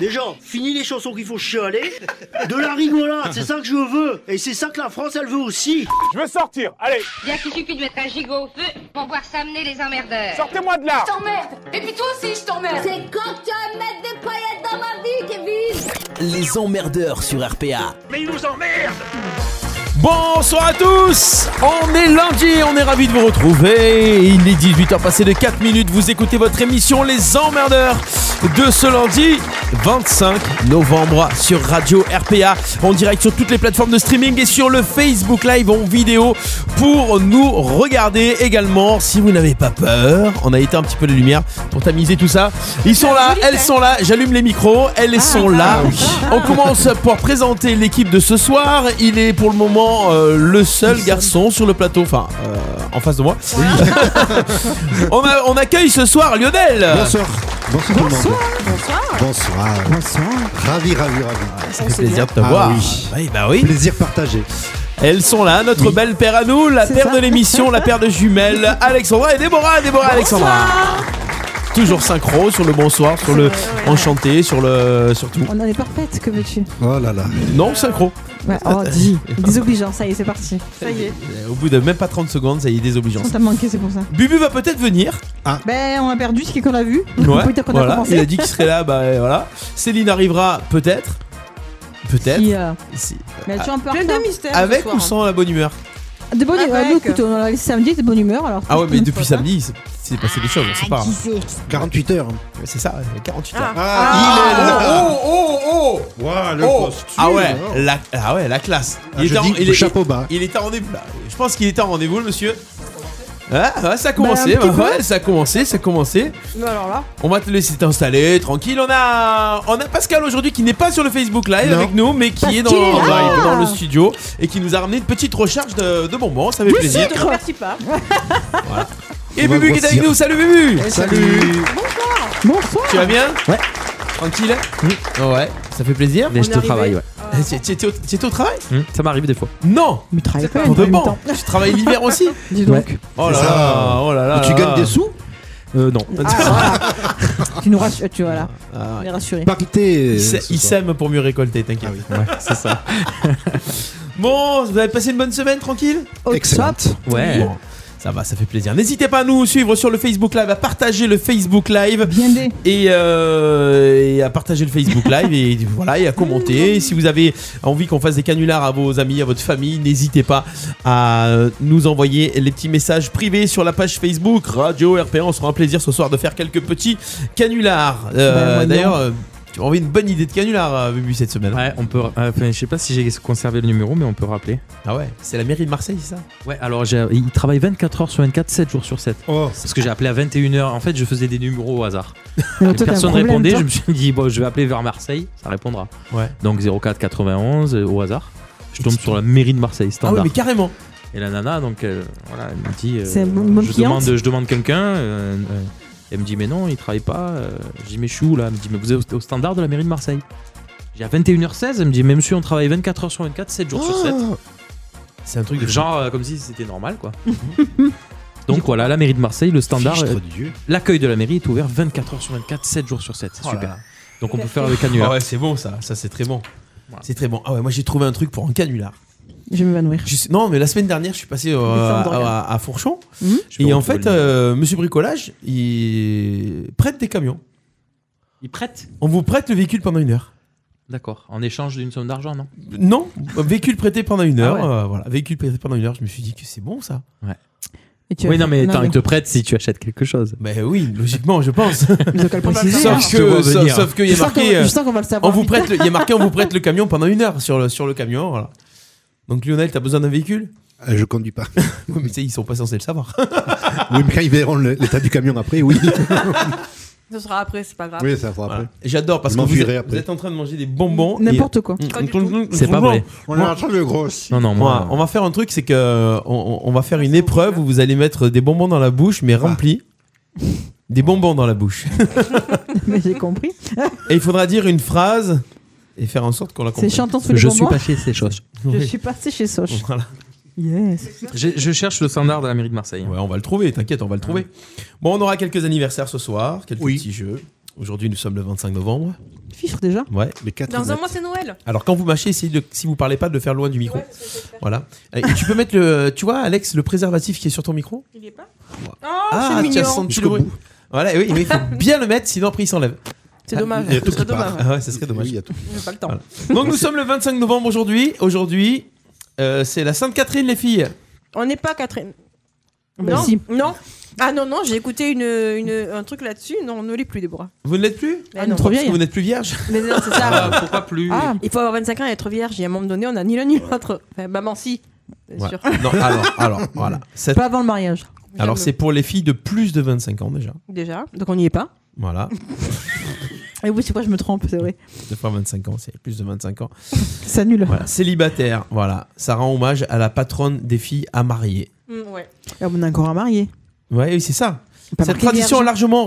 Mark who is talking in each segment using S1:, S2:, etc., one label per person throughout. S1: Déjà, fini les chansons qu'il faut chialer. De la rigolade, c'est ça que je veux. Et c'est ça que la France, elle veut aussi.
S2: Je veux sortir, allez,
S3: Bien qu'il suffit de mettre un gigot au feu pour voir s'amener les emmerdeurs.
S2: sortez-moi de là
S4: t'emmerde Et puis toi aussi, je t'emmerde
S5: C'est quand tu vas mettre des paillettes dans ma vie, Kevin
S6: Les emmerdeurs sur RPA.
S7: Bonsoir à tous On est lundi, on est ravis de vous retrouver. Il est 18h passé de 4 minutes, vous écoutez votre émission Les Emmerdeurs de ce lundi 25 novembre sur Radio RPA, en direct sur toutes les plateformes de streaming et sur le Facebook Live en vidéo pour nous regarder également. Si vous n'avez pas peur, on a éteint un petit peu les lumières pour tamiser tout ça. Ils sont là, elles sont là, j'allume les micros, elles sont là. On commence pour présenter l'équipe de ce soir. Il est pour le moment euh, le seul garçon sur le plateau, enfin euh, en face de moi. on, a- on accueille ce soir Lionel.
S8: Bonsoir. Bonsoir tout le monde.
S4: Bonsoir
S8: Bonsoir. Ravi, ravi, ravi.
S7: Ça fait plaisir de te
S8: Ah
S7: voir.
S8: oui.
S7: Oui, bah oui.
S8: Plaisir partagé.
S7: Elles sont là, notre belle paire à nous, la paire de l'émission, la paire de jumelles, Alexandra et Déborah, Déborah et Alexandra. Toujours synchro sur le bonsoir, sur le enchanté, sur le sur tout.
S9: On en est parfaite, que veux-tu
S8: Oh là là.
S7: Non, synchro.
S9: ouais, Oh, dis, désobligeant, ça y est, c'est parti. Ça y est,
S7: Euh, Au bout de même pas 30 secondes, ça y est, désobligeant.
S9: ça me manquait, c'est pour ça.
S7: Bubu va peut-être venir.
S4: Ah.
S9: Ben, on a perdu ce qu'on a vu. On
S7: Ouais,
S9: peut dire qu'on a
S7: voilà.
S9: commencé.
S7: Il a dit qu'il serait là, bah euh, voilà. Céline arrivera peut-être. Peut-être.
S9: Qui, euh,
S7: Si.
S9: Mais tu es un peu en
S4: Plein
S9: retard.
S4: de mystères ce
S7: Ah. Avec
S9: hein.
S4: soir,
S7: ou sans la bonne humeur
S9: De bonne humeur.
S4: Avec.
S9: Nous, écoute, on a laissé samedi, de bonne humeur. Alors,
S7: Ah ouais, mais
S9: une
S7: depuis
S9: fois, hein.
S7: samedi, il s'est- il s'est passé des choses, on sait
S9: Ah,
S7: pas. hein.
S8: 48 heures.
S7: C'est ça, 48 heures.
S6: Ah.
S9: Oh,
S8: Ah, il est là. Ouah, le costume.
S7: Ah ouais, la, ah ouais, la classe.
S8: Ah, je
S7: était en-
S8: dis,
S7: est-
S8: chapeau bas.
S7: il était en rendez-vous. là. Je pense qu'il était en rendez-vous, le monsieur. Ah, ouais, ça a commencé,
S9: Bah, un petit
S7: ouais, ça a commencé, ça a commencé.
S4: Mais alors là,
S7: On va te laisser t'installer, tranquille. On a, on a Pascal aujourd'hui qui n'est pas sur le Facebook Live
S8: Non.
S7: avec nous, mais qui est dans,
S9: qu'il est là.
S7: dans le studio et qui nous a ramené une petite recharge de, de bonbons. Ça fait plaisir.
S4: je te remercie pas.
S7: Et
S8: On va
S7: Bubu qui est avec
S8: grossir.
S7: nous. Salut Bubu.
S8: Salut.
S9: Bonsoir.
S7: Tu vas bien
S8: Ouais.
S7: Tranquille Ouais, ça fait plaisir.
S6: Mais je
S4: On est
S6: te travaille,
S4: arrivé.
S6: ouais.
S7: Tu tu étais au- tu étais au travail
S6: Hmm, Ça m'arrive des fois.
S7: Non
S9: Mais travaille pas,
S7: Pour de
S9: en même
S7: bon
S9: temps.
S7: Tu travailles l'hiver aussi
S9: Dis donc,
S7: Oh
S8: C'est
S7: là
S8: ça.
S7: là Oh là là
S8: Ah. Et tu
S7: là
S8: gagnes
S7: là.
S8: des sous
S6: Euh, non.
S9: Ah, tu nous rassures. Tu vois là,
S7: Ah,
S9: on
S7: ouais.
S9: est rassurés.
S8: Parité. euh,
S7: Ils sè-
S8: ce
S7: Ils
S8: soir.
S7: s'aiment pour mieux récolter, t'inquiète.
S8: Ah oui.
S6: c'est ça.
S7: Bon, vous avez passé une bonne semaine tranquille
S9: Au
S8: Excellent.
S9: top.
S6: Ouais.
S7: Bon, Ça va, ça fait plaisir. N'hésitez pas à nous suivre sur le Facebook Live, à partager le Facebook Live.
S9: Bien des.
S7: Et, euh, et à partager le Facebook Live et voilà et à commenter. Et si vous avez envie qu'on fasse des canulars à vos amis, à votre famille, n'hésitez pas à nous envoyer les petits messages privés sur la page Facebook Radio RPA. On sera un plaisir ce soir de faire quelques petits canulars. Euh,
S9: Ben, voyons.
S7: D'ailleurs, euh, tu m'as envoyé une bonne idée de canular, euh, Bubu, cette semaine.
S6: Ouais, on peut. euh, enfin, je sais pas si j'ai conservé le numéro, mais on peut rappeler.
S7: Ah ouais, c'est la mairie de Marseille, c'est ça
S6: Ouais, alors j'ai- il travaille 24 heures sur 24, 7 jours sur 7.
S8: Oh.
S6: Parce que j'ai appelé à 21h. En fait, je faisais des numéros au hasard.
S9: Alors, toi, t'as un
S6: Personne
S9: problème,
S6: répondait.
S9: toi
S6: Je me suis dit, bon, je vais appeler vers Marseille, ça répondra.
S7: Ouais.
S6: Donc 04 91 euh, au hasard. Je tombe sur la mairie de Marseille,
S7: Ah
S6: standard.
S7: ouais, mais carrément.
S6: Et la nana, donc, euh, voilà, elle me dit. euh,
S9: C'est une bonne
S6: je, demande,
S9: cliente.
S6: je demande quelqu'un. euh, euh, elle me dit, mais non, il travaille pas. euh. je dis, mais je suis où là Elle me dit, mais vous êtes au, au standard de la mairie de Marseille. J'ai à 21h16. Elle me dit, mais monsieur, on travaille 24h sur 24, 7 jours sur 7.
S7: Oh C'est un truc de
S6: Genre, euh, comme si c'était normal, quoi. donc voilà, la mairie de Marseille, le standard. euh,
S8: Fichtre Dieu.
S6: L'accueil de la mairie est ouvert 24h sur 24, 7 jours sur 7. C'est
S7: Oh là
S6: super.
S7: là.
S6: Donc on peut faire le canular.
S7: Ah ouais, c'est bon ça, ça c'est très bon.
S6: Voilà.
S7: C'est très bon. Ah ouais, moi j'ai trouvé un truc pour un canular.
S9: Je vais m'évanouir.
S7: Je sais- non, mais la semaine dernière, je suis passé euh,
S9: formes d'organes. Mhm.
S7: à, à- à Fourchon.
S6: Je vais
S7: Et en
S6: retrouver
S7: fait,
S6: le-
S7: euh, Monsieur Bricolage, il prête des camions.
S6: il prête
S7: On vous prête le véhicule pendant une heure.
S6: D'accord. En échange d'une somme d'argent, non
S7: Non, véhicule prêté pendant une
S6: Ah
S7: heure.
S6: ouais.
S7: euh, voilà, véhicule prêté pendant une heure. Je me suis dit que c'est bon ça.
S9: Et tu
S6: Oui,
S9: vas-
S6: non, mais attends,
S9: mais-
S6: il te prête si tu achètes quelque chose.
S7: Ben oui, logiquement, je pense.
S9: mais donc, elle précise.
S7: sauf
S6: Je te vois
S7: que, sauf,
S6: venir.
S7: sauf qu'il y
S9: Je
S7: a
S9: sens qu'on-
S7: marqué, euh,
S9: Je sens qu'on va le
S7: on
S9: savoir.
S7: vous
S9: vite.
S7: prête, le- il y a marqué, on vous prête le camion pendant une heure sur le sur le camion. Voilà. Donc Lionel, t'as besoin d'un véhicule
S8: Euh, Je conduis pas.
S7: Oui, mais tu sais, ils sont pas censés le savoir.
S8: Oui, mais quand ils verront le- l'état du camion après, oui.
S4: Ce sera après, c'est pas grave.
S8: Oui, ça fera
S7: Voilà.
S8: après.
S7: J'adore parce
S8: Je
S7: que vous
S8: m'enfuirai
S7: êtes,
S8: après.
S7: vous êtes en train de manger des bonbons. et- Mmh.
S9: N'importe quoi.
S4: Pas du tout.
S6: C'est pas vrai.
S8: On est en train de grossir.
S6: Non, non,
S7: On va,
S6: moi.
S7: on va faire un truc, c'est que euh, on, on va faire une épreuve où vous allez mettre des bonbons dans la bouche, mais remplis. Des bonbons dans la bouche.
S9: Mais j'ai compris.
S7: Et il faudra dire une phrase et faire en sorte qu'on la
S9: C'est
S7: comprenne.
S9: chantant sous les
S6: je suis
S9: bonbons.
S6: pas chez ces choses.
S9: Je suis passé chez Soch.
S7: Voilà.
S9: Yes.
S6: Je, je cherche le standard de la mairie de Marseille.
S7: Ouais, on va le trouver, t'inquiète, on va le trouver. Bon, on aura quelques anniversaires ce soir, quelques
S8: Oui.
S7: petits jeux. Aujourd'hui, nous sommes le 25 novembre.
S9: Fichre déjà.
S7: Ouais, les 4
S4: hein. Dans un mois, c'est Noël.
S7: Alors quand vous mâchez, essayez de, si vous parlez pas, de le faire loin du micro. voilà. Et tu peux mettre le, tu vois, Alex, le préservatif qui est sur ton micro.
S4: Il y est pas Oh,
S7: ah,
S4: c'est
S7: tu as
S4: mignon.
S7: senti le bruit. Voilà, et oui, mais il faut bien le mettre, sinon après il s'enlève.
S4: C'est
S7: Ah,
S4: dommage.
S8: il y a tout
S4: C'est
S8: qui part.
S4: dommage.
S7: Ah ouais, ça serait dommage.
S8: Oui, il y a tout.
S4: J'ai pas le temps.
S7: Voilà. Donc nous sommes le 25 novembre aujourd'hui. Aujourd'hui, euh, c'est la Sainte Catherine, les filles.
S4: On n'est pas Catherine.
S9: Bah
S4: non,
S9: Ben, si.
S4: non. Ah non, non, j'ai écouté une, une- un truc là-dessus. Non, on ne l'est plus, des bras.
S7: Vous ne l'êtes plus
S9: Ah, non, trop
S7: Parce que
S9: vieille.
S7: Vous n'êtes plus vierge
S4: Mais non, c'est ça.
S6: pourquoi plus
S9: Ah,
S4: Il faut avoir 25 ans et être vierge. Et à un moment donné, on a ni l'un ni l'autre. Enfin, maman, si. C'est
S7: Ouais.
S4: sûr.
S7: Non, alors, alors, voilà. Cette-
S9: pas avant le mariage.
S7: Alors c'est pour les filles de plus de 25 ans déjà.
S4: Déjà, donc on n'y est pas.
S7: Voilà.
S9: Et oui, c'est quoi, je me trompe, c'est vrai.
S7: Deux fois 25 ans, c'est plus de 25 ans.
S9: Ça annule.
S7: Voilà, célibataire, voilà. Ça rend hommage à la patronne des filles à marier.
S4: Mm, ouais.
S9: Ah, on a encore un marié.
S7: Ouais, oui, c'est ça.
S9: Pas
S7: Cette
S9: marié,
S7: tradition
S9: vierge.
S7: largement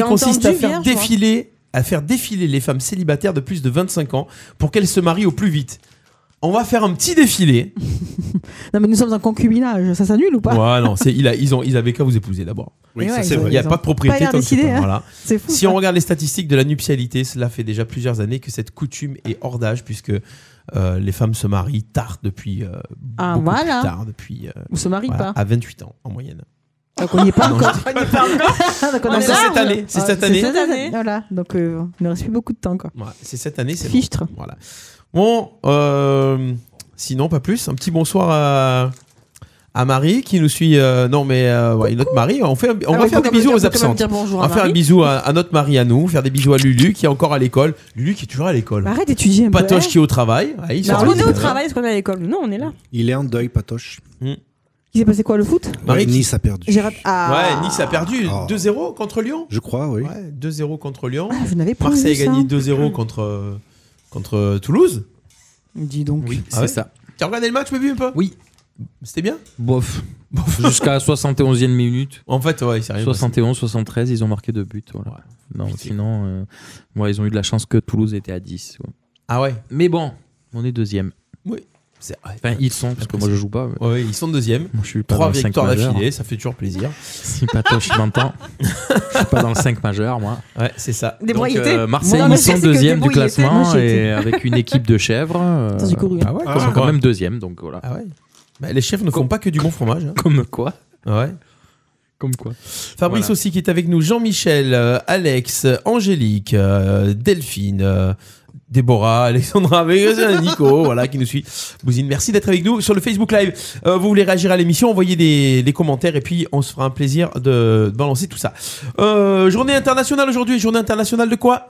S9: J'ai
S7: consiste à
S9: entendu
S7: faire
S9: vierge, moi.
S7: défiler à faire défiler les femmes célibataires de plus de 25 ans pour qu'elles se marient au plus vite. On va faire un petit défilé.
S9: Non, mais nous sommes en concubinage. Ça s'annule ou pas
S7: Ouais, non, c'est il a- ils ont ils avaient qu'à vous épouser d'abord.
S8: Oui,
S9: Mais
S8: ça
S9: ouais,
S8: c'est
S9: ils ont-
S7: Il
S8: vrai.
S7: n'y a
S9: ils ont
S7: pas de propriété
S9: pas l'air
S7: tant que c'est
S9: décidé,
S7: pas-
S9: hein.
S7: voilà.
S9: C'est fou.
S7: Si
S9: ça.
S7: on regarde les statistiques de la nuptialité, cela fait déjà plusieurs années que cette coutume est hors d'âge puisque euh, les femmes se marient tard depuis euh,
S9: Ah,
S7: beaucoup plus
S9: voilà.
S7: tard depuis euh,
S9: On se marie
S7: voilà,
S9: pas.
S7: à 28 ans en moyenne.
S9: Donc on n'y est pas
S7: Non,
S9: encore.
S4: Ah,
S7: je dis-
S9: Donc, on
S4: Non,
S9: a-
S4: c'est
S7: cette année, c'est
S9: Ah,
S7: cette année.
S9: Voilà. Donc euh, il ne reste plus beaucoup de temps quoi.
S7: Ouais, c'est cette année, c'est bon.
S9: Fichtre.
S7: Voilà. Bon, euh, sinon, pas plus. Un petit bonsoir à, à Marie qui nous suit. euh, non, mais euh, ouais, notre Marie. On, fait, un-
S9: Ah
S7: on va faire des bisous aux absentes.
S4: bonjour
S7: On va faire un bisou à, à notre Marie à nous. Faire des bisous à Lulu qui est encore à l'école. Lulu qui est toujours à l'école.
S9: Bah, Arrête d'étudier un peu. Bah,
S7: Patoche qui est au travail. Ouais, il
S4: Non,
S7: sort
S4: on
S7: les-
S4: est au travail, est-ce qu'on est à l'école Non, on est là.
S8: Il est en deuil, Patoche.
S9: Il s'est passé quoi le foot
S7: Hmm. Marie
S8: Ouais,
S7: qui-
S8: Nice a perdu.
S9: J'ai raté. Ah.
S7: Ouais, Nice a perdu
S8: Ah.
S7: 2-0 contre Lyon.
S8: Je crois, oui.
S7: Ouais, 2-0 contre Lyon.
S9: Ah, je n'avais pas
S7: Marseille
S9: vu
S7: a gagné
S9: ça.
S7: 2-0 contre, euh, contre euh, Toulouse.
S9: Dis donc.
S6: Oui,
S7: Ah ouais
S6: c'est ça.
S7: Tu as regardé le match, Bubu, un peu
S6: Oui.
S7: C'était bien
S6: Bof. Jusqu'à 71e minute.
S7: En fait, ouais, c'est rien.
S6: 71, 73, ils ont marqué deux buts. voilà.
S7: Ouais.
S6: Non,
S7: Pitié.
S6: sinon, euh, ouais, ils ont eu de la chance que Toulouse était à 10. ouais.
S7: Ah ouais
S6: Mais bon, on est deuxième.
S7: C'est- ouais.
S6: Enfin, ils sont, parce que moi je joue pas. mais-
S7: Ouais, ouais, ils sont deuxième.
S6: Moi, je suis pas
S7: Trois
S6: dans le 5
S7: victoires
S6: majeur.
S7: d'affilée, ça fait toujours plaisir.
S6: Si Patoche m'entend, je suis pas dans le 5 majeur, moi.
S7: Ouais, c'est ça.
S4: Des
S6: Donc,
S4: broyetés.
S6: euh, Marseille,
S9: Moi,
S6: ils
S9: je
S6: sont
S9: sais que
S6: deuxième
S9: debout,
S6: du
S9: il était.
S6: classement
S9: Moi, j'étais.
S6: et avec une équipe de chèvres. euh,
S9: Attends, j'ai couru.
S7: Ah ouais,
S6: ils sont
S7: comme-
S6: quand même deuxième, donc voilà.
S7: Ah ouais. Bah, les chefs ne font
S6: Comme-
S7: pas que du bon fromage. hein.
S6: Comme quoi
S7: Ouais.
S6: Comme quoi
S7: Fabrice
S6: Voilà.
S7: aussi qui est avec nous, Jean-Michel, euh, Alex, euh, Angélique, euh, Delphine, euh, Déborah, Alexandra, mais- euh, Nico, voilà, qui nous suit. Bouzine, merci d'être avec nous sur le Facebook Live. Euh, vous voulez réagir à l'émission, envoyez des, des commentaires et puis on se fera un plaisir de balancer tout ça. Euh, journée internationale aujourd'hui, journée internationale de quoi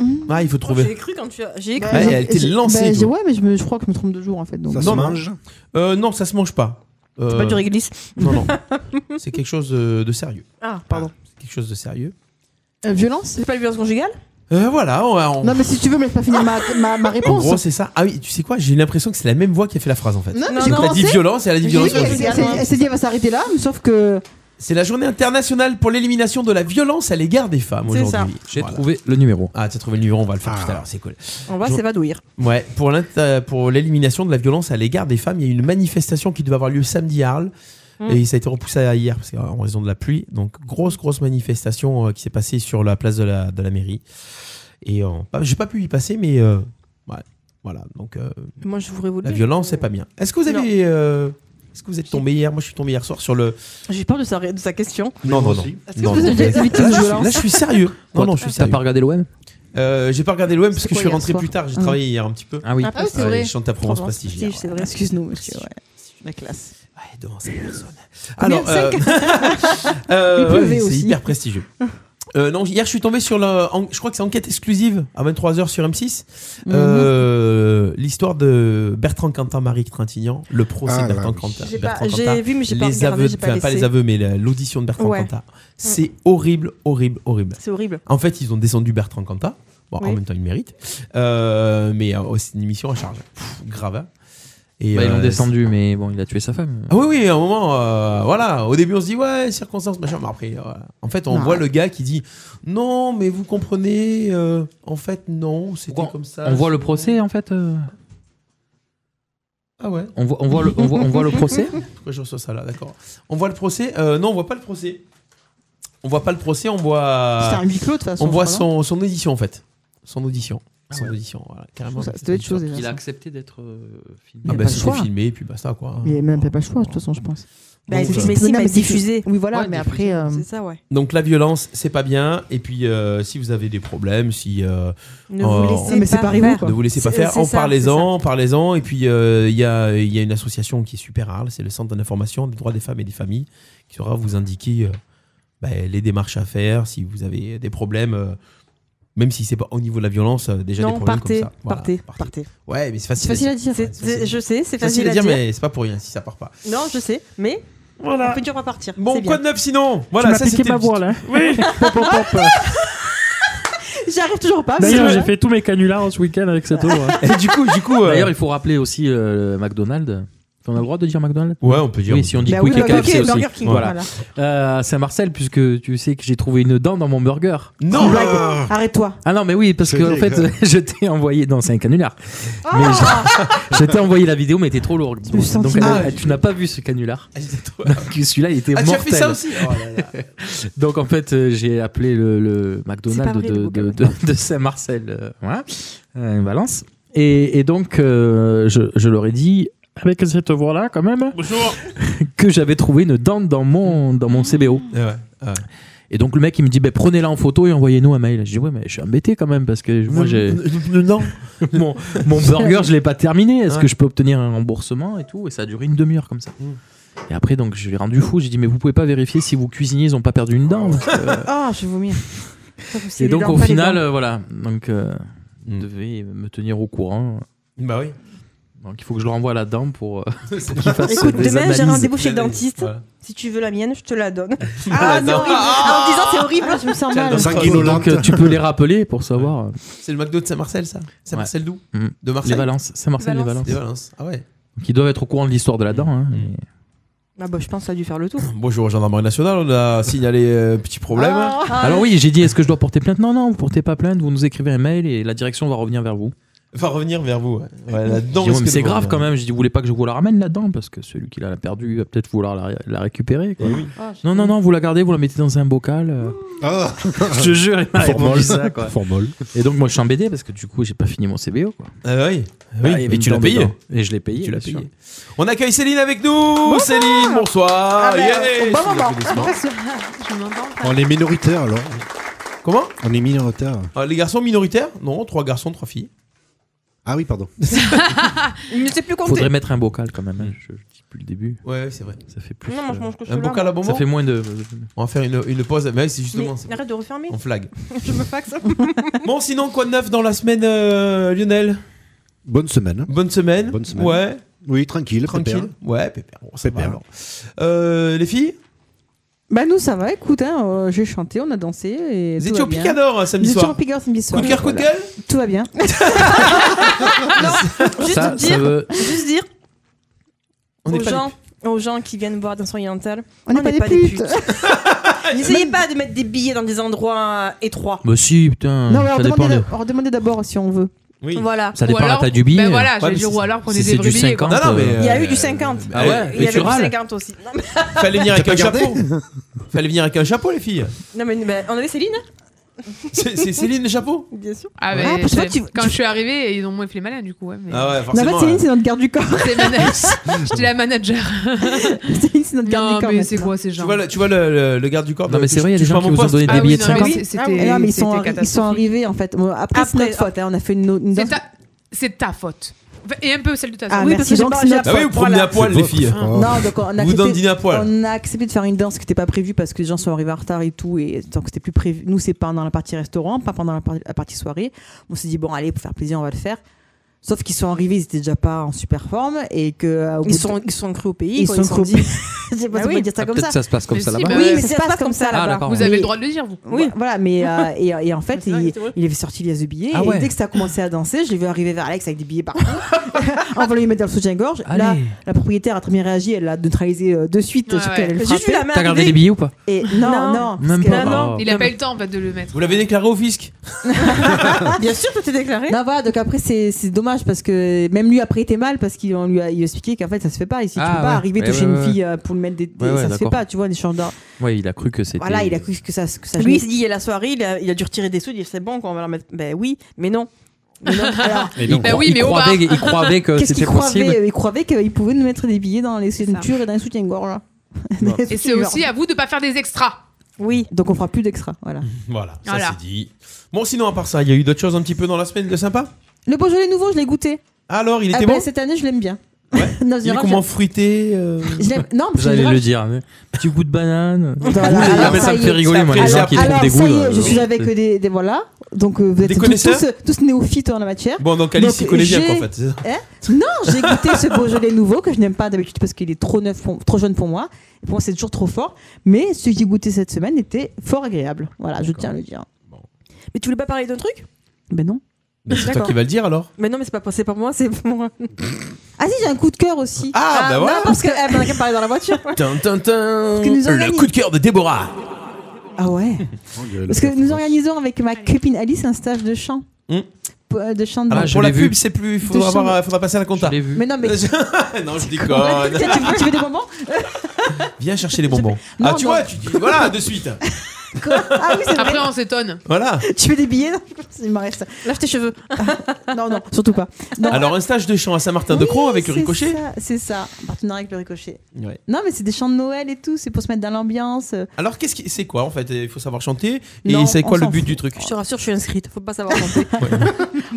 S9: Euh,
S7: Ah, il faut trouver.
S4: J'ai cru quand tu as. J'ai cru.
S7: Ouais, elle était
S9: j'ai-
S7: lancée,
S9: bah, j'ai-
S7: toi.
S9: ouais, mais je, me- je crois que je me trompe de jour en fait. Donc.
S8: Ça se
S7: Non, non.
S8: mange.
S7: Euh, non, ça se mange pas.
S4: C'est
S7: Euh,
S4: pas du réglisse.
S7: Non, non. C'est quelque chose de, de sérieux.
S4: Ah, pardon.
S7: C'est quelque chose de sérieux.
S9: Euh, violence
S4: C'est pas le violence conjugale
S7: Euh, voilà, on, on-
S9: Non, mais si tu veux, me laisse pas finir ma, ma, ma
S7: en
S9: réponse.
S7: gros, c'est ça. Ah oui, tu sais quoi J'ai l'impression que c'est la même voix qui a fait la phrase en fait.
S9: non,
S4: Non,
S9: mais j'ai
S4: non,
S7: Elle a dit
S9: commencé.
S7: violence et elle a dit
S9: J'ai dit,
S7: violence.
S9: elle s'est- elle s'est- elle s'est dit, elle va s'arrêter là, mais sauf que.
S7: C'est la journée internationale pour l'élimination de la violence à l'égard des femmes
S4: C'est
S7: aujourd'hui.
S4: ça.
S6: J'ai
S7: Voilà.
S6: trouvé le numéro.
S7: Ah, t'as trouvé le numéro, on va le faire
S8: Ah.
S7: tout à l'heure, c'est cool.
S4: On va
S7: Je-
S4: s'évanouir.
S7: Ouais, pour l'inter- pour l'élimination de la violence à l'égard des femmes, il y a eu une manifestation qui devait avoir lieu samedi à Arles.
S4: Mm.
S7: Et ça a été repoussé à hier parce que, euh, en raison de la pluie. Donc, grosse, grosse manifestation euh, qui s'est passée sur la place de la, de la mairie. Et euh, bah, j'ai pas pu y passer, mais euh, ouais, voilà. Donc, euh,
S4: Moi, je voudrais vous le
S7: la
S4: dire.
S7: violence, c'est pas bien. Est-ce que vous avez. euh, Est-ce que vous êtes tombé hier Moi, je suis tombé hier soir sur le.
S4: J'ai peur de sa, de sa question.
S8: Non, non, non.
S4: Est-ce que
S7: Non,
S4: vous
S7: non,
S4: avez
S7: mais-
S4: déjà été victime
S7: Là,
S4: de
S7: je suis-
S4: violence
S7: Là, je suis sérieux. Non,
S6: Quoi,
S7: non, je suis
S6: T'as
S7: sérieux.
S6: pas regardé l'OM
S7: Euh, j'ai pas regardé l'OM parce
S9: C'est
S7: que je
S9: quoi,
S7: suis
S9: hier
S7: rentré
S9: soir
S7: plus tard. J'ai
S9: Ah.
S7: travaillé hier un petit peu.
S6: Ah oui.
S9: Ah oui, c'est
S7: Ouais,
S9: vrai.
S7: je chante à Provence Prestige. hier,
S4: Prestige, c'est vrai.
S9: Excuse-nous, monsieur. ouais. La classe.
S7: Ouais, devant cinq personnes.
S9: Combien
S7: Alors,
S9: cinq
S7: euh, euh,
S9: Il pleuvait
S7: ouais, c'est
S9: aussi. Ah.
S7: hyper prestigieux. Euh, non, hier je suis tombé sur la, en- je crois que c'est enquête exclusive à 23h sur M6.
S9: Mhm.
S7: Euh, L'histoire de Bertrand Quentin, Marie Trintignant, le procès
S8: Ah,
S7: de Bertrand
S8: bah oui.
S7: Quentin.
S4: J'ai pas-
S7: Bertrand Quentin,
S4: J'ai vu, mais j'ai pas
S7: les
S4: regardé.
S7: aveux,
S4: j'ai
S7: enfin, pas
S4: laissé.
S7: les aveux, mais la- l'audition de Bertrand
S4: Ouais. Mm.
S7: Cantat. C'est horrible, horrible, horrible.
S4: C'est horrible.
S7: En fait, ils ont descendu Bertrand Cantat. Bon, en
S4: Oui.
S7: même temps, il mérite. Euh, mais euh, c'est une émission à charge. Pff, grave. hein. Et,
S6: Bah, Ils l'ont
S7: euh,
S6: descendu, mais bon, il a tué sa femme.
S7: ah oui, oui, à un moment, euh, voilà, au début on se dit, ouais, circonstances, machin, mais après, euh, en fait, on
S9: Non,
S7: voit
S9: ouais.
S7: le gars qui dit, non, mais vous comprenez, euh, en fait, non, c'était
S6: Pourquoi
S7: comme ça.
S6: On voit le procès en fait euh,
S7: Ah ouais,
S6: on voit, on, voit le, on, voit, on voit le procès
S7: pourquoi je reçois ça là, d'accord. On voit le procès, euh, non, on voit pas le procès. On voit pas le procès, on voit.
S9: C'était un huis clos, de toute façon, Ah
S7: On voit
S9: je crois,
S7: son, son audition en fait. Son audition. son audition, voilà,
S6: Ah
S7: carrément.
S9: Ça, ça doit être chaud, déjà,
S6: Il a
S9: ça.
S6: accepté d'être euh, filmé.
S9: Il
S7: Ah
S9: a
S7: bah
S9: pas le
S7: c'était
S9: choix.
S7: filmé et puis bah ça quoi.
S9: Mais même pas pas le choix, de toute façon, je pense.
S4: Bah,
S7: Donc,
S4: c'est-
S7: euh,
S4: mais si,
S9: Non,
S4: bah,
S9: mais c'est-
S4: diffusé.
S9: Oui, voilà,
S6: Ouais,
S9: mais
S6: diffusé.
S9: après. euh,
S4: C'est ça, ouais.
S7: Donc la violence, c'est pas bien. Et puis euh, si vous avez des problèmes, si euh,
S4: Ne
S7: Oh.
S4: vous laissez
S9: Non, Ah, mais c'est
S4: pas
S9: pas rigolo,
S4: faire.
S9: quoi.
S7: ne vous laissez pas
S4: C'est-
S7: faire,
S4: c'est
S7: en
S4: ça,
S7: parlez-en, parlez-en. Et puis euh, il y, a, il y a une association qui est super rare, c'est le Centre d'information des droits des femmes et des familles, qui saura vous indiquer euh, bah, les démarches à faire, si vous avez des problèmes, euh, même si c'est pas au niveau de la violence, euh, déjà des
S4: Non,
S7: problèmes
S4: partez,
S7: comme ça. Voilà,
S4: partez,
S7: partez.
S4: partez.
S7: Ouais, mais c'est
S9: C'est
S7: facile,
S9: facile
S7: à
S9: à dire.
S4: C'est-
S7: ça,
S4: c'est-
S7: c'est-
S4: Je sais, c'est
S7: dire. Facile
S4: facile à dire.
S7: mais c'est pas pour rien si ça part pas.
S4: Non, je sais, mais on
S7: Voilà.
S4: peut toujours pas partir.
S7: Bon,
S4: c'est
S7: quoi
S4: bien.
S7: de neuf sinon
S9: Tu
S7: Voilà,
S9: m'as
S7: ça
S9: piqué
S7: c'était
S9: ma
S7: le petit-
S9: voix, là.
S7: Oui.
S9: Pop, pop, pop.
S4: J'arrive toujours
S10: Ah,
S4: pas.
S11: D'ailleurs,
S4: mais-
S11: j'ai fait tous mes canulars ce week-end avec cette eau. hein. ouais.
S7: Et du coup, du coup. euh,
S6: D'ailleurs, il faut rappeler aussi euh, McDonald's. On a le droit de dire McDonald's
S7: Ouais, on peut dire.
S6: Oui, si on dit
S4: Bah oui,
S6: Quick et
S4: Burger
S6: KFC
S4: King,
S6: aussi.
S4: Burger King,
S6: Voilà.
S4: voilà.
S6: Euh, Saint-Marcel, puisque tu sais que j'ai trouvé une dent dans mon burger.
S7: Non.
S4: Blague. Arrête-toi.
S6: Ah non, mais oui, parce
S8: C'est
S6: que en fait,
S8: dégueu.
S6: je t'ai envoyé. Non, c'est un canular.
S4: Ah.
S6: Mais je- je t'ai envoyé la vidéo, mais elle était trop lourde.
S9: Le
S6: Donc,
S9: sentiment.
S6: elle- elle- tu n'as pas vu ce canular. Donc, celui-là, il était
S7: Ah, tu as
S6: mortel.
S7: fait ça aussi Oh là là.
S6: Donc, en fait, euh, j'ai appelé le, le
S4: C'est pas
S6: McDonald's
S4: vrai,
S6: de,
S4: le
S6: de- de- de Saint-Marcel, euh, voilà, euh, Valence. Et, et donc, euh, je, je leur ai dit
S11: Avec cette voix-là, quand même.
S6: que j'avais trouvé une dent dans mon, dans mon CBO.
S7: Eh Ouais, ouais.
S6: Et donc, le mec, il me dit Ben, prenez-la en photo et envoyez-nous un mail. Je dis Ouais, mais je suis embêté quand même, parce que moi, j'ai.
S7: Non.
S6: mon, mon burger, je l'ai pas terminé. Est-ce
S7: Ouais.
S6: que je peux obtenir un remboursement et tout Et ça a duré une demi-heure comme ça.
S7: Mm.
S6: Et après, donc, je l'ai rendu fou. J'ai dit, mais vous pouvez pas vérifier si vos cuisiniers ils ont pas perdu une dent. parce que- euh,
S4: Oh, je vais vomir.
S6: et donc, au
S4: pas les
S6: final,
S4: dents.
S6: euh, voilà. Donc, euh, vous
S7: Mm.
S6: devez me tenir au courant.
S7: Bah oui.
S6: Donc, il faut que je leur envoie la dent pour, euh, pour qu'ils fassent
S4: Écoute,
S6: des
S4: demain,
S6: analyses.
S4: j'ai rendez-vous chez le dentiste.
S7: Voilà.
S4: Si tu veux la mienne, je te la donne.
S7: Ah,
S4: Ah,
S7: non.
S4: c'est horrible. Ah, en disant, c'est horrible, je me sens mal.
S7: Dans-
S6: Donc, euh, tu peux les rappeler pour savoir. euh,
S7: C'est le McDo de Saint-Marcel, ça Saint-Marcel d'où
S6: Mm.
S7: De Marseille
S6: Les Valences, Saint-Marcel, les
S4: Valence.
S6: Valences.
S7: Des Valences. Ah ouais.
S6: Qui doivent être au courant de l'histoire de la dent. hein.
S7: Mm.
S4: Ah, bah, je pense que ça a dû faire le tour.
S7: Bonjour, gendarmerie nationale. On a signalé un petit problème.
S4: Ah.
S6: Alors, Ah oui, j'ai dit, est-ce que je dois porter plainte Non, non, vous portez pas plainte. Vous nous écrivez un mail et la direction va revenir vers vous.
S7: Va revenir vers vous. Ouais, Ouais, là-dedans,
S6: J'ai dit, ouais,
S7: est-ce
S6: mais
S7: que
S6: c'est
S7: nous
S6: grave
S7: revenir
S6: quand même. J'ai dit, vous voulez pas que je vous la ramène là-dedans parce que celui qui l'a perdu va peut-être vouloir la, la récupérer. quoi.
S4: Ah.
S10: Ah,
S6: Non, non, non, vous la gardez, vous la mettez dans un bocal. euh.
S8: Ah,
S6: je te jure, il m'a répondu ça, quoi.
S8: Formol.
S6: Et donc, moi, je suis embêté parce que du coup, j'ai pas fini mon CBO. Quoi.
S7: Ah oui.
S6: Bah, il y avait
S7: oui. Et tu
S6: une
S7: l'as
S6: dent
S7: payé.
S6: dedans. Et je l'ai payé.
S7: Tu l'as
S6: bien sûr.
S7: payé. On accueille Céline avec nous. Céline, bonsoir.
S4: Ah, bah,
S7: Yeah,
S4: au bon
S7: sous
S4: moment.
S7: applaudissements.
S9: Je m'entends pas.
S8: On est minoritaire alors.
S7: Comment
S8: On est minoritaire.
S7: Ah, Les garçons minoritaires Non, trois garçons, trois filles.
S8: Ah oui, pardon.
S4: Il ne sait plus compter.
S6: Faudrait mettre un bocal quand même. hein. Je, je dis plus le début.
S7: Ouais, c'est vrai.
S6: Ça fait plus.
S4: Non, moi, je
S6: euh,
S4: mange que
S7: Un
S4: celui-là.
S7: bocal à bonbons
S6: ça fait moins de.
S7: On va faire une, une pause. Mais c'est justement.
S4: Mais
S7: c'est-
S4: Arrête de refermer.
S7: On flag.
S4: Je me faxe.
S7: Bon, sinon, quoi de neuf dans la semaine, euh, Lionel
S8: Bonne semaine.
S7: Bonne semaine.
S8: Bonne semaine.
S7: Ouais,
S8: Oui, tranquille.
S7: tranquille.
S8: pépère.
S7: Ouais, pépère. Bon, ça va
S8: Pépère.
S7: alors. Euh, les filles,
S9: Bah, nous, ça va, écoute, hein, euh, j'ai chanté, on a dansé. Et
S7: vous
S9: tout
S7: étiez
S9: va
S7: au
S9: bien.
S7: Picador euh,
S9: Nous
S7: samedi
S9: étions au
S7: soir.
S9: Picard samedi
S7: Coup
S9: soir.
S7: de cœur, coup de gueule
S9: Tout va bien.
S4: Juste
S6: Ça, ça
S4: dire,
S6: veut.
S4: juste dire
S7: On
S4: aux
S7: est pas
S4: gens, aux gens qui viennent boire dans son oriental,
S9: On n'est pas des putes.
S4: N'essayez pas de mettre des billets dans des endroits euh, étroits.
S6: Bah, si, putain.
S9: Non, mais on
S6: ça dépend de.
S9: redemandait- on redemandait d'abord si on veut.
S7: Oui.
S4: Voilà.
S6: Ça dépend de la taille du billet.
S10: Ben voilà,
S7: Ouais,
S10: j'allais
S7: mais
S10: dire,
S7: c'est-
S10: ou alors prenez
S6: si
S10: des
S6: c'est
S10: vrais
S6: du
S10: billets.
S6: 50.
S7: Non, non, mais.
S6: Il
S4: Il y a
S7: euh,
S4: eu du 50.
S7: Ah ouais,
S4: Il y
S7: mais
S4: avait
S7: tu
S4: du
S7: râles.
S4: 50 aussi. Non mais,
S7: Fallait venir avec
S8: T'as
S7: un
S8: pas
S7: chapeau. Fallait venir avec un chapeau, les filles.
S4: non, mais- mais on avait Céline, hein.
S7: C'est c'est Céline, le chapeau
S4: bien sûr.
S10: Ah, mais
S9: Ah, parce que
S10: c'est-
S9: tu-
S10: quand
S9: tu-
S10: je suis arrivée, ils ont moins fait les malins du coup. Ouais, mais...
S7: Ah ouais,
S9: Non, en fait,
S7: forcément.
S9: Céline,
S7: euh,
S9: c'est notre garde du corps.
S4: Ah
S10: C'est manag- J'étais la manager.
S9: Céline, c'est notre garde
S10: Non,
S9: du corps.
S10: mais c'est
S9: maintenant.
S10: quoi ces
S7: Tu
S10: gens
S7: vois, le, tu vois le, le- le garde du corps
S6: Non, mais
S7: tu-
S6: c'est vrai, il y a
S7: tu
S6: des gens qui
S7: prends mon
S6: vous ont
S7: poste
S6: donné des
S10: Ah oui,
S6: billets de
S10: non, mais
S6: 50.
S10: oui,
S4: Ah oui.
S10: c'était-
S9: Eh non, mais
S10: c'était
S9: ils sont, ils sont
S10: catastrophique.
S9: arrivés en fait. Bon, Après, c'est
S4: Après,
S9: notre faute. hein, On a fait une, une
S10: C'est
S9: danse.
S10: ta... c'est ta faute. Enfin, Et un peu celle de ta
S9: Ah,
S10: sœur.
S4: oui,
S9: merci.
S4: parce que j'ai
S9: Donc,
S4: pas-
S9: c'est
S4: j'ai
S9: notre
S7: Ah oui, vous promenez à poil, les filles.
S9: Non, donc on a,
S7: Vous vous
S9: accepté,
S7: dandinez à poil.
S9: on a accepté de faire une danse qui n'était pas prévue parce que les gens sont arrivés en retard et tout. Et donc c'était plus prévu. Nous, c'est pendant la partie restaurant, pas pendant la, par- la partie soirée. On s'est dit, bon, allez, pour faire plaisir, on va le faire. Sauf qu'ils sont arrivés, ils étaient déjà pas en super forme et que. euh, au bout
S4: Ils
S9: de-
S4: sont, ils sont crus au pays.
S9: Ils
S4: quoi,
S9: sont
S4: se
S9: crus au
S4: dit-
S9: Je sais pas
S4: Ah
S9: si on peut
S4: oui.
S9: dire ça
S6: Ah,
S9: comme
S6: peut-être
S9: ça.
S6: se passe comme
S10: Mais
S6: ça
S10: si,
S6: là-bas.
S10: bah,
S4: Oui,
S10: Ouais.
S4: mais ça se passe comme ça
S6: Ah,
S4: là-bas.
S6: d'accord.
S10: Vous avez
S9: Oui.
S10: le droit de le dire, vous.
S9: Oui, voilà, mais euh, et, et en fait,
S4: C'est vrai,
S9: il,
S4: c'est vrai.
S9: il avait sorti les billets.
S6: Ah
S9: et
S6: ouais.
S9: dès que ça a commencé à danser, je l'ai vu arriver vers Alex avec des billets partout. on va lui mettre dans le soutien-gorge. Là,
S6: Allez.
S9: la propriétaire a très bien réagi, elle l'a neutralisé euh, de suite.
S10: Ouais,
S9: surtout
S10: ouais.
S9: qu'elle allait le
S4: J'ai juste vu
S9: frapper.
S4: la main
S6: T'as gardé les
S4: arriver.
S6: billets ou pas
S9: Et non,
S4: Non,
S9: non,
S6: même
S9: parce que-
S6: pas. Non,
S10: Il a pas eu le temps en fait de le mettre.
S7: Vous l'avez déclaré au fisc
S4: Bien sûr, tout est déclaré.
S9: Non, voilà, donc après, c'est c'est dommage parce que même lui après il était mal parce qu'on lui a il a expliqué qu'en fait ça se fait pas. Et si tu
S6: Ah,
S9: peux pas
S6: ouais.
S9: arriver
S6: Ouais,
S9: toucher
S6: ouais, ouais.
S9: une fille euh, pour le mettre des, des-
S6: Ouais, ouais,
S9: ça se fait
S6: d'accord.
S9: pas, tu vois, des champs d'or.
S6: Ouais, il a cru que c'était.
S9: Voilà, il a cru que ça que ça
S4: Lui,
S9: jouait.
S4: il s'est dit, il y a la soirée, il a, il a dû retirer des sous, il dit, c'est bon, quoi, on va leur mettre. Ben oui, mais non. Mais non, alors-
S6: Mais non. Il Bah oui, cro- mais il au bar. croyait- il croyait que
S9: Qu'est-ce qu'il
S6: c'était possible.
S9: croyait Il croyait qu'il pouvait nous mettre des billets dans les ceintures et dans les soutiens-gorge. Dans les
S10: Et c'est
S9: soutiens-gorge.
S10: aussi à vous de pas faire des extras.
S9: Oui, donc on fera plus d'extra. Voilà.
S6: Mhm.
S7: Voilà, ça
S10: Voilà.
S7: c'est dit. Bon, sinon, à part ça, il y a eu d'autres choses un petit peu dans la semaine de sympa
S9: Le Beaujolais nouveau, je l'ai goûté.
S7: Alors, il
S9: Ah
S7: était
S9: ben,
S7: bon
S9: Cette année, je l'aime bien. Non,
S7: Il est
S9: général,
S7: comment
S9: je-
S7: fruité euh,
S9: je l'aime- Non, parce que
S6: J'allais
S9: général,
S6: le dire. mais- Petit goût de banane.
S9: Voilà,
S6: Oui,
S9: alors,
S6: ah, mais ça me
S9: y
S6: fait
S9: est.
S6: rigoler, moi, les gens qui trouvent
S9: alors,
S6: des
S9: ça
S6: goûts.
S9: y est,
S6: là,
S9: je suis
S6: euh,
S9: avec des, des- voilà. Donc euh, vous êtes
S7: Des
S9: tous,
S7: connaisseurs
S9: tous, tous néophytes en la matière.
S7: Bon, donc, Alice, il connaît bien,
S9: j'ai-
S7: quoi, en fait, c'est ça
S9: Hein non, j'ai goûté ce Beaujolais nouveau que je n'aime pas d'habitude parce qu'il est trop neuf, pour- trop jeune pour moi. Et pour moi, c'est toujours trop fort. Mais ce que j'ai goûté cette semaine était fort agréable. Voilà, je tiens à le dire.
S4: Mais tu voulais pas parler d'un truc
S9: Ben non.
S7: Mais c'est toi
S4: D'accord.
S7: qui vas le dire alors
S4: Mais non, mais c'est pas, c'est pas pour moi, c'est pour moi.
S9: Ah si, j'ai un coup de cœur aussi.
S7: Ah, bah voilà.
S9: Non, parce que eh, ben, on a qu'à parler dans la voiture.
S7: Tin, tin, tin.
S9: que nous
S7: Le
S9: organise-
S7: coup de cœur de Déborah
S9: Ah ouais
S7: Euh,
S9: Parce que nous organisons avec ma copine Alice un stage de chant.
S7: Hmm. Ah,
S9: P- euh, De
S6: Ah,
S9: chant de
S7: Alors, pour la pub, c'est plus. Il faudra,
S9: De chant-
S7: avoir- faudra passer à la compta.
S9: Mais non, mais.
S7: non,
S9: Tiens,
S7: je déconne.
S9: tu, veux, tu veux des bonbons
S7: Viens chercher les bonbons.
S9: Non,
S7: ah, tu
S9: non.
S7: vois, tu dis. Voilà, de suite.
S9: Quoi Ah oui, c'est vrai.
S10: Après, on s'étonne.
S7: Voilà.
S9: Tu veux des billets Il m'en reste. Lâche tes cheveux. non, non, surtout pas. Non.
S7: Alors, un stage de chant à Saint-Martin-de-Croix avec le
S9: C'est
S7: ricochet.
S9: ça, C'est ça, en partenariat avec le ricochet.
S7: Ouais.
S9: Non, mais c'est des chants de Noël et tout, c'est pour se mettre dans l'ambiance. euh,
S7: Alors, qu'est-ce qui, c'est quoi en fait Il faut savoir chanter.
S9: Non,
S7: et c'est
S9: on
S7: quoi le
S9: s'en
S7: but
S9: fout.
S7: du truc
S4: Je te rassure, je suis inscrite, faut pas savoir compter.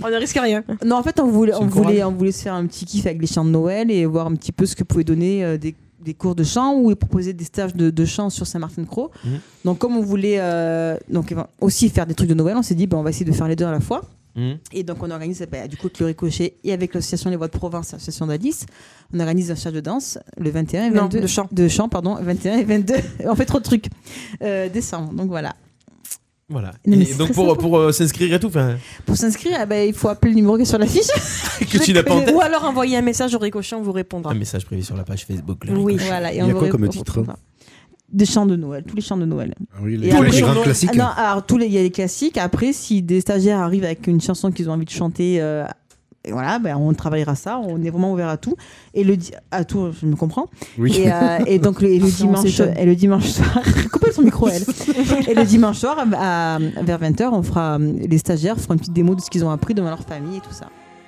S4: on ne risque rien.
S9: Non, en fait, on voulait,
S7: C'est
S9: on
S7: une chorale.
S9: voulait, on voulait se faire un petit kiff avec les chants de Noël et voir un petit peu ce que pouvaient donner euh, des, des cours de chant ou proposer des stages de, de chant sur Saint-Martin-de-Croix.
S7: Mhm.
S9: Donc, comme on voulait euh, donc, eh ben, aussi faire des trucs de Noël, on s'est dit, ben, on va essayer de faire les deux à la fois.
S7: Mhm.
S9: Et donc, on organise ben, du coup avec le Ricochet et avec l'association Les Voix de Province, l'association d'Alice, on organise un stage de danse le 21 et
S4: Non,
S9: 22.
S4: de chant.
S9: De chant, pardon, 21 et 22. on fait trop de trucs. Euh, décembre, donc voilà.
S7: Voilà.
S9: Non, mais
S7: Et
S9: c'est
S7: donc
S9: très
S7: pour,
S9: sympa.
S7: pour euh, s'inscrire et tout, enfin,
S9: Pour s'inscrire, eh ben, il faut appeler le numéro qui est sur l'affiche.
S7: que tu n'as pas en tête. Ah,
S4: Ou alors envoyer un message au ricochet, on vous répondra.
S7: Un message privé sur la page Facebook. le
S4: Oui,
S7: ricochet.
S9: Voilà, et
S8: Il y
S9: on
S8: a
S9: vous
S8: quoi comme
S9: répond-
S8: titre
S9: Des chants de Noël, tous les chants de Noël.
S8: Ah Oui,
S9: Et
S8: les, tous les
S9: après,
S8: grands
S9: on-
S8: classiques.
S9: Ah non, alors tous les, il y a les classiques. Après, si des stagiaires arrivent avec une chanson qu'ils ont envie de chanter, euh, et voilà, ben, on travaillera ça. On est vraiment ouvert à tout. Et le di- à tout, je me comprends.
S8: Oui.
S9: Et, euh, et donc le, et le
S4: On
S9: dimanche,
S4: s'étonne.
S9: et le dimanche soir, coupez son micro elle. Et le dimanche soir, à- vers 20h, on fera les stagiaires feront une petite démo de ce qu'ils ont appris devant leur famille et tout ça.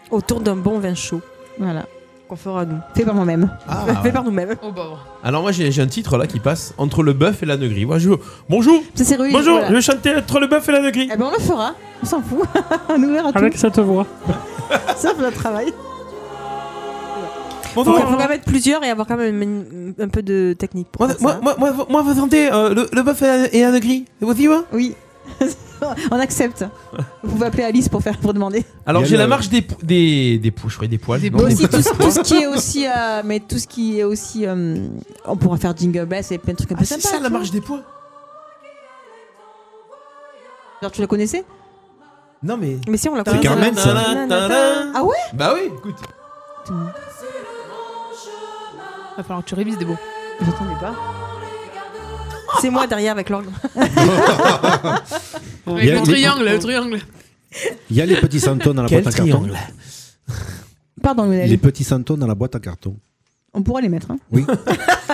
S4: Autour d'un bon vin chaud
S9: Voilà,
S4: qu'on fera nous.
S9: fait par moi-même.
S7: Ah.
S4: Fait par nous-mêmes.
S10: Oh, pauvre.
S7: Alors moi j'ai j'ai un titre là qui passe entre le bœuf et la neugrie. Moi, je- Bonjour,
S9: C'est sérieux.
S7: bonjour,
S9: voilà.
S7: je vais chanter entre le bœuf et la neugrie.
S9: Eh ben on le fera, on s'en fout, on est ouvert
S10: Ah,
S9: à tout.
S11: Avec cette voix.
S9: Sauf le travail.
S4: Faut,
S7: Bonjour.
S4: faut quand même être plusieurs et avoir quand même une- un peu de technique pour
S7: Moi,
S4: faire
S7: moi,
S4: ça.
S7: moi, moi, moi, vous sentez euh, le, le bœuf et la, et la neugrie Vous aussi, moi
S9: Oui. on accepte. Vous pouvez appeler Alice pour faire pour demander.
S7: Alors
S8: Il y a
S7: j'ai
S8: le-
S7: la marche des, pou- des, des pouches, ouais, des poils.
S10: Des
S7: non,
S9: Mais
S10: pouces.
S7: des-
S9: aussi tout, ce- tout ce qui est aussi euh, mais tout ce qui est aussi euh, on pourra faire jingle bells et plein de trucs un peu
S7: Ah, c'est
S9: sympas.
S7: ça la
S9: tu vois.
S7: marche des poils
S9: Genre tu la connaissais
S7: Non mais...
S4: Mais si on l'a
S7: C'est
S4: compris.
S8: Carmen, ça.
S9: Ah ouais
S7: Bah oui, écoute.
S10: Va falloir que tu révises des mots.
S9: J'entendais pas.
S4: C'est moi derrière avec l'orgue.
S10: Avec
S8: Il y a-
S10: le triangle, le triangle.
S8: Il y a les petits santons dans la
S7: Quel
S8: boîte à carton.
S7: triangle.
S9: Pardon Lionel.
S8: Les petits santons dans la boîte à carton.
S9: On pourra les mettre hein.
S8: Oui.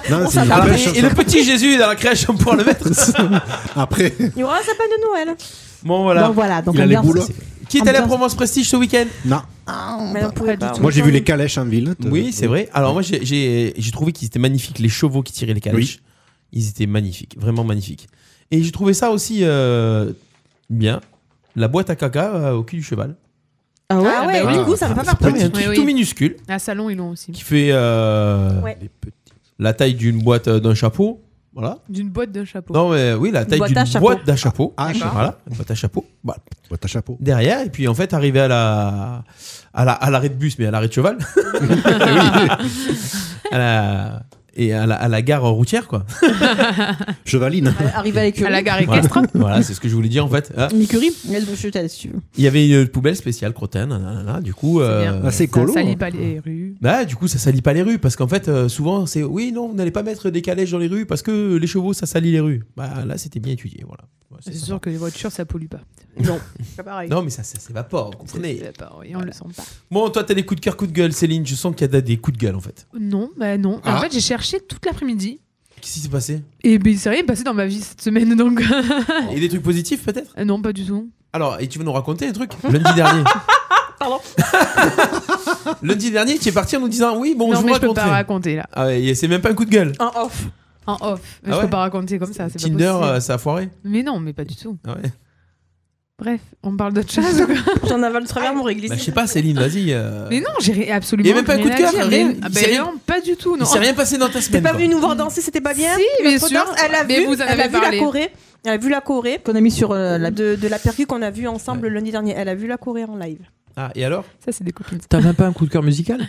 S8: Non, c'est une
S7: Alors,
S8: belle
S7: et, et le
S8: chanson.
S7: petit Jésus dans la crèche, on pourra le mettre.
S8: Après,
S4: Il y aura un sapin de Noël.
S7: Bon voilà.
S9: Donc voilà, donc
S8: il a les
S9: ambiance-
S8: boules.
S7: Qui est allé à
S9: Ambiance-
S7: Provence Prestige ce week-end
S8: Non.
S4: Mais Ah, on pourrait pas.
S8: Moi, j'ai vu les calèches en ville.
S7: Oui, c'est vrai. Alors moi, j'ai- j'ai j'ai trouvé qu'ils étaient magnifiques, les chevaux qui tiraient les calèches. Ils étaient magnifiques, vraiment magnifiques. Et j'ai trouvé ça aussi euh, bien. La boîte à caca euh, au cul du cheval.
S9: Ah ouais,
S10: Ah ouais,
S9: bah
S10: oui.
S9: du coup ça va pas faire
S7: Petit,
S9: peur.
S10: oui,
S7: tout,
S10: oui.
S7: tout minuscule,
S10: À Salon, ils l'ont aussi.
S7: qui fait euh,
S4: Ouais.
S7: la taille d'une boîte euh, d'un chapeau. Voilà.
S10: D'une boîte d'un chapeau.
S7: Non, mais oui, la taille
S4: boîte à
S7: d'une
S4: chapeau.
S7: boîte d'un chapeau.
S8: Ah,
S10: D'accord.
S7: Voilà, une boîte à chapeau. Bah. Voilà.
S8: Boîte à chapeau.
S7: derrière et puis en fait arrivé à la à la- à l'arrêt de bus mais à l'arrêt de cheval à la- et à la, à la gare routière, quoi. Chevaline.
S9: Arrivé à l'écurie.
S10: À la gare
S7: Voilà,
S10: équestre.
S7: Voilà, c'est ce que je voulais dire en fait. Ah,
S9: L'écurie Elle peut chuter si tu veux.
S7: Il y avait une poubelle spéciale crottin, nanana, du coup. euh,
S9: Ah,
S10: Ça
S9: hein.
S10: salit pas les rues.
S7: Bah, du coup, ça salit pas les rues parce qu'en fait, euh, souvent, c'est oui, non, vous n'allez pas mettre des calèches dans les rues parce que les chevaux, ça salit les rues. Bah, là, c'était bien étudié, voilà.
S10: C'est sûr que les voitures, ça pollue pas.
S7: Non.
S10: C'est pas pareil.
S7: Non, mais ça, ça s'évapore, vous comprenez
S10: C'est pas pareil, on le sent pas.
S7: Bon, toi, t'as des coups de cœur, coups de gueule, Céline. Je sens qu'il y a des coups de gueule en fait.
S10: Non, bah non.
S7: Ah.
S10: En fait, j'ai cherché toute l'après-midi.
S7: Qu'est-ce qui s'est passé
S10: Et ben, c'est rien est passé dans ma vie cette semaine, donc. euh,
S7: Et des trucs positifs peut-être
S10: Non, pas du tout.
S7: Alors, et tu veux nous raconter un truc Lundi dernier.
S10: Pardon.
S7: Lundi dernier, tu es parti en nous disant oui, bon,
S10: non,
S7: je vous
S10: mais je peux
S7: raconterai.
S10: pas raconter là.
S7: Ah ouais, c'est même pas un coup de gueule.
S10: En off. En off. Mais je
S7: Ah ouais
S10: peux pas raconter comme ça. c'est pas
S7: Tinder,
S10: possible.
S7: euh, ça a foiré.
S10: Mais non, mais pas du tout.
S7: Ah ouais.
S10: Bref, on parle d'autre chose. ou quoi Ah,
S4: J'en avale travers mon réglisse.
S7: Bah, je sais pas, Céline, vas-y. euh,
S10: Mais non, j'ai ri- absolument.
S7: Il y a même pas un
S10: rien
S7: coup de
S10: à
S7: cœur,
S10: dire.
S7: rien.
S10: Mais-
S7: Il
S10: ah
S7: s'est
S10: ben
S7: rien-
S10: non, pas du tout.
S7: Il
S10: Non.
S7: s'est rien passé dans ta
S4: T'es
S7: semaine.
S4: pas
S7: quoi.
S4: venu nous voir danser, c'était pas bien
S10: Si, bien
S4: Notre
S10: sûr.
S4: danse, Elle a
S10: Mais
S4: vu,
S10: vous en
S4: elle
S10: avez
S4: a vu la
S10: parlé.
S4: Corée. Elle a vu la Corée qu'on a mis sur
S9: euh,
S4: la... de, de la percu qu'on a vu ensemble lundi dernier. Elle a vu la Corée en live.
S7: Ah, et alors
S10: Ça, c'est des copines.
S6: T'as même pas un coup de cœur musical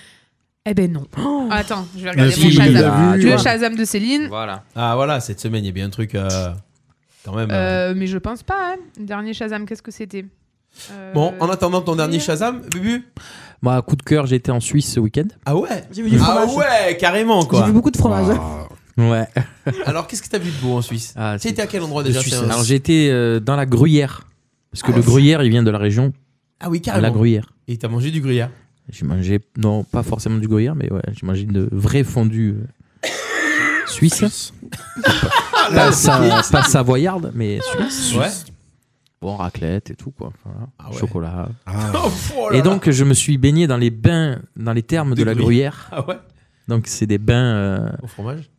S10: Eh ben non. Attends, je vais
S7: Mais
S10: regarder
S7: si,
S10: mon
S7: il l'a
S10: Shazam.
S7: vu,
S10: Le
S7: ouais.
S10: Shazam de Céline.
S6: Voilà.
S7: Ah, voilà, cette semaine, il y a bien un truc. euh, Quand même. euh.
S10: Euh, mais je pense pas. hein. Dernier Shazam, qu'est-ce que c'était Euh,
S7: Bon, en attendant ton dernier Shazam, Bubu
S6: Moi, coup de cœur, j'étais en Suisse ce week-end.
S7: Ah ouais
S9: J'ai vu du
S7: Ah
S9: fromage.
S7: ouais, carrément
S9: J'ai
S7: quoi.
S9: vu beaucoup de fromage.
S6: Ouais.
S7: Alors, qu'est-ce que t'as vu de beau en Suisse
S6: Ah,
S7: Tu étais à quel endroit
S6: Je
S7: déjà
S6: suis-
S7: c'est un-
S6: Alors j'étais euh, dans la Gruyère. Parce que
S7: Ah,
S6: le
S7: ouais.
S6: Gruyère, il vient de la région.
S7: Ah oui,
S6: La
S7: carrément.
S6: Gruyère.
S7: Et t'as mangé du gruyère
S6: J'ai mangé, non, pas forcément du Gruyère, mais ouais, j'ai mangé de vrais fondus euh, suisses.
S7: Ah
S6: Pas, sa- pas savoyarde, mais suisse.
S7: Ouais.
S6: Bon, raclette et tout, quoi. Voilà.
S7: Ah ouais.
S6: Chocolat.
S7: Oh, oh là
S6: et
S7: là.
S6: donc, je me suis baigné dans les bains, dans les thermes de,
S7: De
S6: la
S7: Gruyère.
S6: Gruyère.
S7: Ah ouais
S6: Donc, c'est des bains. euh,
S7: Au fromage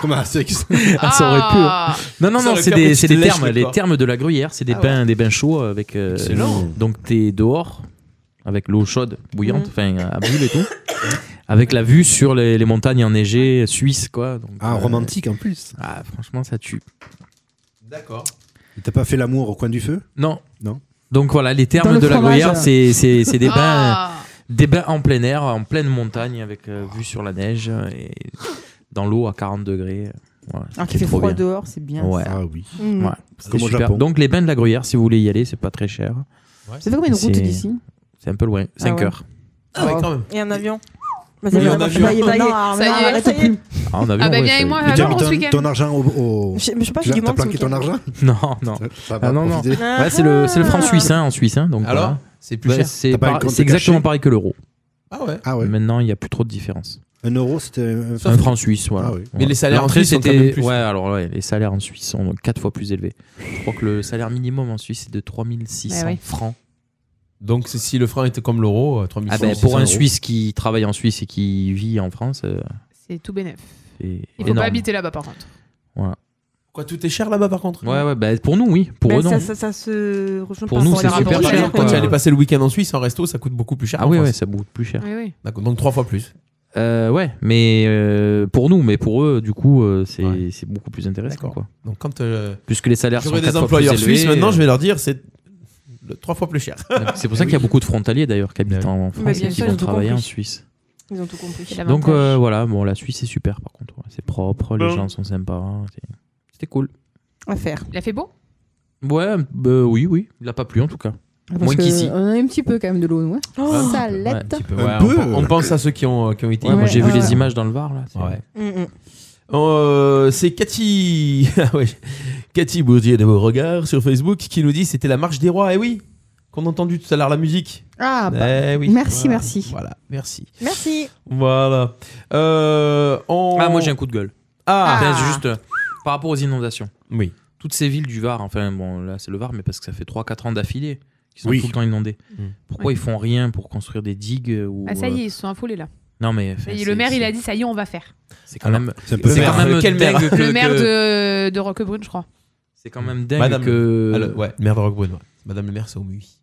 S8: Comment c'est que ça
S6: Ah, ça aurait pu.
S10: Ah.
S6: Non, non,
S7: Ça
S6: non,
S7: aurait
S6: c'est
S7: pu, après,
S6: des,
S7: tu
S6: c'est
S7: te
S6: des
S7: lèches
S6: thermes,
S7: le
S6: les
S7: corps.
S6: thermes de la Gruyère, c'est des
S7: Ah ouais.
S6: bains, des bains chauds avec. euh,
S7: Excellent. Mm.
S6: Donc t'es dehors avec l'eau chaude, bouillante, enfin à bulle et tout, avec la vue sur les, les montagnes enneigées suisses, quoi. Donc,
S8: Ah,
S6: euh,
S8: romantique en plus.
S6: ah, franchement, ça tue.
S7: D'accord.
S8: T'as pas fait l'amour au coin du feu
S6: Non.
S8: Non.
S6: Donc voilà, les
S9: Dans
S6: thermes
S9: le
S6: de la
S9: fromage,
S6: Gruyère,
S9: là.
S6: c'est c'est- c'est des bains, euh,
S10: Ah.
S6: des bains en plein air, en pleine montagne, avec euh, vue sur la neige euh, et dans l'eau à 40 degrés. Voilà,
S9: Alors
S6: c'est
S9: qu'il Ah, fait
S6: trop
S9: froid
S6: bien.
S9: dehors, c'est bien.
S6: Ouais.
S8: Ah oui.
S9: Mm.
S6: Ouais, c'est
S8: Comme au
S6: super.
S8: Japon.
S6: Donc les bains de la Gruyère, si vous voulez y aller, c'est pas très cher.
S9: Ça fait combien de route
S6: C'est-
S9: d'ici
S6: C'est un peu loin, 5
S9: ouais.
S6: heures.
S7: Ah ouais, quand même.
S4: Et un avion.
S9: Vas-y,
S7: Oui,
S9: vas-y,
S7: en
S9: vas-y,
S7: avion.
S9: vas-y,
S4: Ça y est,
S9: non, arrête,
S10: ça y est,
S9: arrête
S4: ça y est.
S9: plus.
S6: Ah, en avion,
S10: Ah bah
S6: ouais,
S10: viens
S6: ça-
S10: avec moi
S8: Mais tu as mis
S10: alors ce
S8: ton,
S10: week-end.
S8: ton argent au. au-
S4: Je, je sais pas,
S8: Tu
S4: je
S8: l'as-
S4: lui
S8: T'as
S4: demande ce
S8: planqué ton
S4: week-end.
S8: argent
S6: Non, non.
S8: Ça- ça
S6: Ah
S8: va
S6: non, non.
S8: profiter.
S6: Ouais, c'est le, c'est le franc suisse, hein, en Suisse. Hein, donc,
S7: Alors
S6: voilà.
S7: C'est plus
S6: Ouais,
S7: cher
S6: c'est
S8: T'as pas
S6: par-
S8: un compte
S6: c'est exactement
S8: caché
S6: pareil que l'euro.
S7: Ah ouais.
S8: Ah ouais.
S6: Maintenant, il n'y a plus trop de différence.
S8: Un euro, c'était un
S6: Un franc suisse, voilà.
S8: Ah oui.
S6: Voilà.
S7: Mais les salaires en
S6: L'entrée,
S7: Suisse sont quand même plus.
S6: Ouais, alors ouais, les salaires en Suisse sont quatre fois plus élevés. Je crois que le salaire minimum en Suisse est de 3600
S10: Ouais, ouais.
S6: francs.
S7: Donc c'est- si le franc était comme l'euro, euh, 3600
S6: Ah ben, pour un
S7: euros.
S6: Suisse qui travaille en Suisse et qui vit en France, euh,
S10: C'est tout bénef.
S6: c'est
S10: Il faut
S6: énorme.
S10: pas habiter là-bas par contre.
S6: Voilà.
S7: Quoi, tout est cher là-bas par contre
S6: Ouais, ouais, bah, pour nous, oui. Pour
S4: Ben,
S6: eux, non.
S4: ça, ça, ça se rejoint
S6: Pour
S4: pas
S6: nous,
S4: sur
S6: c'est
S4: les
S6: super
S4: rapports.
S10: cher,
S7: Quand
S6: quoi.
S7: tu allais passer le week-end en Suisse, en resto, ça coûte beaucoup plus cher.
S6: Ah
S7: qu'en
S6: oui, ouais,
S7: France.
S6: ça coûte plus cher.
S10: Oui, oui.
S7: D'accord, donc trois fois plus.
S6: Euh, ouais, mais euh, pour nous, mais pour eux, du coup, euh, c'est
S7: Ouais.
S6: c'est beaucoup plus intéressant.
S7: D'accord.
S6: Quoi.
S7: Donc quand euh,
S6: Puisque les salaires sont
S7: j'aurai des
S6: quatre fois plus
S7: employeurs
S6: élevés,
S7: suisses maintenant, Ah je vais leur dire c'est le- trois fois plus cher.
S6: euh, C'est pour ça qu'il y a beaucoup de frontaliers d'ailleurs qui habitent en
S4: Mais
S6: France
S4: bien
S6: et qui
S4: sûr,
S6: vont
S4: ils ont tout
S6: travailler en
S4: compris.
S6: Suisse.
S4: Ils ont tout compris.
S10: C'est
S6: Donc euh,
S10: l'avantage.
S6: voilà, bon, la Suisse est super par contre. ouais. C'est propre, les
S2: Bon.
S6: gens sont sympas. hein, c'est- C'était cool.
S9: On va faire.
S10: Il a fait beau
S6: Ouais, bah, oui, oui. Il n'a pas plu en tout cas.
S9: Parce
S6: Moins
S9: que
S6: qu'ici.
S9: On a un petit peu quand même de l'eau, ouais.
S10: Oh.
S6: Ouais, un
S9: Salette.
S6: petit peu, ouais, un petit peu,
S8: Un
S6: ouais,
S8: peu.
S6: on-
S7: On pense à ceux qui ont, euh, qui ont été.
S6: Ouais, moi
S9: Ouais,
S6: j'ai vu
S9: ouais.
S6: les images dans le Var là. c'est-
S7: Ouais.
S4: Mm, mm.
S7: Euh, c'est Cathy, ah ouais, Cathy Bourdier de Beauregard sur Facebook qui nous dit c'était la marche des rois. Eh oui, qu'on a entendu tout à l'heure la musique.
S9: Ah, bah.
S7: eh oui.
S9: Merci,
S7: Voilà.
S9: merci.
S7: Voilà, merci.
S4: Merci.
S7: Voilà. Euh, on-
S6: Ah, moi j'ai un coup de gueule.
S7: Ah,
S6: Enfin, c'est juste euh, par rapport aux inondations.
S7: oui.
S6: toutes ces villes du Var, enfin bon là c'est le Var, mais parce que ça fait 3-4 ans d'affilée qui sont
S8: Oui.
S6: tout le temps inondés.
S7: Mm.
S6: Pourquoi ils font rien pour construire des digues euh, ou
S10: Ah ça
S6: euh,
S10: y est, ils se sont affolés là.
S6: Non mais
S10: Ça
S6: enfin,
S10: y est,
S6: c'est-
S10: le maire, il
S6: c'est-
S10: a dit ça y est, on va faire.
S6: C'est quand même
S8: C'est un peu
S6: c'est
S7: maire.
S6: quand même
S7: Quel maire
S6: dingue que-
S10: le maire
S6: que-
S10: de, de Roquebrune, je crois.
S6: C'est quand même dingue
S7: Madame.
S6: que
S7: Alors, ouais, maire de Roquebrune. ouais. Madame le maire, c'est au MUI.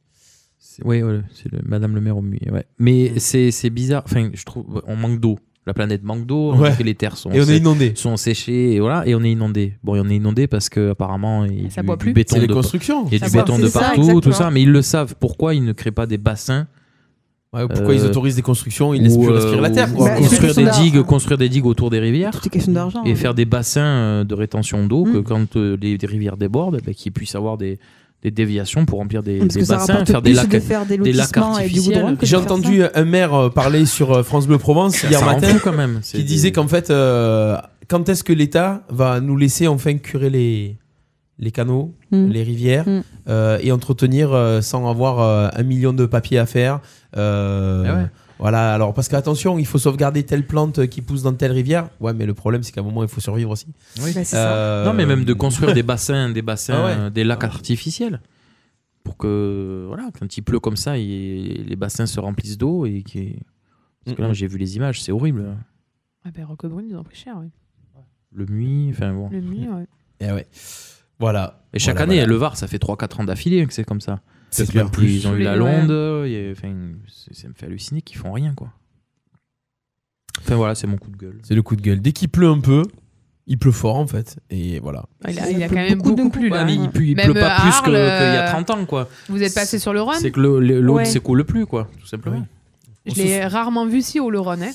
S6: C'est- Ouais, ouais, c'est le Madame le maire au muet. Ouais. Mais
S7: Mm.
S6: c'est c'est bizarre. Enfin, je trouve on manque d'eau. La planète manque d'eau. on
S7: Ouais.
S6: dit que Les terres sont
S7: Et on est
S6: sé-
S7: inondé.
S6: sont séchées et voilà et on est inondé. Bon, et on est inondé parce que apparemment il y a
S10: Ça
S6: du-
S10: boit
S6: du
S10: plus.
S6: béton
S7: C'est les
S6: de
S7: constructions.
S6: Il y a
S10: Ça
S6: du
S10: boit.
S6: béton
S10: C'est
S6: de
S10: ça,
S6: partout, tout
S4: exactement.
S6: ça, mais ils le savent. Pourquoi ils ne créent pas des bassins euh,
S7: Ouais, pourquoi ils autorisent des constructions, ils laissent
S6: ou,
S7: plus
S6: euh,
S7: respirer la terre
S6: ou
S7: quoi.
S6: construire, des digues, construire des digues autour des rivières.
S9: d'argent,
S6: Et
S9: hein.
S6: faire des bassins euh, de rétention d'eau que quand euh, les, les rivières débordent, bah, qu'ils puissent avoir des, des déviations pour remplir des,
S9: Parce
S6: des
S9: que ça
S6: bassins,
S9: rapporte
S6: faire des
S9: plus
S6: lacs,
S9: de faire des
S6: lacs
S9: lotissements et du
S6: artificiels.
S9: goudron que
S7: J'ai entendu un maire euh, parler sur euh, France Bleu Provence
S6: Ça
S7: hier
S6: rend
S7: matin
S6: fou quand même. C'est
S7: qui disait qu'en fait, euh, quand est-ce que l'État va nous laisser enfin curer les, les canaux,
S10: Hmm.
S6: Mm.
S7: les rivières
S6: Mm.
S7: euh, et entretenir euh, sans avoir euh, un million de papiers à faire euh,
S6: Eh ouais.
S7: Voilà, alors parce qu'attention, il faut sauvegarder telle plante qui pousse dans telle rivière. Ouais, mais le problème, c'est qu'à un moment, il faut survivre aussi.
S10: Bah,
S7: Euh,
S6: Oui. Euh, Non, mais même de construire des bassins, des bassins,
S7: Ah ouais.
S6: euh, des lacs artificiels. Pour que, voilà, quand il pleut comme ça, il- les bassins se remplissent d'eau. Et qui... Parce que là,
S10: Mhm.
S6: j'ai vu les images, c'est horrible.
S10: Ah ben Roquebrune, ils ont pris cher, oui.
S6: Le Muy, enfin bon.
S10: Le Muy, ouais.
S7: Eh ouais. Voilà.
S6: Et chaque
S7: Voilà,
S6: année,
S7: voilà.
S6: le VAR, ça fait 3-4 ans d'affilée que c'est comme ça.
S7: C'est
S6: Peut-être
S7: clair.
S6: même plus. Ils ont eu
S7: Mais
S6: la
S7: ouais.
S6: Londe, il y a- enfin, c'est- ça me fait halluciner qu'ils font rien, quoi. Enfin voilà, c'est mon coup de gueule.
S7: C'est le coup de gueule. Dès qu'il pleut un peu, il pleut fort en fait. Et voilà.
S10: Ah, il a- il a quand même beaucoup, plus là.
S6: Ouais, mais il, pleut- il
S10: Même
S6: pleut pas plus que-
S10: Arles,
S6: qu'il y a
S10: euh,
S6: 30 ans, quoi.
S10: Vous êtes passé sur le Rhône
S6: C'est que le- le- l'eau ne
S10: Ouais.
S6: s'écoule plus, quoi, tout simplement.
S10: Je l'ai rarement vu si haut le Rhône. hein.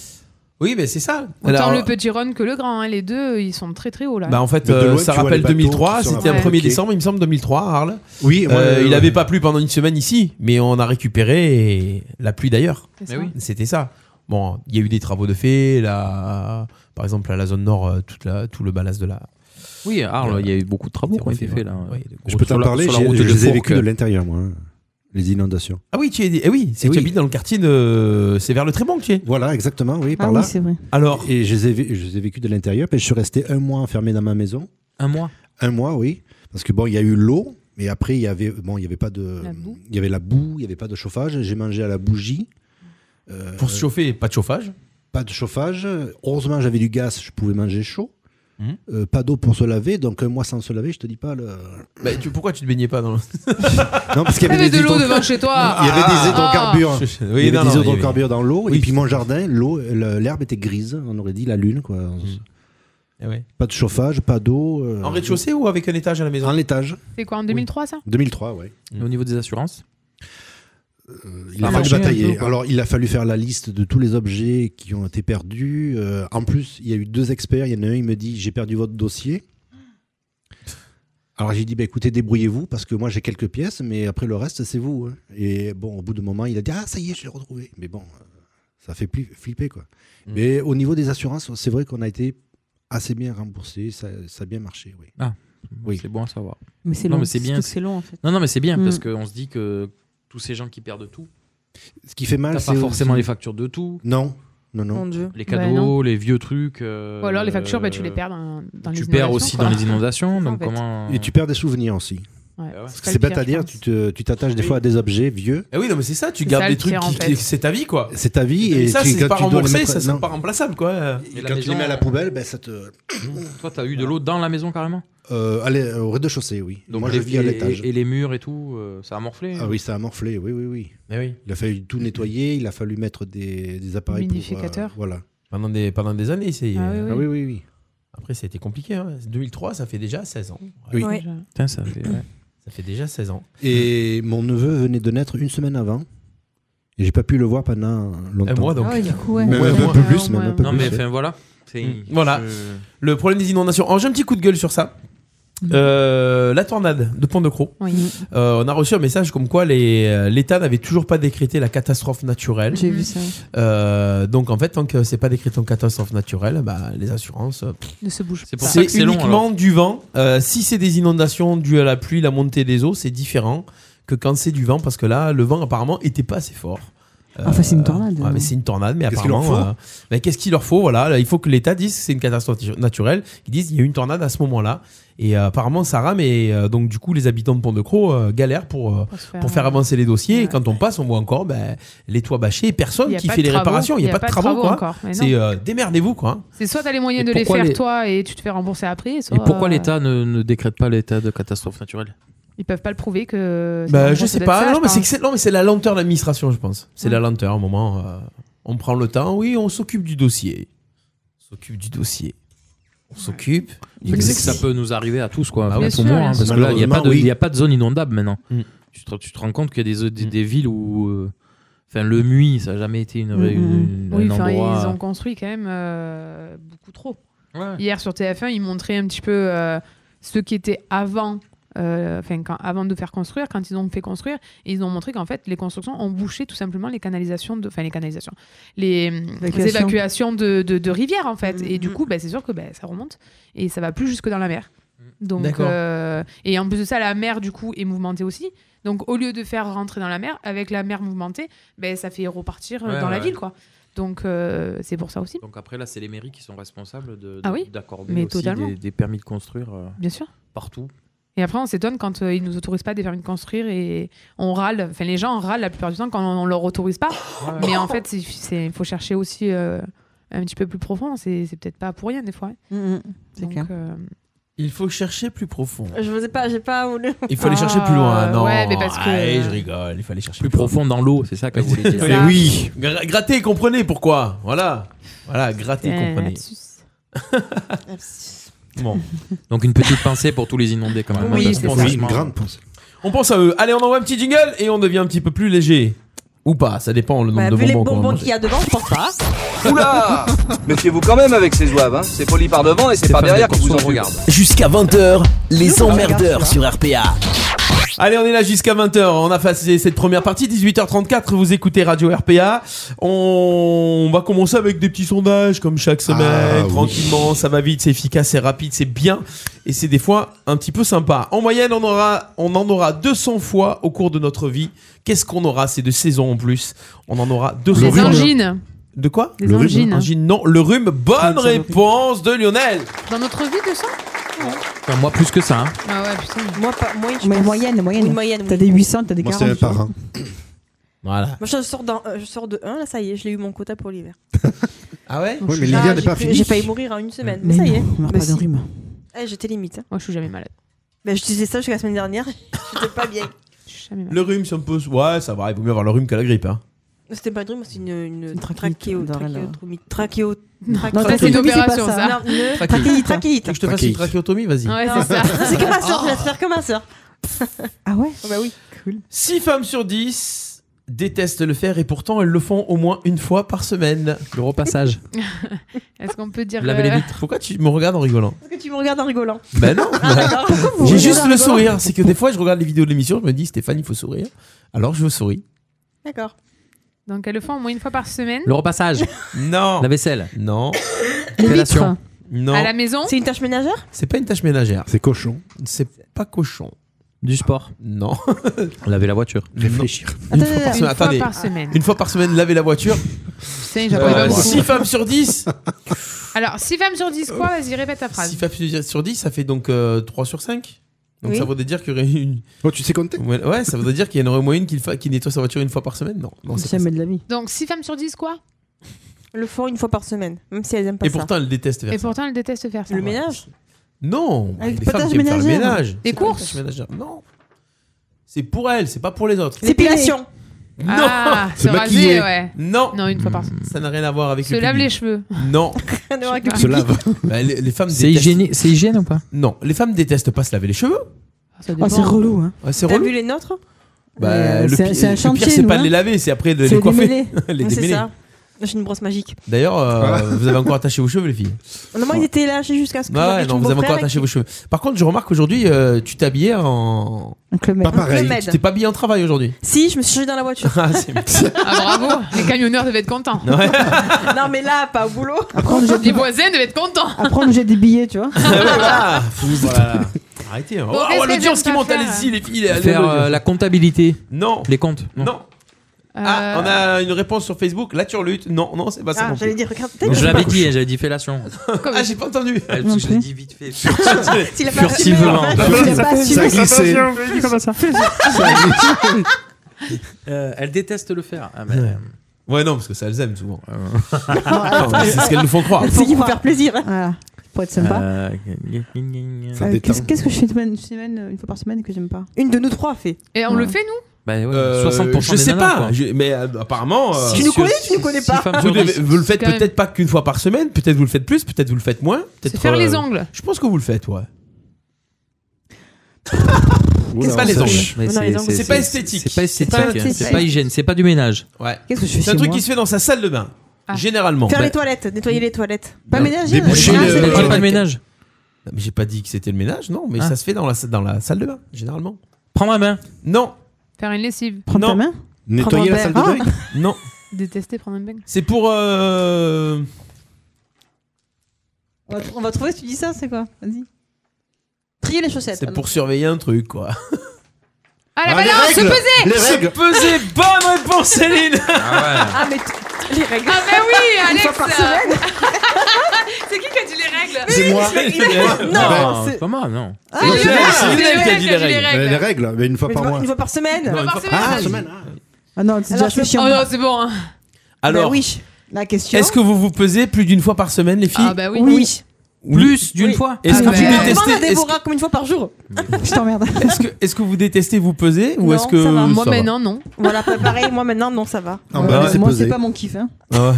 S7: Oui, mais c'est ça.
S10: Autant
S7: Alors,
S10: le petit Rhône que le grand, hein, les deux, ils sont très très hauts là.
S7: Bah en fait,
S8: Mais de
S7: euh,
S8: loin,
S7: ça
S8: tu vois
S7: rappelle
S8: les bateaux
S7: 2003,
S8: qui sont
S7: c'était un
S8: là.
S7: 1er
S8: Ouais.
S7: décembre, il me semble, 2003 à Arles.
S8: Oui, moi,
S7: Euh,
S8: euh,
S7: il
S8: ouais.
S7: avait pas plu pendant une semaine ici, mais on a récupéré et la pluie d'ailleurs.
S10: C'est ça. Mais oui.
S7: C'était ça. Bon, il y a eu des travaux de fait, là, par exemple à la zone nord, euh, toute la, tout le ballast de la. Euh,
S6: Oui, à Arles, il y a eu beaucoup de travaux qui ont été faits, là.
S8: Je peux t'en parler, j'ai- je les ai vécues de l'intérieur, moi. hein. Les inondations.
S7: Ah oui, tu es, eh oui, c'est
S8: Eh
S7: que tu
S8: oui.
S7: habites dans le quartier de, c'est vers le Trébon que tu es.
S8: Voilà, exactement, oui, par
S7: Ah oui,
S8: là.
S7: c'est vrai. Alors.
S8: Et je les ai, vé- je les ai vécues de l'intérieur, puis je suis resté un mois enfermé dans ma maison.
S6: Un mois
S8: Un mois, oui. Parce que bon, il y a eu l'eau, mais après, il y avait, bon, il y avait pas de. Il y avait la boue, il n'y avait pas de chauffage. J'ai mangé à la bougie. Euh,
S7: Pour se chauffer, pas de chauffage
S8: Pas de chauffage. Heureusement, j'avais du gaz, je pouvais manger chaud.
S7: Hum.
S8: Euh, pas d'eau pour se laver, donc un mois sans se laver, je te dis pas le.
S7: Bah, tu, pourquoi tu te baignais pas dans le...
S8: Non, parce qu'il y
S10: T'avais
S8: avait
S10: de
S8: des
S10: l'eau
S8: hydro-
S10: devant chez toi.
S8: Il y avait
S10: Ah.
S8: des hydrocarbures.
S7: Ah.
S8: Il
S7: Oui,
S8: y avait
S7: non,
S8: des
S7: non, oui,
S8: hydrocarbures dans l'eau.
S7: Oui,
S8: et puis mon jardin, l'eau, le- l'herbe était grise. On aurait dit la lune, quoi.
S7: Hum. Eh ouais.
S8: Pas de chauffage, pas d'eau. euh,
S7: En rez-de-chaussée ou avec un étage à la maison
S8: En étage.
S10: C'est quoi, en 2003 ça
S8: 2003, ouais.
S6: Au niveau des assurances
S10: Ah,
S8: Il a fallu batailler. Alors, il a fallu faire la liste de tous les objets qui ont été perdus. Euh, en plus, il y a eu deux experts. Il y en a un, il me dit J'ai perdu votre dossier. Alors, j'ai dit bah, Écoutez, débrouillez-vous, parce que moi, j'ai quelques pièces, mais après le reste, c'est vous. hein. Et bon, au bout d'un moment, il a dit Ah, ça y est, je l'ai retrouvé. Mais bon, euh, ça fait pli- flipper, quoi.
S6: Mm.
S8: Mais au niveau des assurances, c'est vrai qu'on a été assez bien remboursé. Ça, ça a bien marché, oui.
S6: Ah, c'est bon à savoir.
S9: Mais c'est
S6: Non,
S9: long,
S6: mais c'est
S9: surtout
S6: bien.
S9: que c'est long, en fait.
S6: Non, non, mais c'est bien
S9: Mm.
S6: parce qu'on se dit que tous ces gens qui perdent tout.
S8: Ce qui fait mal,
S6: c'est.
S8: c'est
S6: pas forcément
S8: aussi-
S6: les factures de tout.
S8: Non, non, non.
S9: Mon Dieu.
S6: Les
S10: Bah,
S6: cadeaux,
S10: non.
S6: les vieux trucs. euh,
S10: Ou alors les factures, bah, tu les perds dans, dans les
S6: Tu perds
S10: inondations,
S6: aussi
S10: quoi.
S6: dans les inondations.
S10: C'est ça, en
S6: donc
S10: fait.
S6: comment.
S7: euh
S8: Et tu perds des souvenirs aussi.
S7: Ah
S10: Ouais,
S8: Parce
S10: c'est
S8: que
S10: pas
S8: c'est
S10: le
S8: bête
S10: pire,
S8: à
S10: je
S8: dire,
S10: pense.
S8: tu te- tu t'attaches des fois à des objets vieux.
S7: Eh oui, non, mais c'est ça, tu
S10: C'est
S7: gardes
S10: ça,
S7: des
S10: le
S7: trucs
S10: pire, en
S7: qui-
S10: fait.
S7: qui- c'est ta vie quoi.
S8: C'est ta vie et,
S7: Et ça,
S8: tu-
S7: c'est
S8: quand
S7: pas
S8: tu dois les
S7: remboursé,
S8: mettre-
S7: ça
S8: non.
S7: c'est pas remplaçable quoi.
S8: Et quand tu les mets à la poubelle, ben ça te.
S6: euh, Toi, t'as eu de l'eau dans la maison carrément
S8: Euh, allez, euh, au rez-de-chaussée, oui.
S6: Donc
S8: Moi,
S6: les-
S8: je vis à
S6: et-
S8: l'étage.
S6: Et, les murs et tout, euh, ça a morflé
S8: Ah oui, ça a morflé, oui, oui, oui.
S7: Eh oui.
S8: Il a fallu tout nettoyer, il a fallu mettre des, des appareils pour. euh,
S10: Humidificateur.
S8: voilà.
S7: Pendant des, pendant des années, c'est.
S10: Ah oui, oui. Ah oui,
S7: euh, Après, ça a été compliqué. hein. 2003, ça fait déjà 16 ans.
S8: Oui.
S10: Ouais.
S6: Putain, ça fait.
S7: Ça fait déjà 16 ans.
S8: Et mon neveu venait de naître une semaine avant. Et j'ai pas pu le voir pendant longtemps.
S7: Un mois
S9: Ah
S7: donc.
S8: Même un peu plus, même un peu
S6: Non,
S8: plus.
S6: mais
S8: ouais.
S6: enfin voilà. C'est- euh,
S7: Mm. Voilà.
S6: je-
S7: Le problème des inondations. Alors, j'ai un petit coup de gueule sur ça.
S9: Mm.
S7: Euh, la tornade de Pont-de-Croix. Euh, on a reçu un message comme quoi les- euh, l'État n'avait toujours pas décrété la catastrophe naturelle.
S9: J'ai vu ça.
S7: Euh, donc en fait, tant que c'est pas décrété en catastrophe naturelle, bah, les assurances. euh, pff,
S10: Ne se bouge
S6: C'est
S10: pas.
S6: pour ça que
S7: c'est
S6: c'est long.
S7: uniquement
S6: alors.
S7: du vent. Euh, si c'est des inondations dues à la pluie, la montée des eaux, c'est différent que quand c'est du vent, parce que là, le vent apparemment était pas assez fort. Euh,
S9: Enfin, c'est une tornade.
S7: ouais, mais c'est une tornade, mais
S8: Qu'est-ce qu'il
S7: apparemment,
S8: leur faut
S7: euh, ben, qu'est-ce qu'il leur faut Voilà, là, il faut que l'État dise que c'est une catastrophe naturelle. Ils disent il y a eu une tornade à ce moment-là, et euh, apparemment ça rame, et euh, donc du coup les habitants de Pont-de-Croix euh, galèrent pour euh,
S10: Pour se faire-
S7: pour faire avancer les dossiers. Et quand on passe, on voit encore ben, les toits bâchés, et
S10: Il
S7: personne
S10: y a
S7: qui
S10: pas
S7: fait
S10: de
S7: les
S10: travaux,
S7: réparations. Il n'y a, pas de travaux,
S10: encore,
S7: quoi.
S10: mais non.
S7: C'est euh, démerdez-vous quoi.
S10: C'est soit t'as les moyens de
S6: Et
S10: les
S6: pourquoi
S10: faire
S6: les-
S10: toi et tu te fais rembourser après, soit
S6: Et pourquoi
S10: euh,
S6: l'État ne, ne décrète pas l'état de catastrophe naturelle
S10: ils peuvent pas le prouver que. c'est
S7: Bah,
S10: bon,
S7: je
S10: ça
S7: sais
S10: doit
S7: pas.
S10: être ça,
S7: non,
S10: je
S7: mais c'est,
S10: pense.
S7: que c'est- non, mais c'est la lenteur de l'administration, je pense. C'est la lenteur. À un moment, euh, on prend le temps. Oui, on s'occupe du dossier. On s'occupe du dossier. On s'occupe. du
S6: Fait que C'est que ça
S7: dossier.
S6: peut nous arriver à tous, quoi.
S7: Bah
S6: à
S7: oui,
S6: tout
S7: bien
S6: moment,
S7: sûr,
S6: hein,
S7: bien
S6: parce
S7: sûr.
S6: que là, il n'y a, pas de-
S7: Malheureusement, oui.
S6: il y a pas de zone inondable maintenant.
S7: Mm.
S6: Tu, te, tu te rends compte qu'il y a des, des, des villes où. euh, Enfin, le MUI, ça n'a jamais été une, ré- une-
S10: Mm, Oui,
S6: un
S10: enfin,
S6: endroit.
S10: ils ont construit quand même euh, beaucoup trop.
S6: Ouais.
S10: Hier sur TF1, ils montraient un petit peu euh, ce qui était avant. euh, Enfin, quand- avant de faire construire, quand ils ont fait construire, et ils ont montré qu'en fait, les constructions ont bouché tout simplement les canalisations, de, enfin les canalisations, les, hum,
S9: Évacuation.
S10: évacuations de, de- de rivières en fait. Et du coup, bah, c'est sûr que bah, ça remonte et ça va plus jusque dans la mer. Donc,
S6: D'accord.
S10: euh, et en plus de ça, la mer du coup est mouvementée aussi. Donc, au lieu de faire rentrer dans la mer, avec la mer mouvementée, ben ça fait repartir euh,
S6: Ouais,
S10: dans la
S6: ouais.
S10: ville, quoi. Donc, euh, c'est pour ça aussi.
S6: Donc après, là, c'est les mairies qui sont responsables de-
S10: Ah oui
S6: d'accorder
S10: Mais
S6: aussi
S10: totalement.
S6: des, des permis de construire euh,
S10: Bien sûr.
S6: partout.
S10: Et après, on s'étonne quand euh, ils nous autorisent pas des permis de construire et on râle. Enfin, les gens râlent la plupart du temps quand on, on leur autorise pas.
S6: Ouais.
S10: Mais en fait, c'est- c'est faut chercher aussi euh, un petit peu plus profond. C'est c'est peut-être pas pour rien des fois. hein.
S4: Mm,
S9: c'est
S10: Donc,
S9: clair.
S10: euh,
S7: Il faut chercher plus profond.
S4: Je vous ai pas, j'ai pas voulu.
S7: Il faut aller chercher plus loin,
S9: Ah,
S7: non
S10: Ah, ouais, mais parce que-
S7: Allez, je rigole, il fallait chercher
S6: Plus profond dans l'eau, c'est ça que vous voulez dire.
S7: Mais oui, Gra- grattez et comprenez pourquoi. Voilà, voilà, grattez et
S10: euh,
S7: comprenez.
S10: lapsus.
S7: Bon,
S6: Donc une petite pensée pour tous les inondés quand même.
S10: Oui,
S6: Parce
S10: c'est
S6: qu'on
S10: ça.
S6: pense-
S8: Une grande pensée.
S7: on pense à eux. Allez, on envoie un petit jingle et on devient un petit peu plus léger. Ou pas, ça dépend le nombre
S4: Bah,
S7: de
S4: vu les
S7: bonbons qu'on va
S4: bonbons
S7: manger.
S4: qu'il y a devant, je pense pas.
S12: Oula Méfiez-vous quand même avec ces zouaves, hein. c'est poli par devant et c'est par
S6: Stéphane
S12: derrière que vous
S6: Delcourt,
S12: en
S6: on regarde.
S12: regarde.
S13: Jusqu'à 20h, les
S4: Nous, on
S13: emmerdeurs
S4: regarde,
S13: sur RPA.
S7: Allez, on est là jusqu'à 20h. On a passé cette première partie, 18h34. Vous écoutez Radio RPA. On va commencer avec des petits sondages, comme chaque semaine,
S8: oui.
S7: tranquillement. Ça va vite, c'est efficace, c'est rapide, c'est bien. Et c'est des fois un petit peu sympa. En moyenne, on, aura, on en aura 200 fois au cours de notre vie. Qu'est-ce qu'on aura C'est de saison en plus. On en aura 200
S10: Les
S7: fois.
S10: angines.
S7: De quoi
S10: Des Le rhume. angines. hein.
S7: Angines, non. Le rhume. Bonne
S11: Ah, ça, le rhume.
S7: réponse de Lionel.
S10: Dans notre vie, de ça
S6: Enfin, moi plus que ça. hein.
S10: Ah ouais, putain.
S4: Moi, pas, moi, je
S9: Mais
S4: pense-
S9: moyenne, moyenne.
S4: Oui, moyenne,
S9: T'as
S4: oui.
S9: des 800, t'as des
S8: Moi,
S9: 40.
S8: c'est un par un.
S7: Voilà.
S4: Moi, je sors, dans, euh, je sors de 1, là, ça y est, je l'ai eu mon quota pour l'hiver.
S7: Ah ouais
S8: Oui, mais
S4: Ah,
S8: l'hiver n'est
S4: j'ai
S8: pas
S4: cru-
S8: fini.
S4: J'ai failli mourir en une semaine, mais, ça y est.
S9: non, on meurt
S4: Bah,
S9: pas d'un
S4: si.
S9: rhume.
S4: Eh, J'étais limite. hein.
S10: Moi, je suis jamais malade.
S4: Bah, je disais ça jusqu'à la semaine dernière, j'étais pas bien.
S10: Je suis jamais malade.
S7: Le rhume, si on peut. Ouais, ça va. Il vaut mieux avoir le rhume que la grippe. Hein.
S4: C'était pas un rhume, c'était une, une
S9: Une trachéite,
S4: trachéo-
S9: dans la-
S4: trachéotomie. Trachéo.
S9: Non,
S10: Ça,
S9: t'as
S10: c'est une
S9: une opération,
S10: opération,
S9: c'est pas
S10: ça.
S4: Non, ne-
S7: Trachéite.
S4: trachéite.
S7: Tu veux que je te fasse une
S8: Trachéite.
S7: trachéotomie Vas-y.
S10: Ouais,
S4: Non.
S10: c'est ça.
S4: C'est comme ma soeur, je vais te faire comme ma soeur.
S9: Ah ouais
S4: Oh, bah oui.
S9: Cool.
S7: 6 femmes sur 10 détestent le faire et pourtant elles le font au moins une fois par semaine.
S6: Le repassage.
S10: Est-ce qu'on peut dire.
S6: Lavez les
S10: euh,
S6: vitres.
S7: Pourquoi tu me regardes en rigolant
S4: Parce que tu me regardes en rigolant.
S7: Ben non
S4: Pourquoi
S7: J'ai
S4: vous
S7: juste
S4: regardez
S7: le
S4: en rigolant
S7: sourire. C'est que des fois je regarde les vidéos de l'émission, je me dis Stéphane, il faut sourire. Alors je souris.
S4: D'accord.
S10: Donc, elles le font au moins une fois par semaine.
S6: Le repassage.
S7: Non
S6: La vaisselle.
S7: Non
S6: Fellation.
S7: Non
S10: À la maison
S4: C'est une tâche ménagère
S7: C'est pas une tâche ménagère.
S8: C'est cochon.
S7: C'est pas cochon.
S6: Du sport.
S7: Non.
S6: Laver la voiture.
S8: Réfléchir.
S7: Une fois par
S10: Une
S7: semaine. Attendez.
S10: fois par semaine.
S7: Une fois par semaine, laver la voiture.
S10: Putain, j'apprends pas beaucoup.
S7: 6 Euh, femmes sur 10
S10: Alors, 6 femmes sur 10, quoi Vas-y, répète ta
S7: 6
S10: phrase.
S7: femmes sur 10, ça fait donc 3 sur 5 donc
S4: Oui.
S7: ça voudrait dire qu'il y aurait une,
S8: Oh, tu sais compter
S7: Ouais, ouais, ça voudrait dire qu'il y en aurait moyen qu'il fa... qu'il nettoie sa voiture une fois par semaine Non. non c'est pas ça.
S9: Jamais de la vie.
S10: Donc, 6 femmes sur 10, quoi
S4: Le font une fois par semaine, même si elles aiment pas
S7: Et
S4: ça.
S7: pourtant, elle déteste faire
S10: Et
S7: ça.
S10: pourtant, elles détestent faire ça.
S4: Le ménage
S7: Non
S9: Avec
S7: Les
S9: pas
S7: femmes
S9: tâche
S7: qui aiment faire le
S9: ménagère.
S7: ménage.
S10: Les
S7: C'est pas une
S10: courses.
S7: tâche ménagère. Non. C'est pour elle, c'est pas pour les autres.
S4: L'épilation.
S10: Ah,
S8: Se
S10: se raser,
S8: maquiller.
S10: ouais.
S7: Non
S10: Non, une fois par
S7: Ça n'a rien à voir avec
S10: Se
S7: le
S10: lave les
S7: public.
S10: cheveux.
S7: Non.
S4: Rien à voir avec le
S8: Se lave.
S7: Bah, les, les femmes
S6: C'est
S7: détestent...
S6: hygiéne, c'est hygiène ou pas
S7: Non, les femmes détestent pas se laver les cheveux.
S10: Ça
S9: Oh,
S10: dépend.
S9: c'est relou, hein.
S7: Ouais, c'est
S4: T'as
S7: relou.
S4: vu les nôtres
S7: Bah,
S9: Euh,
S7: le
S9: c'est-
S7: pi-
S9: c'est un
S7: le
S9: chantier,
S7: pire, c'est
S9: nous,
S7: pas de
S9: hein.
S7: les laver, c'est après de
S9: C'est
S7: les coiffer.
S9: démêlé.
S7: les
S4: Ouais, C'est
S7: démêler.
S4: ça. J'ai une brosse magique.
S7: D'ailleurs, euh,
S8: Ah.
S7: vous avez encore attaché vos cheveux, les filles.
S4: Non, moi, ils étaient lâchés jusqu'à ce que.
S7: Ah,
S4: j'arrive
S7: non,
S4: chez
S7: vous avez
S4: mon
S7: encore
S4: frère
S7: attaché
S4: et-
S7: vos cheveux. Par contre, je remarque aujourd'hui, euh, tu t'habillais en.
S9: Donc le mec.
S8: Pas pareil.
S4: Le mec.
S7: Tu t'es pas habillé en travail aujourd'hui.
S4: Si, je me suis changée dans la voiture.
S7: Ah, c'est
S10: Ah, bravo. Les camionneurs devaient être contents.
S4: non, mais là, pas au boulot.
S9: Après, on nous jette
S10: Les
S9: des-
S10: voisins devaient être contents.
S9: après, on nous jette des billets, tu vois.
S6: Ah,
S7: Voilà. Arrêtez. hein.
S10: Bon,
S7: Oh,
S10: qu'est-ce
S7: oh,
S10: qu'elles
S7: l'audience qui
S10: aiment
S7: monte,
S10: pas
S7: allez-y, les filles. allez,
S6: Faire
S7: allez,
S6: euh, la comptabilité.
S7: Non.
S6: Les comptes. Non.
S7: Non. Ah, on a une réponse sur Facebook. La turlute. Non, non, c'est pas ça.
S4: Euh, Ah,
S7: non plus.
S4: j'allais dire, regarde,
S6: Donc,
S4: peut-être
S6: je l'avais dit, hein, j'avais dit fellation.
S7: Ah, j'ai pas entendu.
S6: Ouais,
S9: Non
S6: parce que je l'ai
S9: plus.
S6: dit vite fait.
S4: s'il a pas
S6: Furtivement.
S9: Il a pas assumé.
S8: Ça glisse. glissé.
S11: Attention, comment ça
S6: Euh, elle déteste le faire. Ah, mais,
S7: Ouais. Ouais, non, parce que ça, elles aiment souvent.
S6: euh,
S7: Non, mais c'est ce qu'elles nous font croire.
S4: C'est qu'il faut faire plaisir. hein.
S9: Voilà. Pour être sympa.
S6: euh,
S8: Ça
S9: Euh,
S8: détend.
S9: Qu'est-ce qu'est-ce que je fais une semaine, une semaine, euh, une fois par semaine et que j'aime pas
S4: Une de nous trois fait.
S10: Et on
S9: Ouais.
S10: le fait, nous
S6: bah, ouais,
S7: Euh,
S6: 60%
S7: Je sais pas. je- Mais euh, apparemment. euh,
S4: Tu nous connais, tu nous connais pas
S7: Vous, devez- vous le faites
S10: Quand même.
S7: peut-être pas qu'une fois par semaine, peut-être vous le faites plus, peut-être euh, vous le faites moins.
S10: Se
S7: peut-être
S10: faire les
S7: euh,
S10: ongles.
S7: Je pense que vous le faites, ouais.
S6: Oula,
S7: C'est pas les
S6: ça,
S7: anges.
S6: mais
S7: C'est pas esthétique.
S6: C'est pas esthétique.
S7: C'est pas
S6: hein. C'est pas hygiène. C'est pas du ménage.
S7: Ouais.
S9: Qu'est-ce que je
S7: C'est un truc qui se fait dans sa salle de bain.
S6: Ah.
S7: Généralement.
S4: Faire
S7: Bah,
S4: les toilettes, nettoyer les toilettes. Pas ménager.
S7: Déboucher
S4: hein.
S7: le-
S6: c'est pas de ménage.
S7: Non, Bah, Mais j'ai pas dit que c'était le ménage, non, mais
S6: Ah.
S7: ça se fait dans la, sa- dans la salle de bain, généralement.
S6: Prends ma main.
S7: Non.
S10: Faire une lessive.
S7: Prendre ta main
S10: Nettoyer la salle de bain
S9: Ah.
S7: Non.
S10: Détester prendre un bain.
S7: C'est pour. euh,
S9: On va, tr- on va trouver si tu dis ça, c'est quoi Vas-y. Trier les chaussettes.
S7: C'est pour surveiller un truc, quoi.
S10: Ah,
S9: la
S7: Ah, les
S9: balance, se
S7: règles.
S9: peser
S7: Les règles. Se peser Bonne réponse, Céline
S9: Ah, mais t- les règles.
S10: Ah, ben oui,
S9: Une
S10: Alex
S9: fois par semaine.
S10: C'est qui qui a dit les règles
S8: C'est moi.
S6: Non,
S7: Bah,
S8: Non, c'est-
S6: comment non
S8: Ah,
S6: C'est
S8: c'est
S6: Lionel,
S8: Lionel,
S6: c'est
S8: c'est
S6: Lionel
S8: Lionel
S6: qui a dit les règles.
S8: Les règles, mais une fois par mois.
S9: Une fois par semaine.
S8: Non, une fois par Ah, semaine.
S9: Ah non, c'est déjà
S10: Alors,
S9: fait
S10: c'est-
S9: chiant.
S10: oh non, c'est bon. hein.
S7: Alors,
S9: Ben oui, la question.
S7: est-ce que vous vous pesez plus d'une fois par semaine, les filles
S9: Ah, bah oui. Ah, Oui.
S6: Plus d'une fois
S7: Est-ce que vous
S9: Demande à
S7: détestez est-ce que-
S9: Déborah comme une fois par jour. Je t'emmerde.
S7: Est-ce que, est-ce que vous détestez vous peser ou
S9: Non,
S7: est-ce que
S9: ça va. Moi,
S7: ça
S9: maintenant,
S7: va
S10: Non, non.
S4: Voilà, pas pareil. Moi maintenant, non, ça va.
S7: Ah, bah, ouais.
S9: moi,
S7: Poser.
S9: c'est pas mon kiff. Hein.
S7: Ah ouais.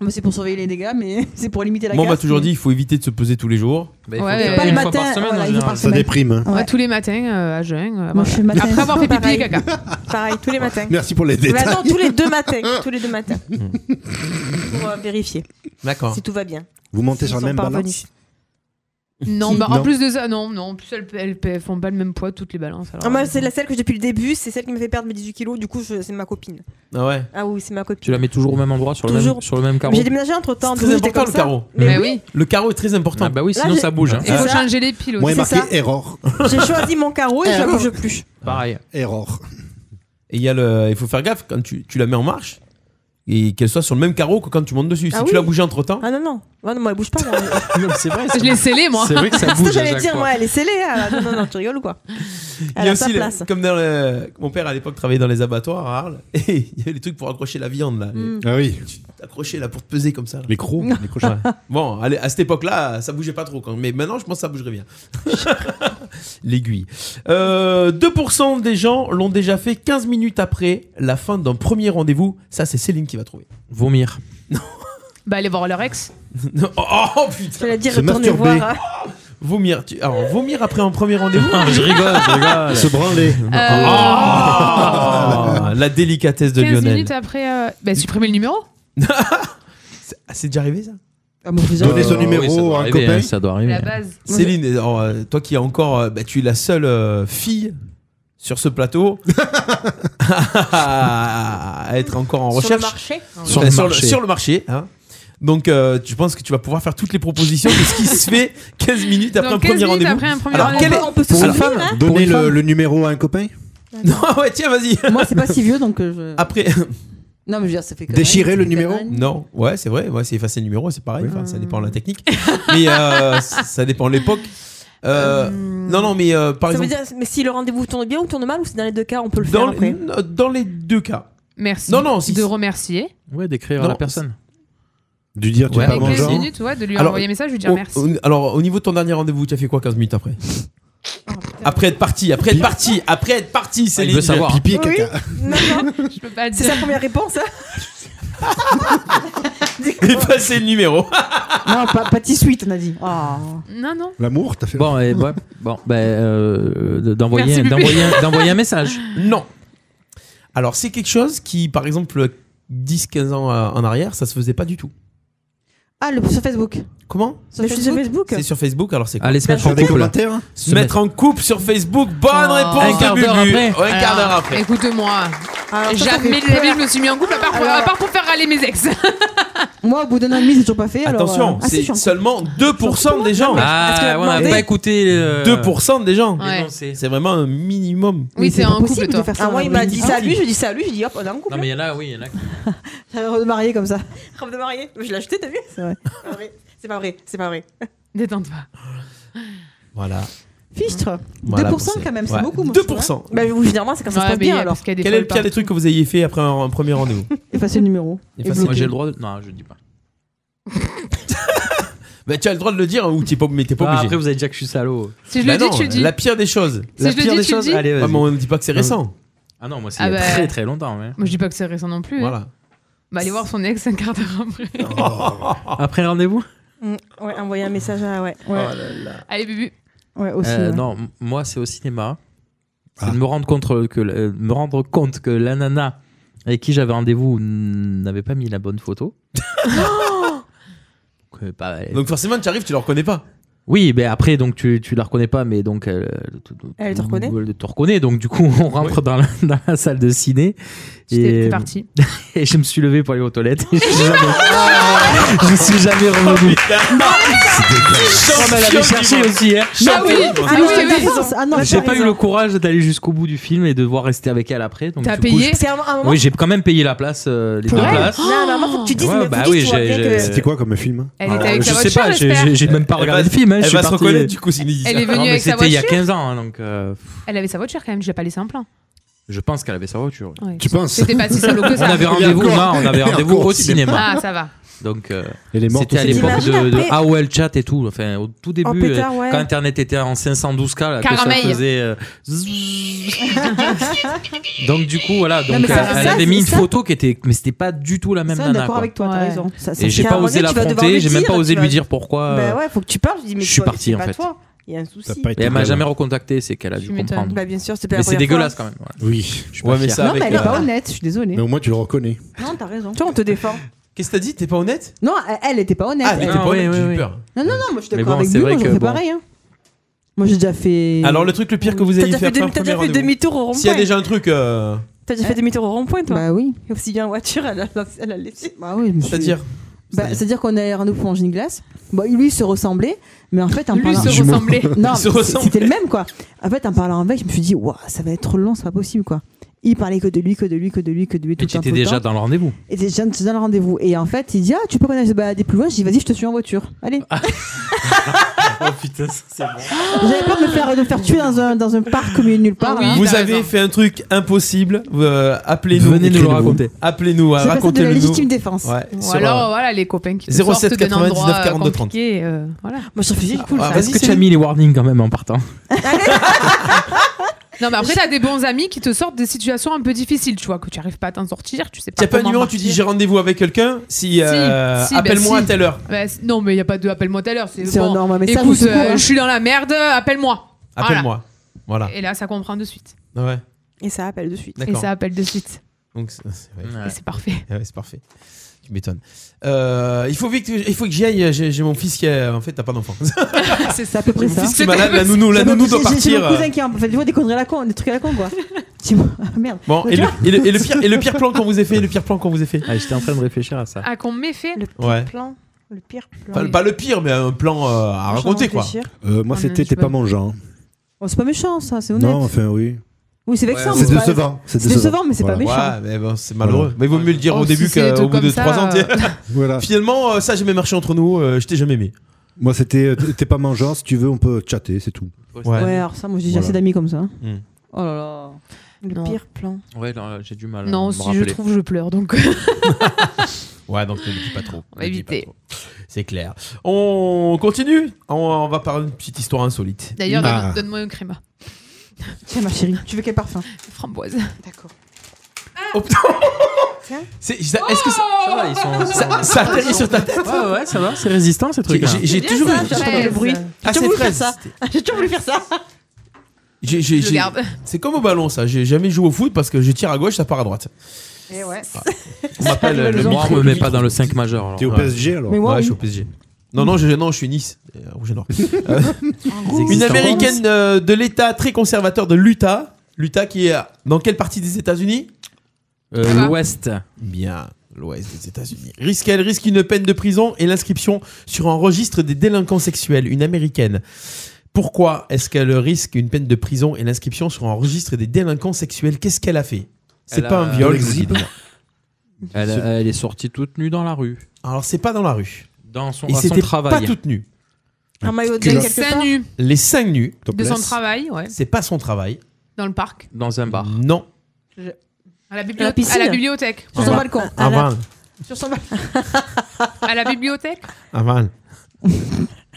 S9: Moi, c'est pour surveiller les dégâts, mais c'est pour limiter la
S7: Moi, on m'a
S9: casse,
S7: toujours
S9: mais-
S7: dit il faut éviter de se peser tous les jours.
S9: Bah, il faut Ouais, faire pas une le fois par matin, semaine, en voilà, il faut général. par
S8: Ça
S7: hein.
S8: déprime.
S10: Ouais, tous les matins, euh, à jeun. euh,
S9: Moi,
S10: voilà.
S9: je fais le matin.
S10: Après avoir fait pipi et
S4: Pareil.
S10: caca.
S4: Pareil, tous les matins.
S8: Merci pour les
S4: Mais
S8: détails.
S4: attends, tous les deux matins. Tous les deux matins. Pour euh, vérifier
S7: D'accord.
S4: si tout va bien.
S8: Vous montez
S4: Ils
S8: sur
S4: sont
S8: le même
S4: parvenus.
S8: balance
S10: Non,
S8: Qui
S10: bah, en
S8: Non.
S10: plus de ça, non, non. En plus, elles, elles- elles font pas le même poids, toutes les balances. alors.
S4: Ah, moi, c'est la celle que j'ai depuis le début, c'est celle qui m'a fait perdre mes 18 kilos. Du coup, je- c'est ma copine.
S7: Ah ouais.
S4: Ah oui, c'est ma copine.
S6: Tu la mets toujours au même endroit, sur le même,
S4: Toujours.
S6: sur le même carreau.
S4: J'ai déménagé entre temps.
S7: C'est très important le carreau.
S4: Mais oui.
S7: Le carreau est très important.
S6: bah oui,
S4: Là,
S6: sinon
S4: j'ai-
S6: ça bouge. hein.
S4: Et ça-
S10: les piles
S8: Moi, il y a
S4: C'est
S8: marqué error.
S4: ça. J'ai choisi mon carreau
S10: Ah,
S4: et je la bouge plus.
S6: Pareil.
S8: Error.
S7: Et il y a le, il faut faire gaffe quand tu, tu la mets en marche et qu'elle soit sur le même carreau que quand tu montes dessus.
S4: Ah
S7: si
S4: oui.
S7: tu la bouges entre temps.
S4: Ah non, non. Ah non, moi, elle bouge pas. là.
S7: c'est vrai.
S10: Je l'ai scellé, moi.
S7: C'est vrai que ça
S4: C'est ce que
S7: bouge. à
S4: j'allais
S7: chaque
S4: dire,
S7: fois.
S4: moi, elle est scellée. ah, Non, non, non, tu rigoles ou quoi
S7: Il
S4: Elle
S7: y a
S4: a sa
S7: aussi, le-
S4: place.
S7: comme dans le- mon père à l'époque travaillait dans les abattoirs à Arles, et il y avait les trucs pour accrocher la viande là.
S4: Mm.
S8: Ah oui.
S7: Accrocher là pour te peser comme ça. là.
S8: Les crocs. Les crocs.
S7: Ouais. Bon, allez, à cette époque-là, ça bougeait pas trop. Quand... Mais maintenant, je pense que ça bougerait bien. L'aiguille. Euh, 2% des gens l'ont déjà fait 15 minutes après la fin d'un premier rendez-vous. Ça, c'est Céline qui va trouver.
S6: Vomir.
S10: Bah, aller voir leur ex.
S7: Non. oh, oh, putain
S4: Je vais dire,
S7: Se
S4: retournez
S7: masturber.
S4: voir. euh.
S7: Vomir. Tu- Alors, vomir après un premier rendez-vous
S6: Je rigole, je rigole. Euh,
S8: Se branler.
S10: Ah.
S7: Oh, La délicatesse de
S10: 15
S7: Lionel.
S10: minutes après. euh, Bah, supprimer le numéro.
S7: Ah, C'est déjà arrivé ça
S9: Ah, moi, je déjà-
S8: Donner son
S6: Euh, oui, ça
S8: numéro
S6: doit
S8: à un
S6: arriver,
S8: copain.
S6: hein, Ça doit arriver.
S10: La base.
S7: Céline, alors, euh, toi qui es encore, euh, bah, tu es la seule euh, fille sur ce plateau à être encore en
S4: Sur le
S7: recherche.
S4: marché.
S6: Sur
S7: Enfin,
S6: le
S7: sur, le,
S6: marché.
S7: sur le marché. hein. Donc, euh, tu penses que tu vas pouvoir faire toutes les propositions de ce qui se fait 15 minutes après
S10: Donc,
S7: un
S10: 15
S7: premier
S10: minutes
S7: rendez-vous.
S10: après un premier
S7: Alors,
S10: rendez-vous.
S7: quel est...
S4: On peut se
S7: Pour une
S4: souvenir,
S7: femme
S4: hein.
S6: Pour
S8: Donner
S6: une
S8: le,
S6: femme.
S8: le numéro à un copain.
S7: Non, ouais, tiens, vas-y.
S9: Moi, c'est pas si vieux, donc euh, je.
S7: Après,
S9: Non, mais je veux dire, ça fait que.
S8: Déchirer le numéro
S7: non, ouais, c'est vrai. Ouais, c'est effacer le numéro, c'est pareil. Enfin, ça dépend de la technique, mais euh, c- ça dépend de l'époque. Euh, Non, non, mais euh, par
S4: Ça veut
S7: exemple,
S4: dire, mais si le rendez-vous tourne bien ou tourne mal, ou c'est dans les deux cas, on peut le faire
S7: dans,
S4: après.
S7: les- dans les deux cas,
S10: Merci.
S7: Non, non, si-
S10: De remercier.
S6: Ouais, d'écrire à
S7: Non,
S6: la personne.
S8: Du dire tu
S7: Ouais.
S8: es pas
S10: Et
S7: Ah,
S8: mon
S10: 15
S8: genre.
S10: minutes, ouais, de lui
S7: Alors,
S10: envoyer un message, lui dire
S7: Au-
S10: merci.
S7: au- alors, au niveau de ton dernier rendez-vous, tu as fait quoi 15 minutes après
S10: Oh,
S7: Après être parti, après être parti, après être parti, c'est
S6: Ah, il veut savoir.
S8: Pipi et
S4: Oui.
S8: caca.
S4: Non, non,
S10: Je peux pas
S4: c'est
S10: dire.
S4: sa première réponse. hein.
S7: Effacer Eh ben, le numéro.
S9: Non, Ah, pas, pas suite, on a dit. Oh.
S10: Non, non.
S8: L'amour, t'as fait.
S6: Bon, et, ouais, bon, ben, euh, de- d'envoyer,
S10: Merci,
S6: un-
S10: Bubu.
S6: d'envoyer, un- d'envoyer un message.
S7: Non. Alors, c'est quelque chose qui, par exemple, 10-15 ans euh, en arrière, ça se faisait pas du tout.
S9: Ah, le, sur Facebook.
S7: Comment
S9: Sur
S4: Mais je suis sur
S9: Facebook.
S4: Facebook.
S7: C'est sur Facebook, alors c'est quoi
S6: Allez se mettre en
S8: Faire des
S6: couple.
S8: commentaires.
S7: Se hein mettre en couple sur Facebook, bonne
S10: Oh.
S7: réponse
S6: Un quart
S7: de
S6: d'heure
S7: Bubu.
S6: après.
S7: Ouais, Un quart
S6: Ah.
S7: d'heure après.
S10: Écoute-moi.
S4: Alors, ça, ça
S10: Ah, Jamais
S4: fait
S10: de la vie,
S4: peur.
S10: je me suis mis en couple à part pour,
S9: Alors-
S10: à part pour faire râler mes ex.
S9: Moi, au bout d'un an et demi, c'est toujours pas fait. alors,
S7: Attention,
S9: euh, ah, si, je
S7: c'est
S9: suis en couple.
S7: seulement 2% des gens.
S4: Parce que
S6: Ah, ouais, on n'a
S4: demander-
S6: pas écouté. euh,
S7: 2% des gens.
S10: Ouais.
S7: C'est vraiment un minimum.
S10: Oui, c'est
S9: pas
S10: en couple,
S9: possible de
S10: toi.
S9: faire ça
S4: Ah, moi,
S9: dans
S4: il
S9: la
S4: m'a
S9: vie.
S4: dit ça à lui, je dis ça à lui, je dis hop, on est en couple.
S6: Non, mais il y en a, oui, il y en a. qui-
S9: J'avais remarié comme ça.
S4: hein. Robe de mariée, je l'ai acheté, t'as vu
S9: C'est vrai.
S4: C'est pas vrai, c'est pas vrai, c'est pas vrai.
S10: Détends-toi.
S7: Voilà.
S9: Fichtre.
S7: Voilà
S9: 2%
S7: pour
S9: quand même, c'est
S7: Ouais.
S9: beaucoup. hein. Moi, je trouve,
S7: 2%.
S4: Bah, oui, généralement, c'est quand ça se
S10: Ouais,
S4: passe
S10: mais
S4: bien
S10: y a-
S4: alors.
S10: parce qu'il y a des
S7: Quel est le
S10: folles
S7: pire des trucs que vous ayez fait après un, un premier rendez-vous
S9: hein. Effacer le numéro.
S7: Et
S9: Et
S7: facile.
S6: Moi,
S9: bloquer.
S6: j'ai le droit de. Non, je dis pas.
S7: bah, Tu as le droit de le dire ou t'es pas, mais t'es pas
S6: Ah,
S7: obligé.
S6: après, vous avez déjà que je suis salaud.
S10: partout. Si je
S7: Bah
S10: le dis,
S7: non,
S10: tu le dis.
S7: La pire des choses.
S10: Si
S6: La
S10: je le
S6: pire
S10: dis,
S6: des
S10: tu le
S6: choses,
S10: dis.
S6: allez,
S7: Ouais,
S6: vas-y.
S7: Ah, mais on ne dit pas que c'est récent.
S6: Ah non, moi, c'est
S10: Ah
S6: il y a
S10: bah.
S6: très très longtemps. hein. mais-
S10: Moi, je dis pas que c'est récent non plus. hein.
S7: Voilà.
S10: Bah, aller voir son ex un quart d'heure après.
S6: Ah. Après rendez-vous
S4: Mm, Ouais, envoyer un message à. Ouais.
S9: Ouais.
S10: Allez, bubu.
S9: Ouais, aussi.
S6: Euh,
S9: ouais.
S6: Non, m- moi, c'est au cinéma.
S8: Ah.
S6: C'est de me rendre compte que, euh, me rendre compte que la nana avec qui j'avais rendez-vous n'avait pas mis la bonne photo. Donc, euh, bah, elle-
S7: Donc forcément, tu arrives, tu le reconnais pas.
S6: oui, mais après, donc tu, tu la reconnais pas, mais donc euh, elle,
S4: Elle te reconnaît
S6: elle te reconnaît. Donc du coup, on rentre dans, la, dans la salle de ciné.
S10: J'étais-
S6: et- euh,
S10: t'es parti.
S6: Et je me suis levé pour aller aux toilettes. Et je suis jamais, je suis jamais revenu.
S7: Oh,
S6: Oh,
S7: Champion
S6: elle avait
S7: du
S6: cherché
S7: monde.
S6: aussi. Hein.
S7: Champion
S10: Ah oui,
S7: du monde.
S10: ah oui, oui, oui.
S4: Ah non,
S6: J'ai
S4: t'as
S6: pas eu
S4: raison.
S6: le courage d'aller jusqu'au bout du film et de devoir rester avec elle après. Donc
S4: T'as
S6: du coup,
S4: payé
S6: je-
S4: C'est un- un moment-
S6: Oui, j'ai quand même payé la place, euh, les
S4: Pour
S6: deux
S4: elle
S6: places.
S4: Non,
S10: Oh,
S4: mais à un moment, faut que tu dises,
S6: Ouais,
S4: mais faut
S6: bah
S4: que tu
S6: oui,
S4: sois
S6: j'ai-
S4: bien
S6: j'ai-
S4: que-
S8: C'était quoi comme film
S10: Elle était avec
S6: Je
S10: sa
S6: sais
S10: voiture,
S6: pas, j'ai-
S10: j'espère.
S6: j'ai j'ai même pas regardé le film. hein,
S7: elle
S6: je suis
S7: va se
S6: parti-
S7: reconnaître, du coup, s'il existe.
S10: Elle est venue
S6: Non, mais
S10: avec sa
S6: C'était il y a
S10: voiture
S6: 15 ans, hein, donc euh,
S10: Elle avait sa voiture quand même, je l'ai pas laissé en plein.
S6: je pense qu'elle avait sa voiture.
S10: Ouais. Tu penses C'était pas si salaud que ça.
S6: On avait
S10: Et
S6: rendez-vous,
S10: encore.
S6: non, on avait
S10: Et
S6: rendez-vous
S10: encore
S6: au
S10: au
S6: cinéma.
S10: cinéma. Ah, ça va.
S6: Donc, euh,
S8: Elle est morte
S6: c'était
S8: au
S6: à
S8: cinéma.
S6: l'époque de,
S10: T'imagines
S6: de
S10: après
S6: AOL chat et tout. Enfin, au
S9: Oh,
S6: tout début,
S10: pétard,
S6: euh,
S10: ouais.
S6: quand Internet était en 512K, là, que ça
S10: Caramel.
S6: faisait. euh,
S4: bah.
S6: Donc du coup, voilà.
S10: Non,
S6: Donc
S10: mais ça,
S6: euh, elle
S10: ça,
S6: avait
S10: c'est
S6: mis une
S10: ça.
S6: photo qui était, mais c'était pas du tout la même
S9: Ça,
S6: nana.
S9: d'accord
S6: quoi.
S9: avec toi, t'as raison. Ça, c'est
S6: Et j'ai
S9: qu'à un
S6: pas
S9: moment
S6: osé
S9: donné, tu vas devoir
S6: l'affronter,
S9: le
S6: j'ai même
S9: dire,
S6: pas
S9: tu
S6: osé
S9: vas-
S6: lui dire pourquoi. euh,
S9: Bah ouais, faut que tu parles. Je dis, mais
S6: je suis
S9: toi,
S6: parti,
S9: c'est
S6: en
S9: pas
S6: fait.
S9: toi. Il y a un souci.
S6: Mais elle m'a jamais recontacté, c'est qu'elle a
S9: Tu
S6: dû
S9: m'étonnes.
S6: comprendre.
S9: Bah, bien sûr, c'était pas la
S6: Mais c'est
S9: première
S6: dégueulasse
S9: fois.
S6: quand même.
S8: Oui.
S7: Ouais, mais ça,
S9: Non,
S7: avec,
S9: mais elle
S7: euh,
S9: est pas honnête, je suis désolée.
S8: Mais au moins, tu le reconnais.
S9: Non, t'as raison. Toi, on te défend.
S7: Qu'est-ce que t'as dit T'es pas honnête
S9: Non, elle- elle était pas honnête.
S7: Ah, t'étais
S9: Elle-
S7: pas honnête, j'ai eu peur.
S9: Non, non, non, moi je suis
S7: Mais
S9: d'accord
S7: bon,
S9: avec
S7: c'est
S9: lui,
S7: vrai
S9: moi j'aurais
S7: que
S9: fait
S7: bon.
S9: pareil. hein. Moi j'ai déjà fait.
S7: Alors, le truc le pire que vous
S9: T'as
S7: ayez
S9: déjà
S7: fait
S9: fait
S7: après un
S9: demi- t'as
S7: premier
S9: déjà fait
S7: rendez-vous.
S9: demi-tour au
S7: S'il y a
S9: rond-point.
S7: déjà un truc. euh,
S4: T'as déjà fait demi-tour au rond-point, toi
S9: Bah oui.
S4: Et aussi bien en voiture, elle a, elle a laissé.
S9: Bah oui,
S7: C'est-à-dire
S9: Bah, C'est-à-dire qu'on allait rendez-vous pour manger une glace. Bah, lui se ressemblait, mais en fait en
S10: Lui
S9: parlant.
S10: se Du mot. ressemblait. Il
S9: Non,
S10: se
S9: mais c'est-
S10: ressemblait.
S9: c'était le même quoi. En fait en parlant avec, je me suis dit, waouh, ça va être trop long, c'est pas possible quoi. Il parlait que de lui, que de lui, que de lui, que de lui tout
S6: Et
S9: le temps.
S6: tu étais
S9: tout le
S6: déjà
S9: temps.
S6: dans le rendez-vous.
S9: Et déjà, tu dans le rendez-vous. Et en fait, il dit, ah, tu peux qu'on aille se balader plus loin. Je dis, vas-y, je te suis en voiture. Allez.
S7: Ah.
S6: Oh putain, ça, c'est bon.
S9: J'avais peur de me faire, de me faire tuer dans un, dans un parc comme nulle
S10: Ah
S9: part.
S10: bah,
S9: là.
S7: vous avez fait un truc impossible. euh, Appelez-nous.
S6: Venez nous le
S7: Écrivez-nous.
S6: raconter.
S7: Appelez-nous.
S9: C'est pas ça, de la
S7: Racontez-le nous.
S9: légitime défense.
S7: Ouais,
S10: Ou
S7: sur,
S10: alors,
S7: euh,
S10: voilà, les copains qui te
S7: 07
S10: sortent d'un
S7: 99
S10: endroit euh,
S7: 42
S10: compliqué. euh, voilà.
S9: Moi, je faisais cool.
S6: Ah,
S9: ça.
S6: Est-ce que tu as mis les warnings quand même en partant
S10: Non, mais après, t'as des bons amis qui te sortent des situations un peu difficiles, tu vois, que tu arrives pas à t'en sortir, tu sais pas.
S7: T'as pas un
S10: comment
S7: numéro, tu
S10: partir.
S7: dis j'ai rendez-vous avec quelqu'un, si, euh,
S9: ben
S10: Si, bah,
S7: appelle-moi
S10: si.
S7: à telle heure.
S10: Bah, c- non, mais il n'y a pas de appelle-moi tout à l'heure.
S9: C'est
S10: bon,
S9: un normal message au
S10: Écoute,
S9: secours,
S10: euh,
S9: hein.
S10: je suis dans la merde, appelle-moi.
S7: Appelle-moi. Voilà.
S10: Voilà. Et là, ça comprend de suite.
S7: Ouais.
S9: Et ça appelle de suite.
S10: Et
S7: D'accord.
S10: ça appelle de suite.
S7: Donc c'est c'est- ouais.
S10: Et c'est parfait.
S7: Ouais, c'est parfait. Tu m'étonnes. Euh, il faut vite que il faut que j'y aille. J'ai j'ai mon fils qui a... en fait t'as pas d'enfant.
S9: C'est à peu près
S7: Mon
S9: ça.
S7: fils qui est malade. La nounou, la
S9: C'est pas
S7: nounou doit
S9: possible, j'ai- J'ai mon
S7: partir. euh.
S9: cousin qui est en fait, des fois, des conneries à la con, des trucs à la con, quoi. Tu vois, ah, merde.
S7: Bon et le, et le- et le pire et le pire plan qu'on vous ait fait, le pire plan qu'on vous ait fait.
S6: Ah, J'étais en train de réfléchir à ça.
S10: Ah, qu'on méfait le
S7: Ouais.
S10: plan. Le pire plan.
S7: Enfin, pas le pire, mais un plan euh, à raconter quoi.
S8: Euh, moi,
S10: Ah,
S8: c'était
S10: je
S8: T'es
S10: vois.
S8: pas mon genre.
S9: Oh, c'est pas méchant, ça, c'est honnête.
S8: Non, enfin, oui.
S9: Oui, c'est vexant.
S8: Ouais,
S9: mais
S8: c'est
S9: pas-
S8: décevant, c'est
S9: C'est
S8: décevant.
S9: décevant, mais c'est pas
S8: Voilà.
S9: méchant.
S7: Ouais, mais bon, c'est malheureux. Mais il vaut mieux le dire
S10: Oh,
S7: au
S10: si
S7: début
S10: c'est des
S7: qu'au
S10: trucs
S7: bout de
S10: comme
S7: 3
S10: ça,
S7: ans. t'es-
S8: Voilà.
S7: Finalement, euh, ça a jamais marché entre nous. euh, je t'ai jamais aimé.
S8: Moi, c'était euh, T'es pas mon genre. Si tu veux, on peut chatter, c'est tout.
S9: Ouais,
S7: Ouais.
S9: alors ça, moi, j'ai déjà
S8: Voilà.
S9: assez d'amis comme ça.
S7: Hmm.
S9: Oh là là. Le
S10: Non.
S9: pire plan.
S6: Ouais, non, j'ai du mal. à
S10: Non,
S6: me
S10: si je
S6: rappeler.
S10: trouve, je pleure. Donc,
S7: Ouais, donc ne le dis pas trop.
S10: On
S7: Ne
S10: va
S7: le dis pas
S10: éviter.
S7: trop. C'est clair. On continue. On, on va parler d'une petite histoire insolite.
S10: d'ailleurs,
S7: Ah.
S10: donne- donne-moi un créma.
S9: Tiens, ma chérie, tu veux quel parfum
S10: Framboise.
S9: D'accord.
S7: Oh putain C'est- ça- Est-ce que ça,
S6: Ça va, ils sont.
S7: ça, ça atterrit sur ta tête
S6: Ouais, ouais, ça va, c'est résistant ces
S7: J'ai-
S6: trucs-là.
S7: J'ai j'ai toujours eu.
S9: J'entends le
S10: fraise.
S9: bruit.
S7: Ah,
S9: J'ai
S7: c'est
S9: toujours voulu faire
S7: fraise.
S9: ça. J'ai toujours voulu faire ça.
S7: J'ai- j'ai-
S10: Je le
S7: j'ai-
S10: garde.
S7: C'est comme au ballon, ça. J'ai jamais joué au foot parce que je tire à gauche, ça part à droite.
S9: Et Eh ouais.
S7: Ah. On
S9: Ah,
S7: m'appelle euh, le
S6: Le
S7: miroir.
S6: miroir me met pas dans le 5 majeur. alors.
S8: T'es au
S7: Ouais.
S8: PSG alors
S9: Mais moi,
S7: Ouais, je
S9: oui.
S7: suis au PSG. Non, non, je, non, je suis Nice. Euh, rouge et noir. Euh,
S6: Ils
S7: Une
S6: existent encore.
S7: américaine euh, de l'État très conservateur de l'Utah. L'Utah qui est dans quelle partie des États-Unis
S6: Euh, L'Ouest.
S7: Bien, l'Ouest des États-Unis. Risque, elle risque une peine de prison et l'inscription sur un registre des délinquants sexuels, une américaine. Pourquoi est-ce qu'elle risque une peine de prison et l'inscription sur un registre des délinquants sexuels Qu'est-ce qu'elle a fait C'est
S6: Elle
S7: pas
S6: a-
S7: un viol.
S8: elle
S7: vous dites.
S6: Elle,
S7: C'est-
S6: elle est sortie toute nue dans la rue.
S7: Alors c'est pas dans la rue.
S6: Dans son,
S7: Et
S6: à son
S7: c'était
S6: travail.
S7: pas toute nue.
S4: Un maillot de
S8: Culotte.
S4: bain
S10: Avec
S4: quelque
S10: seins
S4: part.
S10: nus
S7: Les seins nus,
S10: de son
S8: Topless.
S10: travail, ouais,
S7: c'est pas son travail.
S10: dans le parc,
S6: Dans un bar.
S7: Non.
S10: à la, bibliothé-
S9: À la piscine.
S10: à la bibliothèque.
S9: Sur son balcon.
S7: Un van.
S9: Sur son balcon.
S10: à la bibliothèque
S7: Un van.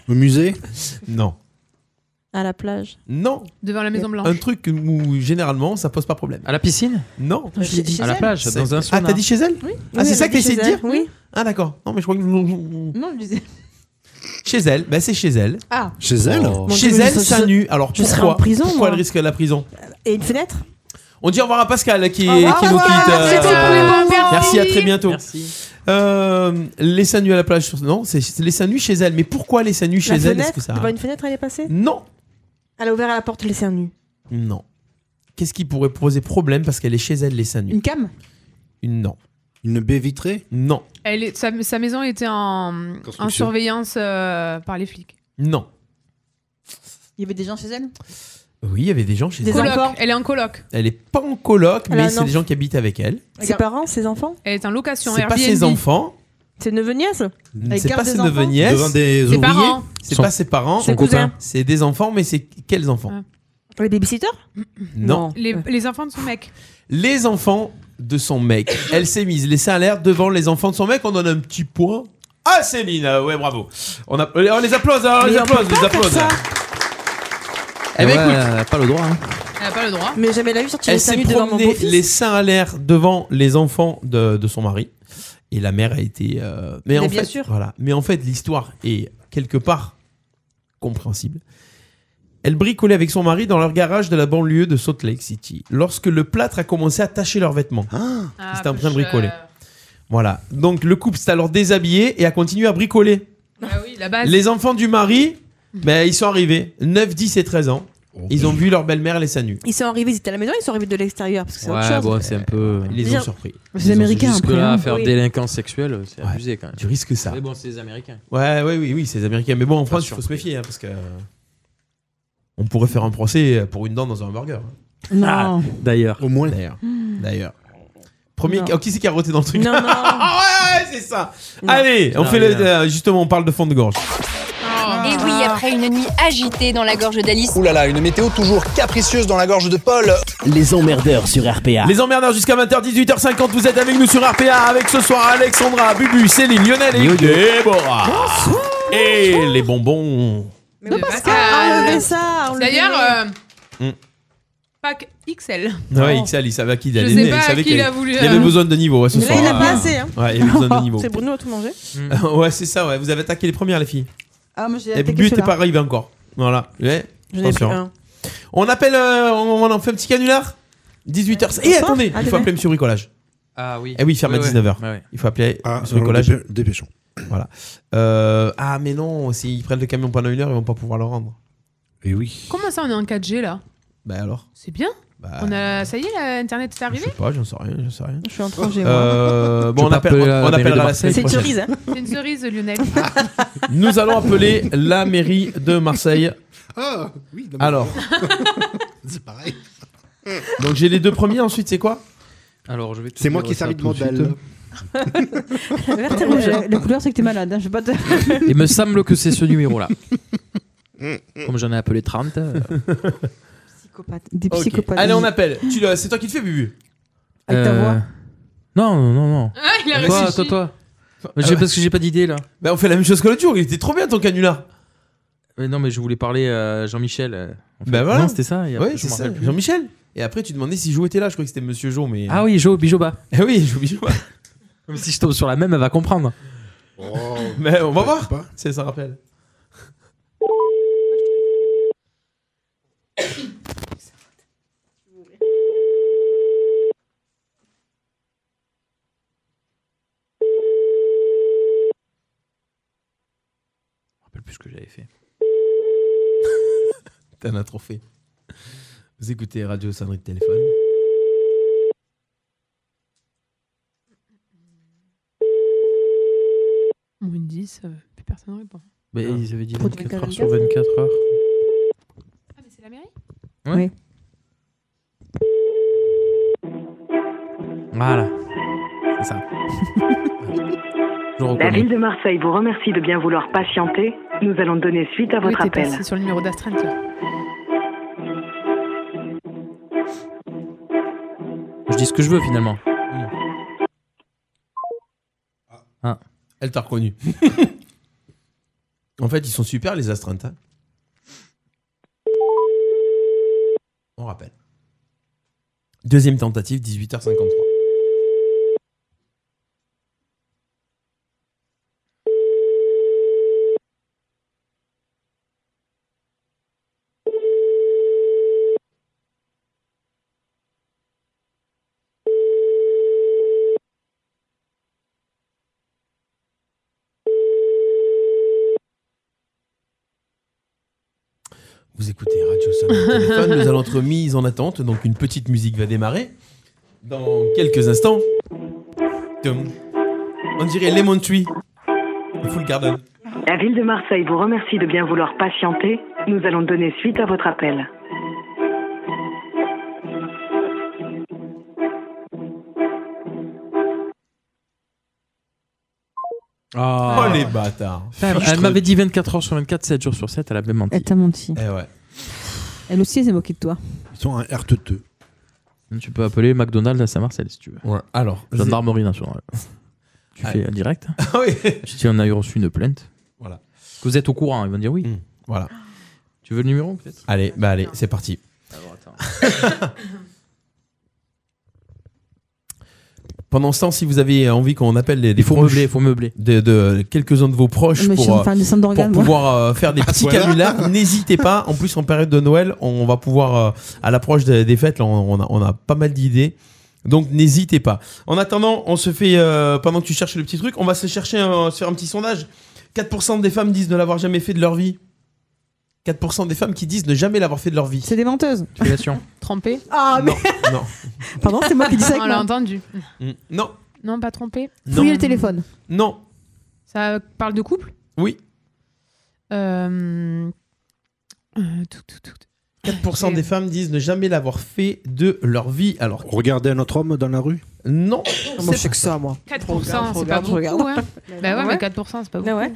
S8: Au musée
S7: Non.
S4: À la plage.
S7: Non.
S10: devant la Maison
S7: Un
S10: Blanche.
S7: truc où généralement ça pose pas problème.
S6: À la piscine
S7: Non.
S9: Chez- chez
S6: À la
S9: elle.
S6: plage
S7: C'est-
S6: Dans un
S7: ah,
S6: sauna
S7: t'as dit chez elle
S9: Oui,
S7: Ah, c'est
S9: elle
S7: ça que
S9: était chez
S7: t'essayais de
S9: elle,
S7: dire
S9: Oui.
S7: Ah, d'accord. Non, mais je crois que.
S9: Non, je disais.
S7: Chez elle, bah c'est chez elle.
S9: Ah,
S8: Chez elle
S6: Oh.
S9: Mon
S7: chez
S9: Dieu, mais
S7: elle,
S9: je-
S7: seins
S9: je-
S7: nus. Alors
S9: je serais
S7: pourquoi
S9: en prison,
S7: Pourquoi
S9: moi.
S7: elle risque la prison
S9: Et une fenêtre
S7: On dit au revoir à Pascal hein, qui,
S9: Au revoir,
S7: qui nous
S9: Pascal.
S7: quitte. euh,
S9: C'était cool.
S7: merci.
S9: Merci.
S7: à très bientôt.
S9: Merci.
S7: Euh, laissez nu à la plage. sur- Non, c'est c'est laissez nu chez elle. Mais pourquoi laissez nu chez
S4: La
S7: elle Est-ce
S4: fenêtre,
S7: que ça
S4: devant une fenêtre, elle est passée
S7: Non.
S4: Elle a ouvert à la porte, laissée nue.
S7: Non. Qu'est-ce qui pourrait poser problème parce qu'elle est chez elle laissez nu
S4: Une cam
S7: Une non. Une baie vitrée Non.
S10: Elle est- sa, sa maison était en,
S7: Construction.
S10: en surveillance euh, par les flics.
S7: Non.
S9: Il y avait des gens chez elle
S7: Oui, il y avait des gens chez
S10: Des
S7: elle.
S10: colocs. Elle est en coloc.
S7: Elle est pas en
S4: Ah
S7: coloc,
S10: Elle a
S7: mais
S10: un
S7: c'est des
S10: enfant.
S7: gens qui habitent avec elle.
S4: Ses parents, ses enfants
S10: Elle est en location
S7: C'est
S10: Airbnb.
S7: pas ses enfants.
S4: C'est neveu nièce
S7: Mmh. C'est pas ses neveux nièces.
S8: Devant des
S10: Ses parents. ouvriers.
S7: C'est
S10: Son-
S7: pas ses parents.
S10: son Son cousin. cousin.
S7: C'est des enfants, mais c'est quels enfants
S4: Les babysitters
S7: Non.
S10: Les, les enfants de son mec.
S7: Les enfants de son mec. Elle s'est mise les seins à l'air devant les enfants de son mec. On donne un petit point à Céline. Ah Ouais, bravo. On, app- on les applause, on les
S4: Mais on peut
S7: applause,
S4: pas
S7: les hein.
S4: faire
S7: applause.
S4: ça.
S7: Eh ben, écoute,
S6: pas le droit. hein.
S10: Elle a pas le droit.
S4: Mais jamais la vu sortir
S7: Elle
S4: les seins
S7: s'est
S4: nus devant mon
S7: promenée
S4: beau-fils.
S7: les seins à l'air devant les enfants de, de son mari. Et la mère a été. euh, Mais,
S4: Mais
S7: en
S4: bien
S7: fait,
S4: sûr.
S7: Voilà. Mais en fait, l'histoire est quelque part compréhensible. Elle bricolait avec son mari dans leur garage de la banlieue de Salt Lake City lorsque le plâtre a commencé à tacher leurs vêtements.
S4: Ah,
S7: Ils étaient en train de bricoler. Voilà. Donc le couple s'est alors déshabillé et a continué à bricoler.
S10: Ah oui, la base.
S7: Les enfants du mari, ben, ils sont arrivés, 9, 10 et 13 ans. Ils ont vu leur belle-mère les seins nus.
S4: Ils sont arrivés, ils étaient à la maison, ils sont arrivés de l'extérieur parce que c'est autre
S6: Ouais,
S4: chose.
S6: bon, c'est un peu.
S7: Ils Euh, les
S4: Dire-
S7: ont surpris.
S4: Les Américains,
S6: Jusque
S4: après,
S6: là,
S4: hein.
S6: faire
S4: Oui.
S6: délinquance sexuelle, c'est abusé quand même.
S7: Tu risques ça.
S6: Mais bon, c'est les Américains.
S7: Ouais, ouais, oui, oui, c'est les Américains. Mais bon, en France, il faut se méfier, hein, parce que
S6: euh,
S7: on pourrait faire un procès pour une dent dans un hamburger.
S9: Non.
S6: Ah,
S7: D'ailleurs. Au moins. D'ailleurs.
S9: Hmm.
S7: D'ailleurs. Premier.
S9: Non.
S7: oh, qui c'est qui a roté dans le truc
S9: Non, non.
S7: Ah ouais, c'est ça.
S10: Oh.
S7: Allez, on
S6: Non,
S7: fait le,
S6: rien.
S7: euh, justement, on parle de fond de gorge. Ah.
S13: Et oui, après une nuit agitée dans la gorge d'Alice.
S12: Ouh là là, une météo toujours capricieuse dans la gorge de Paul.
S14: Les emmerdeurs sur RPA.
S7: Les emmerdeurs jusqu'à 20h, 18h50, vous êtes avec nous sur RPA avec ce soir Alexandra, Bubu, Céline, Lionel et
S6: Yo, yo.
S7: Déborah. Et les bonbons.
S4: Mais pas parce qu'enlever ça enlevez-le.
S10: D'ailleurs, euh,
S7: Hmm.
S10: pack XL.
S7: Ouais, XL, il savait à qui il
S10: Je
S7: allait
S10: sais
S7: donner,
S10: pas
S7: il
S10: à
S7: savait
S10: qui
S7: qu'il
S10: il a voulu,
S7: il y avait
S10: euh.
S7: besoin de niveau ouais, ce
S4: Mais là,
S7: soir.
S4: il a
S7: Ah.
S4: pas assez. Hein.
S7: Ouais, il y avait besoin de Mmh. niveau.
S4: C'est Bruno a tout mangé.
S7: ouais, c'est ça, ouais. Vous avez attaqué les premières, les filles.
S4: Ah, moi j'ai
S7: Et
S4: attaqué
S7: Bubu était
S4: ceux-là.
S7: pas arrivé encore. Voilà. Ouais,
S4: J'en ai
S7: attention. hein.
S4: pris un.
S7: On appelle, euh, on, on en fait un petit canular 18h. Et
S4: Bonsoir.
S7: attendez, il faut
S4: Attendez.
S7: appeler Monsieur Bricolage.
S6: Ah oui.
S7: Eh oui, il ferme
S6: Ouais,
S7: à
S6: ouais.
S7: 19h.
S6: Ouais, ouais.
S7: Il faut appeler
S8: Ah,
S7: Monsieur
S8: alors,
S7: Bricolage.
S8: dépê- dépêchons.
S7: Voilà. Euh, ah, mais non, s'ils prennent le camion pendant une heure, ils vont pas pouvoir le rendre.
S8: Eh
S7: Et oui.
S10: Comment ça, on est en 4G là
S7: Bah alors
S10: C'est bien.
S7: Bah,
S10: On a, ça y est, là, Internet est arrivé.
S7: Je sais pas, Bah, j'en sais rien, j'en sais rien.
S4: Je suis en train
S7: Euh, bon, on, appelle, on, on appellera la semaine prochaine.
S9: hein.
S7: Ah,
S10: C'est une cerise, Lionel.
S7: Nous allons appeler la mairie de Marseille.
S8: Ah, oui, non, mais-
S7: Alors,
S8: c'est pareil.
S7: donc j'ai les deux premiers, ensuite c'est quoi
S6: Alors, je vais te
S8: C'est moi
S6: dire
S8: qui ai
S6: ça
S8: servi de
S6: tout de
S8: modèle.
S6: suite.
S9: Vert et rouge. La- La couleur, c'est que t'es malade. hein, Je vais pas te.
S6: Il me semble que c'est ce numéro-là. Comme j'en ai appelé 30. euh,
S9: Des
S7: Ok.
S9: psychopathes.
S7: Allez, on appelle. Tu le- C'est toi qui le fais, Bubu
S9: Avec ta
S6: euh,
S9: voix.
S6: Non, non, non, non.
S10: Ah, il a
S6: toi,
S10: réfléchi.
S6: toi, toi. Mais j'ai- parce que j'ai pas d'idée là.
S7: Ah Bah, on fait la même chose que l'autre jour, il était trop bien ton canular.
S6: Mais non, mais je voulais parler à Jean-Michel. euh, en fait.
S7: Bah voilà.
S6: Non, c'était ça. et après,
S7: Ouais,
S6: je
S7: c'est
S6: m'en
S7: ça.
S6: rappelle plus.
S7: Jean-Michel. Et après, tu demandais si Jo était là. Je croyais que c'était Monsieur Jo, mais. euh,
S6: Ah oui, Jo Bijoba.
S7: Eh oui, Jo Bijoba.
S6: Comme si je tombe sur la même, elle va comprendre.
S7: Mais on va voir. C'est ça rappelle.
S6: Je me rappelle plus ce que j'avais fait.
S7: T'en as trop fait. Vous écoutez Radio Sonnerie de téléphone.
S10: Bon, une 10, euh, plus personne ne répond.
S6: Mais
S7: Ah.
S6: ils avaient dit
S10: Trop
S6: 24
S10: de
S6: heures sur 24 heures.
S10: Ah, mais c'est la mairie
S6: Ouais. Voilà. C'est ça. Je
S15: La
S6: reconnais.
S15: ville de Marseille vous remercie de bien vouloir patienter. Nous allons donner suite à
S10: Ah oui,
S15: votre
S10: t'es
S15: appel.
S10: passé sur le numéro d'astreinte. là.
S6: Je dis ce que je veux finalement. Ah.
S7: Elle t'a reconnu. en fait, ils sont super les astreintes. hein. On rappelle. Deuxième tentative, 18h53. Vous écoutez Radio Sam au téléphone. Nous allons être mis en attente, donc une petite musique va démarrer dans quelques instants. Tum. On dirait Lemon Tree, le Full Garden.
S15: La ville de Marseille vous remercie de bien vouloir patienter. Nous allons donner suite à votre appel.
S6: Ah.
S7: Oh, les bâtards.
S6: Putain,
S7: Fichtre-
S6: Elle m'avait dit 24 heures sur 24, 7 jours sur 7, elle a même menti.
S9: Elle t'a menti.
S7: Eh ouais.
S9: Elle aussi, elle s'est moquée de toi.
S6: Ils sont un RTT. Mmh, Tu peux appeler McDonald's à Saint-Marcel si tu veux.
S7: Ouais, alors.
S6: Gendarmerie nationale. hein, euh, Tu
S7: Ah.
S6: fais un direct. hein.
S7: Ah oui.
S6: Tu dis on a eu reçu une plainte.
S7: Voilà. Mmh,
S6: Est-ce que vous êtes au courant Ils vont dire oui.
S7: voilà.
S6: Tu veux le numéro peut-être
S7: Allez, bah allez, c'est parti. Pendant ce temps, si vous avez envie qu'on appelle les, faut meubler,
S6: faut meubler
S7: de, de quelques-uns de vos proches
S9: Mais je suis en
S7: pour, euh,
S9: train de descendre
S7: pour
S9: d'organes, moi.
S7: pouvoir euh, faire des
S9: À ce
S7: petits
S9: point-là.
S7: canulars. N'hésitez pas. En plus, en période de Noël, on va pouvoir euh, à l'approche des, des fêtes, là, on, on a, on a pas mal d'idées. Donc n'hésitez pas. En attendant, on se fait euh, pendant que tu cherches le petit truc, on va se chercher un- se faire un petit sondage. 4% des femmes disent ne l'avoir jamais fait de leur vie. 4% des femmes qui disent ne jamais l'avoir fait de leur vie. C'est
S9: des menteuses.
S6: Fellation.
S10: Trompé
S9: Ah, mais.
S7: non.
S9: Pardon, c'est moi qui dis ça avec
S10: On l'a
S9: moi.
S10: entendu.
S7: Mm. Non.
S10: Non, pas trompé.
S7: Non. Fouiller le
S9: téléphone.
S7: Non.
S10: Ça parle de couple
S7: Oui.
S10: Euh, euh, tout, tout, tout.
S7: 4% des femmes disent ne jamais l'avoir fait de leur vie. Alors
S8: Regarder un autre homme dans la rue
S7: Non.
S8: Comment
S7: c'est
S8: que ça, moi
S10: 4%, c'est
S9: Regarde,
S10: pas
S9: regarde,
S10: beaucoup.
S9: regarde.
S10: hein. bah ouais,
S9: Ouais.
S10: mais 4%, c'est pas beaucoup.
S4: Ah ouais.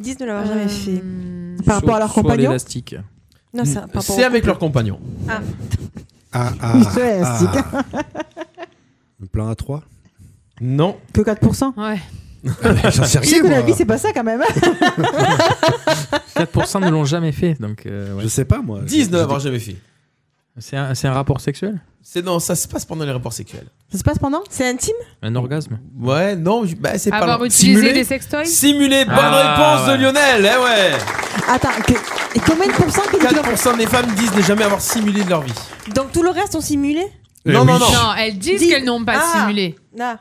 S4: Ils disent ne l'avoir jamais fait.
S10: Euh,
S9: Par rapport à leur
S7: Soit
S9: compagnon.
S7: l'élastique.
S4: Non, ça, par rapport
S7: C'est
S4: au
S7: avec leur compagnon.
S4: Ah.
S8: Ah, ah,
S9: Ils sont élastiques.
S8: ah. Le plan A3
S7: Non.
S9: Que 4%
S10: Ouais.
S8: J'en sais
S9: Je sais
S8: rien.
S9: que la
S8: moi.
S9: vie, c'est pas ça quand même.
S6: 4% ne l'ont jamais fait. Donc, Je
S8: sais pas moi.
S7: 10 ne l'avoir jamais fait.
S6: C'est un, c'est un rapport sexuel
S7: C'est non, ça se passe pendant les rapports sexuels.
S9: Ça se passe pendant C'est intime
S6: Un orgasme
S7: Ouais, non, je- bah, c'est pas
S10: Avoir
S7: long.
S10: utilisé
S7: Simulé-
S10: des sextoys
S7: Simulé, bonne
S6: Ah,
S7: réponse
S6: ouais.
S7: de Lionel, eh ouais
S9: Attends, que- et combien de pourcents qui disent que leur-
S7: 4% des femmes disent ne jamais avoir simulé de leur vie.
S4: Donc tout le reste ont simulé
S8: Euh,
S7: Eh Non, oui. non, non.
S10: Non, elles disent
S4: Dis-
S10: qu'elles n'ont pas
S4: Ah.
S10: simulé.
S4: Ah.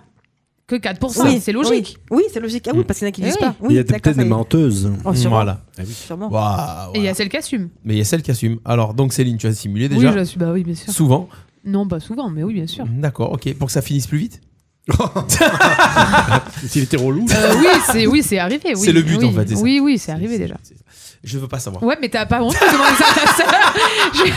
S10: Que 4%,
S4: Oui,
S10: c'est logique.
S4: Oui, oui, c'est logique. Ah oui, parce qu'il y en a qui
S10: Eh
S4: disent
S10: oui.
S4: pas.
S8: Il
S4: Oui,
S8: y a des-
S4: d'accord,
S8: peut-être des
S4: ça y est.
S8: menteuses.
S4: Oh, sûrement.
S7: Voilà.
S4: Sûrement.
S7: Waouh.
S10: Et il y a celles qui assument.
S7: Mais il y a celles qui assument. Alors, donc Céline, tu as simulé
S10: Oui,
S7: déjà
S10: je l'assume. Bah oui, bien sûr.
S7: Souvent.
S10: Non, pas souvent, mais oui, bien sûr.
S7: D'accord, ok. Pour que ça finisse plus vite S'il était relou.
S10: Euh, oui, c'est oui, c'est arrivé. Oui.
S7: Mm. C'est le but,
S10: Oui.
S7: en fait, c'est ça.
S10: Oui, oui, c'est arrivé déjà.
S7: Je veux pas savoir.
S10: Ouais, mais t'as pas honte de demander ça à ta sœur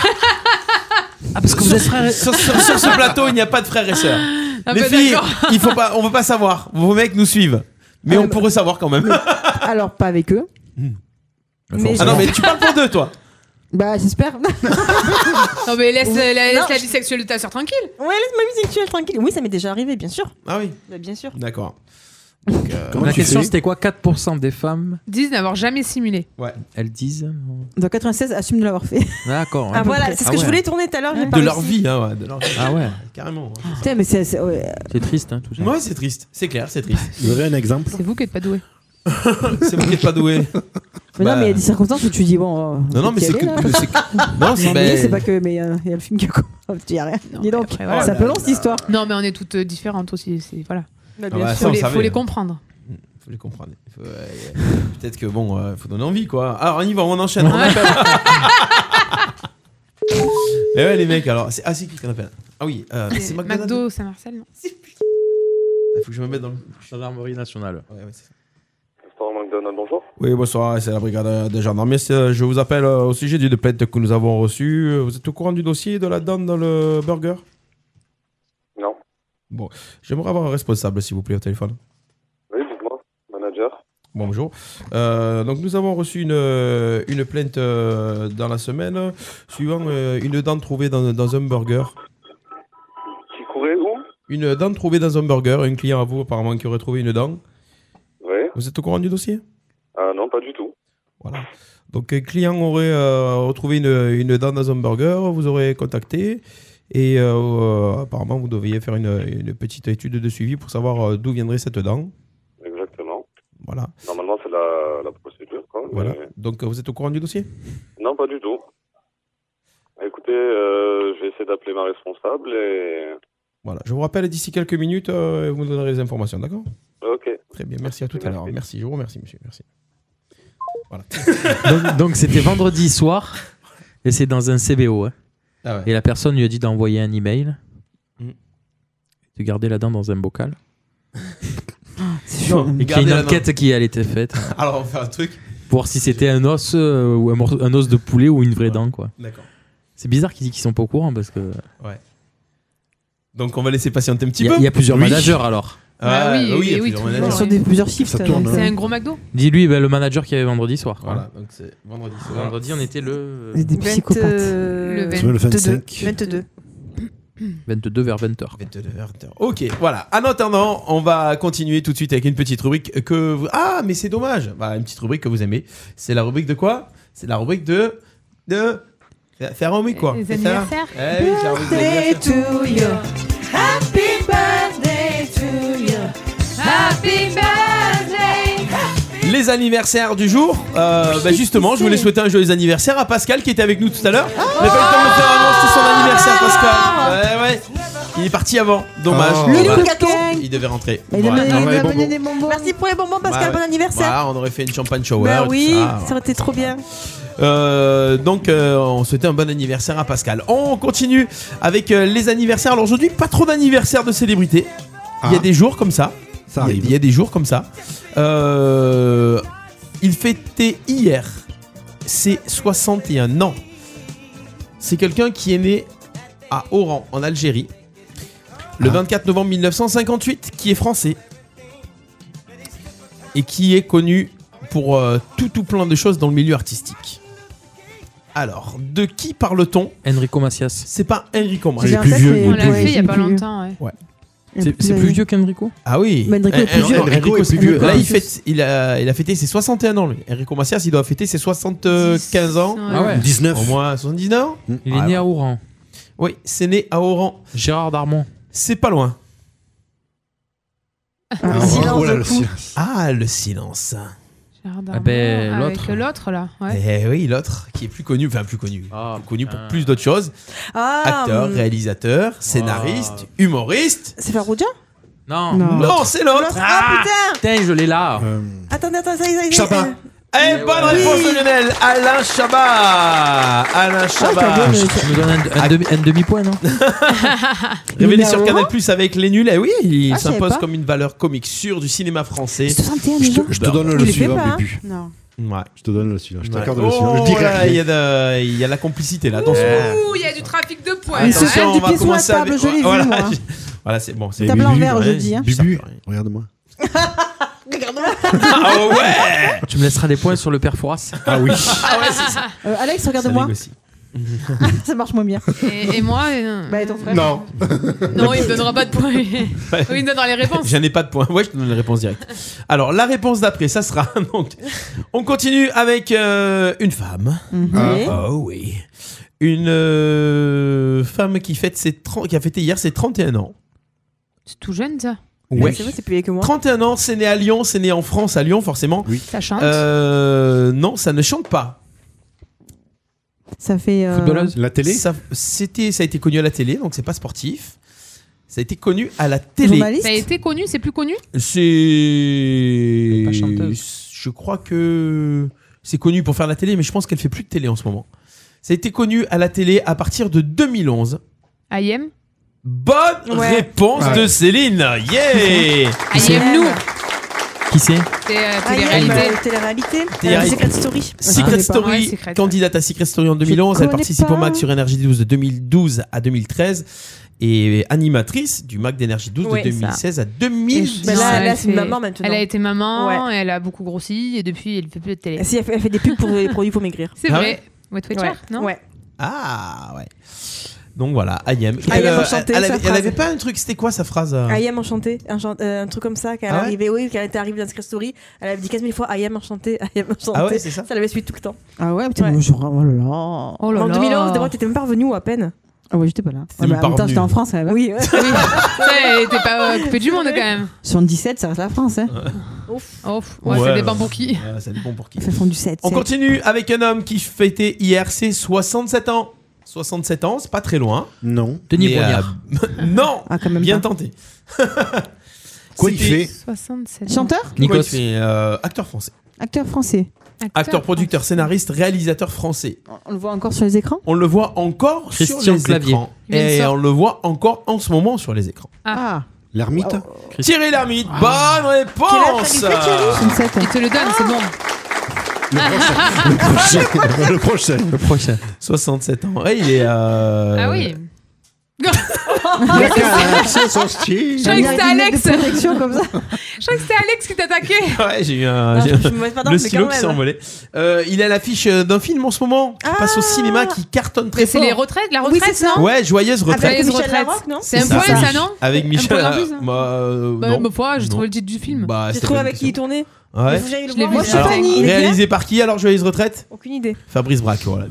S6: Ah, parce que vous êtes frères et-
S7: Sur, sur- sur ce plateau, il n'y a pas de frères et sœurs.
S10: Ah,
S7: les
S10: bah,
S7: filles,
S10: d'accord.
S7: il faut pas, on veut pas savoir. Vos mecs nous suivent. Mais on pourrait savoir quand même. Hmm.
S9: Alors, pas avec eux. Mais-
S7: ah non, mais tu parles pour deux, toi.
S9: Bah, j'espère.
S10: Non, mais laisse,
S4: Oui.
S10: la, laisse
S4: Non,
S10: la
S4: je-
S10: vie sexuelle de ta sœur tranquille.
S4: Ouais, laisse ma vie sexuelle tranquille. Oui, ça m'est déjà arrivé, bien sûr.
S7: Ah oui.
S4: Bah, bien sûr.
S7: D'accord. euh,
S6: La
S7: tu
S6: question
S7: fais
S6: c'était quoi 4% des femmes,
S10: Disent n'avoir jamais simulé.
S7: Ouais.
S6: elles disent.
S9: Dans 96, assume de l'avoir fait.
S6: D'accord.
S4: Ah,
S6: à peu
S4: voilà,
S6: près.
S4: c'est ce que je
S6: ouais.
S4: voulais tourner tout à l'heure, j'ai pas
S7: De leur
S4: réussi.
S7: vie, hein, ouais, de leur vie.
S6: Ah ouais.
S7: Carrément. hein.
S9: Putain, mais c'est. c'est- ouais.
S6: C'est triste, hein, tout ça.
S7: Ouais, c'est triste. C'est clair, c'est triste.
S8: Vous avez un exemple
S10: C'est vous qui êtes pas doué.
S7: c'est moi qui n'êtes pas doué.
S9: Mais
S7: Bah,
S9: non, mais il y a des circonstances où tu dis, bon. euh,
S7: Non, non, mais
S9: faut y
S7: c'est que.
S9: aller, là.
S7: mais c'est que- Non, c'est
S9: Non, mais
S7: ben-
S9: c'est pas que. Mais euh, il y a le film qui a. Tu y as rien. Dis donc.
S10: Ouais,
S7: Oh
S10: voilà.
S9: Ça peut long cette histoire.
S10: Non, mais on est toutes euh, différentes aussi. C'est voilà.
S7: bien Ah bah, sûr. ça,
S10: faut
S7: on
S10: les,
S7: savait.
S10: faut les comprendre.
S7: Faut les comprendre. Faut, euh, euh, Peut-être que bon, euh, faut donner envie quoi. Alors on y va, on enchaîne. On appelle. Eh ouais, les mecs, alors. c'est- Ah, c'est qui qu'on appelle Ah oui, euh,
S10: C'est
S7: c'est McDonald's.
S10: McDo, Saint-Marcel, non
S7: Il faut que je me mette dans le.
S6: Gendarmerie nationale.
S7: Ouais, ouais, c'est ça.
S16: bonjour.
S7: Oui, bonsoir, c'est la brigade euh, des gendarmes. Je vous appelle euh, au sujet d'une plainte que nous avons reçue. Euh, Vous êtes au courant du dossier de la dame dans le burger
S16: Non.
S7: Bon, j'aimerais avoir un responsable, s'il vous plaît, au téléphone.
S16: Oui, dites-moi, manager.
S7: Bonjour. Euh, donc nous avons reçu une, euh, une plainte euh, dans la semaine euh, suivant euh, une dent trouvée dans, dans un burger.
S16: Qui courait où
S7: Une dent trouvée dans un burger, un client à vous apparemment qui aurait trouvé une dent.
S16: Oui.
S7: Vous êtes au courant du dossier
S16: Ah non, pas du tout.
S7: Donc un client aurait euh, retrouvé une, une dent dans un burger, vous aurez contacté et euh, euh, apparemment vous devriez faire une, une petite étude de suivi pour savoir euh, d'où viendrait cette dent.
S16: Exactement.
S7: Voilà.
S16: Normalement, c'est la, la procédure. Quoi, mais-
S7: Voilà. Donc euh, vous êtes au courant du dossier
S16: Non, pas du tout. Écoutez, euh, je vais essayer d'appeler ma responsable et.
S7: Voilà, je vous rappelle d'ici quelques minutes, euh, vous me donnerez les informations, d'accord
S16: Ok.
S7: Très bien, merci à tout à l'heure. Merci, je vous remercie, monsieur. Merci.
S6: Donc- Donc c'était vendredi soir. Et c'est dans un CBO. hein.
S7: Ah ouais.
S6: Et la personne lui a dit d'envoyer un email,
S7: Mm.
S6: de garder la dent dans un bocal.
S7: chaud.
S6: Et qu'il y a
S7: Garder
S6: une
S7: la dent.
S6: enquête qui allait être faite.
S7: Alors, on fait un truc.
S6: Pour voir si c'était un os euh, ou un, morceau- un os de poulet ou une vraie dent, quoi.
S7: D'accord.
S6: C'est bizarre qu'ils qu'ils sont pas au courant parce que.
S7: Ouais. Donc, on va laisser patienter un petit
S6: Il y a-
S7: peu.
S6: il y a plusieurs
S7: Oui.
S6: managers, alors.
S7: Ah,
S10: Bah oui,
S7: bah oui, il y a
S10: oui,
S7: plusieurs euh,
S10: oui,
S7: managers.
S10: toujours, Sur des- oui. plusieurs shifts, Ça tourne, donc c'est hein. un gros McDo
S6: Dis-lui ben, le manager qu'il y avait vendredi soir. quoi.
S7: Voilà, donc c'est vendredi soir.
S6: Vendredi, on était le. euh,
S9: Des psychopathes.
S10: Le
S6: Tu veux le 25?
S4: 22.
S7: Oh,
S6: 22 vers 20h.
S7: 22 vers 20h. Ok, voilà. En attendant, on va continuer tout de suite avec une petite rubrique que vous. Ah, mais c'est dommage. Bah, une petite rubrique que vous aimez. C'est la rubrique de quoi C'est la rubrique de de faire en quoi
S10: Les
S7: c'est ça
S10: anniversaires.
S7: Eh oui, j'ai envie de
S10: Birthday
S7: l'anniversaire.
S10: to you.
S5: Happy birthday to you. Happy birthday.
S7: Les anniversaires du jour. Euh, bah, justement, je voulais souhaiter un joyeux anniversaire à Pascal qui était avec nous tout à l'heure. On n'a pas eu le temps de le faire annoncer son
S14: Ah.
S7: anniversaire, Pascal. Ouais, ouais. Il est parti avant. Dommage.
S9: Oh. Ah Il est où,
S7: Bah,
S9: le gâteau
S7: Il devait rentrer.
S9: Il a
S7: Ouais.
S9: mené- il a mené des bonbons. Merci pour les bonbons, Pascal.
S7: Ouais,
S9: Bon
S7: ouais.
S9: anniversaire.
S7: Voilà, on aurait fait une champagne shower.
S9: Bah
S7: tout
S9: oui,
S7: ça.
S9: ça aurait été trop bien.
S7: Euh, donc, euh, on souhaitait un bon anniversaire à Pascal. On continue avec euh, les anniversaires. Alors aujourd'hui, pas trop d'anniversaires de célébrités. Il y a des jours comme ça. Ça Il y a des jours comme ça. Euh, il fêtait hier ses 61 ans. C'est quelqu'un qui est né à Oran, en Algérie,
S6: Ah.
S7: le 24 novembre 1958, qui est français et qui est connu pour euh, tout tout plein de choses dans le milieu artistique. Alors, de qui parle-t-on
S6: Enrico Macias.
S7: C'est pas Enrico
S10: C'est
S7: Macias.
S10: le plus vieux, On le l'a plus fait vieux. il y a pas longtemps, ouais.
S7: Ouais.
S10: Il est C'est- plus c'est plus vieux. vieux
S6: qu'Enrico
S7: Ah oui.
S10: Mais Enrico est plus
S7: En-
S10: vieux.
S7: Enrico
S10: Enrico
S7: est plus vieux.
S10: Enrico
S7: Là, il,
S10: Macias.
S7: fête, il, a, il a fêté ses 61 ans. Lui. Enrico Macias, il doit fêter ses 75 ans.
S6: Ah ouais. 19.
S7: Au moins 79 ans.
S6: Il est né à Oran.
S7: Oui, c'est né à Oran.
S6: Gérard Darmon.
S7: C'est pas loin.
S6: Ah,
S7: Ah,
S6: silence
S7: oh là,
S6: de
S7: le
S6: fou.
S7: silence. Ah, le silence.
S10: Gérard
S7: Ah ben,
S10: Darmanin,
S7: l'autre.
S10: Avec l'autre, là. Ouais.
S7: Eh oui, l'autre qui est plus connu, enfin plus connu,
S6: Ah,
S7: plus connu pour plus d'autres choses.
S10: Ah,
S7: Acteur,
S10: hum.
S7: réalisateur, scénariste, humoriste.
S9: C'est Farouja
S6: Ah. Non.
S7: Non. Non, c'est l'autre.
S9: Ah,
S6: putain je l'ai là.
S9: Euh, Attendez, attendez, ça y est, Euh, ça y est.
S7: Chabat. Eh, bonne réponse de Lionel, Alain Chabat.
S9: Ah,
S7: Alain Chabat. Ah.
S6: Tu me donnes un, un demi- un demi-point, non
S7: Révélé
S6: Mais
S7: sur
S6: alors
S7: Canal Plus avec Les Nuls, eh oui, il
S9: Ah, je savais
S7: s'impose
S9: pas.
S7: comme une valeur comique sûre du cinéma français.
S9: 61
S7: Je te-
S9: déjà
S7: je te donne le
S9: Il est
S7: suivant,
S9: fait pas, hein
S7: début.
S9: Non.
S7: Ouais.
S8: Je te donne le suivant. Je t'accorde
S7: Oh
S8: le suivant. Je
S7: là là,
S8: dirais.
S7: il y, a de- il y a la complicité là. Attention.
S10: Ouh, il y a du trafic de points.
S7: Attention,
S10: là, hein.
S7: on va commencer avec-
S9: je l'ai
S7: voilà,
S9: vu, moi.
S7: Voilà, c'est bon. c'est-
S9: Table en verre, je dis, hein.
S8: Bubu, regarde-moi.
S9: oh,
S7: Ah ouais
S6: Tu me laisseras des points sur le père Fouras.
S7: Ah oui.
S9: Euh, Alex, regarde-moi. ça marche moins bien.
S10: Et, et moi euh,
S9: Bah, et ton frère
S7: Non.
S10: Non, il me donnera pas de points. Oui, il me donnera les réponses.
S7: J'en ai pas de points. Ouais, je te donne les réponses directes. Alors, la réponse d'après, ça sera. Donc, on continue avec euh, une femme.
S9: Ah.
S7: Oh oui. Une euh, femme qui, fête ses 30 qui a fêté hier ses 31 ans.
S10: C'est tout jeune, ça.
S7: Ouais.
S9: Ah, C'est vrai, c'est plus vieux que moi.
S7: 31 ans, c'est né à Lyon, c'est né en France, à Lyon, forcément. Oui.
S10: Ça chante.
S7: non, ça ne chante pas.
S9: Ça fait. euh,
S7: La télé ça, c'était, ça a été connu à la télé, donc c'est pas sportif. Ça a été connu à la télé.
S10: Ça a été connu, c'est plus connu
S7: C'est. Je crois que c'est connu pour faire la télé, mais je pense qu'elle fait plus de télé en ce moment. Ça a été connu à la télé à partir de 2011.
S10: IM
S7: Bonne
S10: Ouais.
S7: réponse
S6: Ouais.
S7: de Céline. Yeah
S10: IM nous
S6: Qui c'est
S10: C'est euh,
S9: Ah, il y a
S10: télé-réalité.
S9: une télé-réalité.
S7: Télé-
S9: Euh, Secret Story.
S7: Secret Story,
S10: Ouais, Secret,
S7: candidate à Secret Story en 2011, elle
S9: connais
S7: participe au
S9: pas.
S7: MAC sur Énergie 12 de 2012 à 2013 et animatrice du MAC d'Énergie 12
S10: Ouais,
S7: de
S10: ça.
S7: 2016 à 2018.
S9: Mais Bah là,
S10: Elle
S9: là, c'est
S10: fait-
S9: maman maintenant.
S10: Elle a été maman,
S9: Ouais. Ah,
S10: elle a beaucoup grossi et depuis, elle fait plus de télé.
S9: Si, elle fait, elle fait des pubs pour les produits pour maigrir.
S10: C'est
S7: Ah
S10: vrai. hein. Wet Wetcher,
S9: Ouais.
S10: non
S9: Ouais.
S7: Ah ouais. Donc voilà, Ayem.
S9: I
S7: Elle,
S9: am
S7: euh,
S9: enchantée,
S7: elle
S9: sa
S7: avait, elle
S9: phrase.
S7: avait pas un truc, c'était quoi sa phrase euh
S9: I am enchantée, un, chan- euh, un truc comme ça, quand elle
S7: Ah ouais
S9: arrivait, oui, quand elle était arrivée dans Secret Story, elle avait dit 15 000 fois I am enchantée, I am enchantée.
S7: Ah ouais, c'est ça
S9: Ça l'avait suivi tout le temps.
S17: Ah ouais, putain, genre, oh là là.
S9: En 2011, d'abord, t'étais même pas revenu ou à peine
S17: Ah ouais, j'étais pas là.
S9: même
S17: mais en même
S9: pas
S17: temps,
S9: revenu.
S17: j'étais en France, elle
S9: Oui,
S10: Oui. Ouais, Elle était pas euh, coupée du monde quand même.
S17: 77, ça reste la France, hein.
S10: Ouf. Ouf. Ouais, ça dépend pour qui.
S7: ouais, ça dépend pour qui.
S17: Ça font du 7.
S7: On continue avec un homme qui fêtait hier ses 67 ans. 67 ans, c'est pas très loin.
S8: Non. euh,
S7: Denis Brognard. non
S9: Ah,
S7: Bien tenté.
S8: Quoi il fait
S10: 67.
S17: Chanteur
S7: Nikos.
S6: Nikos.
S7: C'est euh, acteur français.
S9: Acteur français.
S7: Acteur, producteur, scénariste, réalisateur français.
S9: On le voit encore sur les écrans
S7: On le voit encore sur
S9: Christian
S7: les
S9: Clavier.
S7: écrans.
S9: Il vient de
S7: Et
S9: sortir.
S7: on le voit encore en ce moment sur les écrans. Ah,
S9: Ah.
S8: L'ermite
S7: Thierry Lhermitte,
S6: bah.
S7: bonne
S9: Quel
S7: réponse
S9: âge t'as dit, Thierry
S10: Il te le donne, c'est bon.
S7: Ah Le prochain. Le prochain. 67 ans. Ouais, il est. euh,
S10: Ah oui.
S7: style.
S10: Je croyais que c'était
S9: Il y a une
S10: Alex.
S9: lunettes de protection
S10: comme ça. Je croyais que c'était Alex qui t'attaquait.
S7: Ouais, j'ai eu un.
S10: Ah,
S7: j'ai-
S10: je me mets pas dans,
S7: le
S10: mais
S7: stylo
S10: quand
S7: qui s'est
S10: même.
S7: envolé. Euh, il est à l'affiche euh, d'un film en ce moment qui passe au cinéma qui cartonne très
S10: Ah. Mais
S7: fort.
S10: C'est les retraites, la retraite, non
S7: Ouais, joyeuse retraite.
S10: Joyeuse retraite. C'est un poil, ça, non
S7: Avec Michel.
S10: poil en plus, hein
S7: bah, euh,
S10: Bah,
S7: non.
S10: ma foi, j'ai
S7: Non.
S10: trouvé le titre du film.
S7: Bah,
S4: J'ai
S7: c'était
S4: trouvé
S7: pas une
S4: avec qui il tournait.
S17: Ah.
S7: Ouais.
S4: Mais vous allez le
S10: Je l'ai
S4: voir,
S10: vu,
S4: moi, je
S10: je l'ai
S4: suis
S10: vu.
S4: pas une- il est bien
S7: Réalisé par qui alors Joyeuse retraite
S4: Aucune idée.
S7: Fabrice Braque, voilà.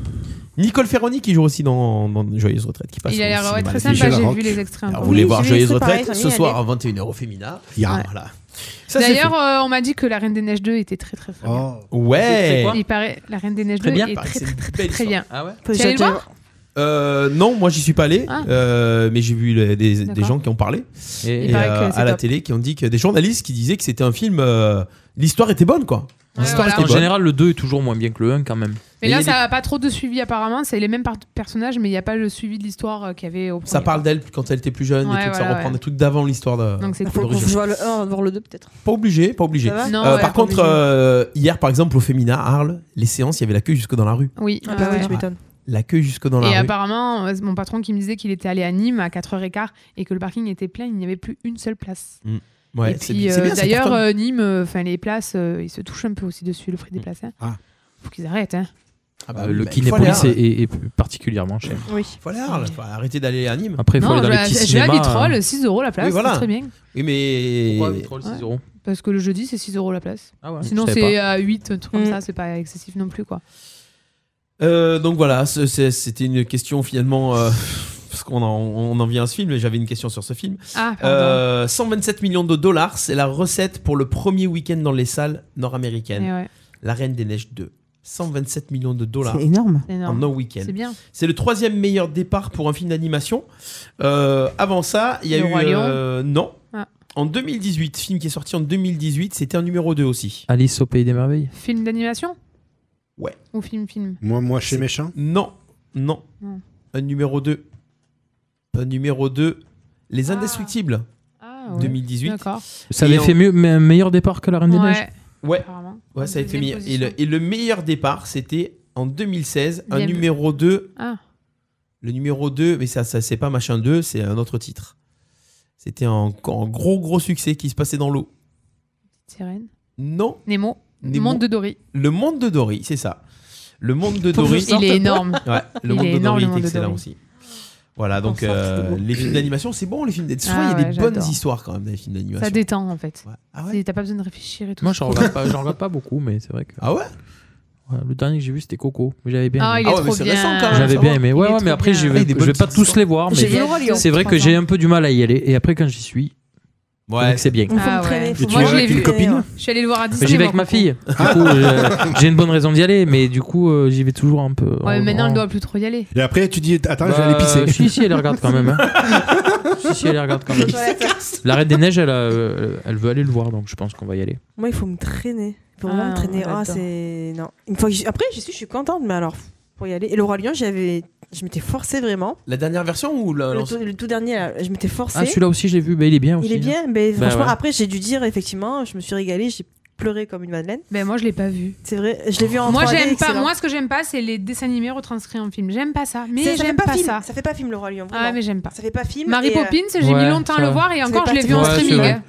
S7: Nicole Ferroni qui joue aussi dans, dans Joyeuse retraite qui passe.
S10: Il
S7: au
S10: a l'air
S7: cinéma
S10: ouais, très
S7: à
S10: sympa,
S7: l'affiche.
S10: j'ai vu les extraits. un
S7: Alors,
S10: peu.
S7: vous voulez voir Joyeuse
S10: c'est pareil,
S7: retraite
S10: ça
S7: ce
S10: m'y
S7: soir
S10: allait.
S7: à 21h au Fémina.
S10: Ouais.
S7: Voilà. Ça, c'est
S10: D'ailleurs, euh, on m'a dit que La Reine des Neiges 2 était très très très bien.
S7: fait. ouais.
S10: Il paraît La Reine des Neiges
S7: Très
S10: 2
S7: bien,
S10: est
S7: pareil,
S10: très
S7: c'est
S10: très
S7: une
S10: très
S7: belle
S10: très bien.
S7: Ah ouais
S10: Tu es allé le voir
S7: Euh, non, moi j'y suis pas allé,
S10: Ah.
S7: euh, mais j'ai vu le- des, des
S10: D'accord.
S7: gens qui ont parlé et,
S10: Il paraît
S7: euh,
S10: que c'est
S7: à la
S10: top.
S7: télé qui ont dit que des journalistes qui disaient que c'était un film, euh, l'histoire était bonne quoi. L'histoire était
S6: En
S7: bonne.
S6: général, le 2 est toujours moins bien que le 1 quand même.
S10: Mais là, ça n'a pas trop de suivi apparemment. C'est les mêmes par- personnages, mais il n'y a pas le suivi de l'histoire euh, qu'il y avait au
S7: Ça
S10: premier.
S7: parle d'elle quand elle était plus jeune,
S10: Ouais,
S7: des trucs, ça
S10: voilà,
S7: reprend
S10: ouais.
S7: des trucs d'avant l'histoire de.
S10: Donc c'est
S7: de
S10: cool.
S7: l'origine.
S10: Faut- faut voir
S9: le 1 avant de voir le 2 peut-être.
S7: Pas obligé, pas obligé.
S9: Ça va Non,
S7: Euh,
S9: ouais,
S7: par
S9: pas
S7: contre,
S9: obligé.
S7: euh, hier par exemple au Fémina à Arles, les séances, il y avait la queue jusque dans la rue.
S10: Oui,
S9: Ah bah
S10: ouais,
S9: oui,
S10: ouais.
S9: tu m'étonnes.
S7: La queue jusque dans la
S10: Oh, et
S7: rue.
S10: apparemment, euh, mon patron qui me disait qu'il était allé à Nîmes à 4h15 et que le parking était plein, il n'y avait plus une seule place.
S7: Mm. Ouais,
S10: et
S7: c'est
S10: puis
S7: bi- c'est
S10: euh,
S7: bien, ça
S10: d'ailleurs,
S7: cartonne.
S10: euh, Nîmes, enfin les places, euh, ils se touchent un peu aussi dessus, le prix des places. hein.
S7: Ah.
S10: Faut qu'ils arrêtent. Hein.
S7: Ah bah
S6: Euh,
S7: oui,
S6: le
S7: bah, il faut aller à
S6: Kinépolis est,
S7: Arles.
S6: est- est particulièrement cher.
S10: euh, Oui.
S7: Faut aller à Arles, faut arrêter d'aller à Nîmes.
S6: Après, faut
S10: Non,
S6: aller dans
S10: je-
S6: les petits
S10: je- je
S6: cinémas.
S10: vais à Vitrolles,
S6: euh,
S10: 6 euros la place,
S6: Oui, voilà.
S10: c'est très bien.
S7: Oui, mais.
S6: Pourquoi Vitrolles, 6 euros
S10: Parce que le jeudi, c'est 6 euros la place.
S6: Ah ouais.
S10: Sinon,
S7: Je savais
S10: c'est
S7: pas.
S10: à 8, un truc comme
S7: Mm.
S10: ça, c'est pas excessif non plus. quoi.
S7: Euh, donc voilà, ce- c'est- c'était une question finalement. euh, parce qu'on en, on en vient à ce film, mais j'avais une question sur ce film.
S10: Ah, pardon.
S7: Euh, 127 millions de dollars, c'est la recette pour le premier week-end dans les salles nord-américaines.
S10: Eh ouais.
S7: La Reine des Neiges 2. 127 millions de dollars.
S9: C'est énorme.
S10: C'est énorme.
S7: En un week-end.
S10: C'est bien.
S7: C'est le troisième meilleur départ pour un film d'animation. Euh, avant ça, il y a
S10: Le
S7: eu.
S10: Roi Lion.
S7: euh, non.
S10: Ah.
S7: En 2018, film qui est sorti en 2018, c'était un numéro 2 aussi.
S6: Alice au Pays des Merveilles.
S10: Film d'animation
S7: Ouais.
S10: Ou film-film
S7: Moi, moi chez Méchant Non, non.
S10: Non.
S7: Un numéro 2. Un numéro 2. Les Indestructibles. 2018.
S10: Ah. D'accord.
S6: Ça
S7: Et
S6: avait
S7: en-
S6: fait mieux, mais un meilleur départ que la Reine des Neiges.
S7: Ouais, ouais ça a été meilleur. Et le, et le meilleur départ, c'était en 2016, un
S10: Deuxième.
S7: numéro 2.
S10: Ah.
S7: Le numéro 2, mais ça, ça c'est pas Machin 2, c'est un autre titre. C'était un, un gros, gros succès qui se passait dans l'eau.
S10: Sirène.
S7: Non.
S10: Nemo.
S7: Nemo.
S10: Monde de Dory.
S7: Le monde de Dory, c'est ça. Le monde de
S10: Faut que je
S7: Dory.
S10: sorte, Il est quoi. énorme.
S7: Ouais,
S10: Il
S7: le monde
S10: est
S7: de
S10: énorme,
S7: Dory
S10: le
S7: est
S10: monde de
S7: excellent
S10: Dory.
S7: aussi. Voilà, donc
S10: sorte,
S7: euh,
S10: c'est beau.
S7: les films d'animation, c'est bon, les films d'animation. Souvent, il y a
S10: Ah
S7: des
S10: ouais,
S7: bonnes
S10: j'adore.
S7: histoires quand même dans les films d'animation.
S10: Ça détend en fait.
S7: Ah
S10: T'as pas besoin de réfléchir et tout.
S6: Moi, j'en regarde, pas- j'en regarde pas beaucoup, mais c'est vrai que.
S7: Ah ouais
S6: Le dernier que j'ai vu, c'était Coco. mais J'avais bien
S10: Ah, il
S6: aimé.
S10: est Ah ouais, trop mais c'est bien. récent, quand même,
S6: J'avais
S10: ça
S6: bien
S10: va.
S6: aimé.
S10: Il
S6: Ouais,
S10: est
S6: ouais,
S10: trop
S6: mais après,
S10: bien.
S6: je
S10: Ah, il
S6: vais
S10: est
S6: je
S10: bonne
S6: vais pas tous les voir.
S10: J'ai vu le Roi
S6: Mais
S10: Lion,
S6: c'est vrai
S10: trois
S6: que
S10: ans.
S6: j'ai un peu du mal à y aller. Et après, quand j'y suis,
S7: je trouve
S6: que c'est bien.
S10: Ah ouais.
S6: Et tu
S10: Moi,
S6: vas
S10: je l'ai
S6: avec une
S10: vu.
S6: copine
S10: Je suis allée le voir à
S6: Mais
S10: Disney.
S6: j'y vais
S10: moi,
S6: avec ma
S10: beaucoup.
S6: fille. Du coup, je- j'ai une bonne raison d'y aller, mais du coup, euh, j'y vais toujours un peu.
S10: Ouais, mais maintenant, elle doit plus trop y aller.
S6: Et après, tu dis, attends,
S8: je vais aller pisser.
S6: Si, si, elle les regarde quand même. hein.
S10: euh,
S6: si, si, elle les regarde quand même. L'arrêt des neiges, elle, a, euh, elle veut aller le voir, donc je pense qu'on va y aller.
S4: Moi, il faut me traîner. Pour
S9: Ah,
S4: moi, me traîner.
S9: on
S4: Ah,
S9: adore.
S4: c'est. Non. Une fois que j'y- Après, j'y suis, je suis contente, mais alors, pour y aller. Et le Roi Lion, j'avais. Je m'étais forcée vraiment.
S7: La dernière version ou la.
S4: Le tout, le tout dernier, là, je m'étais forcée.
S6: Euh, Ah, celui-là aussi, je l'ai vu. Bah, il est bien aussi.
S4: Il est
S9: hein.
S4: bien, mais
S7: Ben
S6: Bah,
S4: franchement,
S6: ouais.
S4: après, j'ai dû dire, effectivement, je me suis régalée, j'ai pleuré comme une madeleine.
S10: Mais moi, je l'ai pas vu.
S4: C'est vrai, je l'ai vu en
S10: Moi,
S4: 3D,
S10: j'aime pas.
S4: excellent.
S10: Moi, ce que j'aime pas, c'est les dessins animés retranscrits en film. J'aime pas ça.
S4: Ça-
S10: Mais
S4: ça fait
S10: j'aime
S4: pas
S10: pas,
S4: film,
S10: ça.
S4: ça fait pas film le roi lion.
S10: Ah, mais j'aime pas. Ça
S4: fait pas film.
S10: Marie
S4: et, euh,
S10: Poppins, j'ai mis
S6: Ouais,
S10: longtemps à
S6: ça
S10: le
S6: va.
S10: voir et
S6: Ça
S10: encore,
S6: fait
S10: je l'ai
S6: pas
S10: vu en
S6: très- Ouais, c'est
S10: streaming.
S6: vrai.
S10: hein.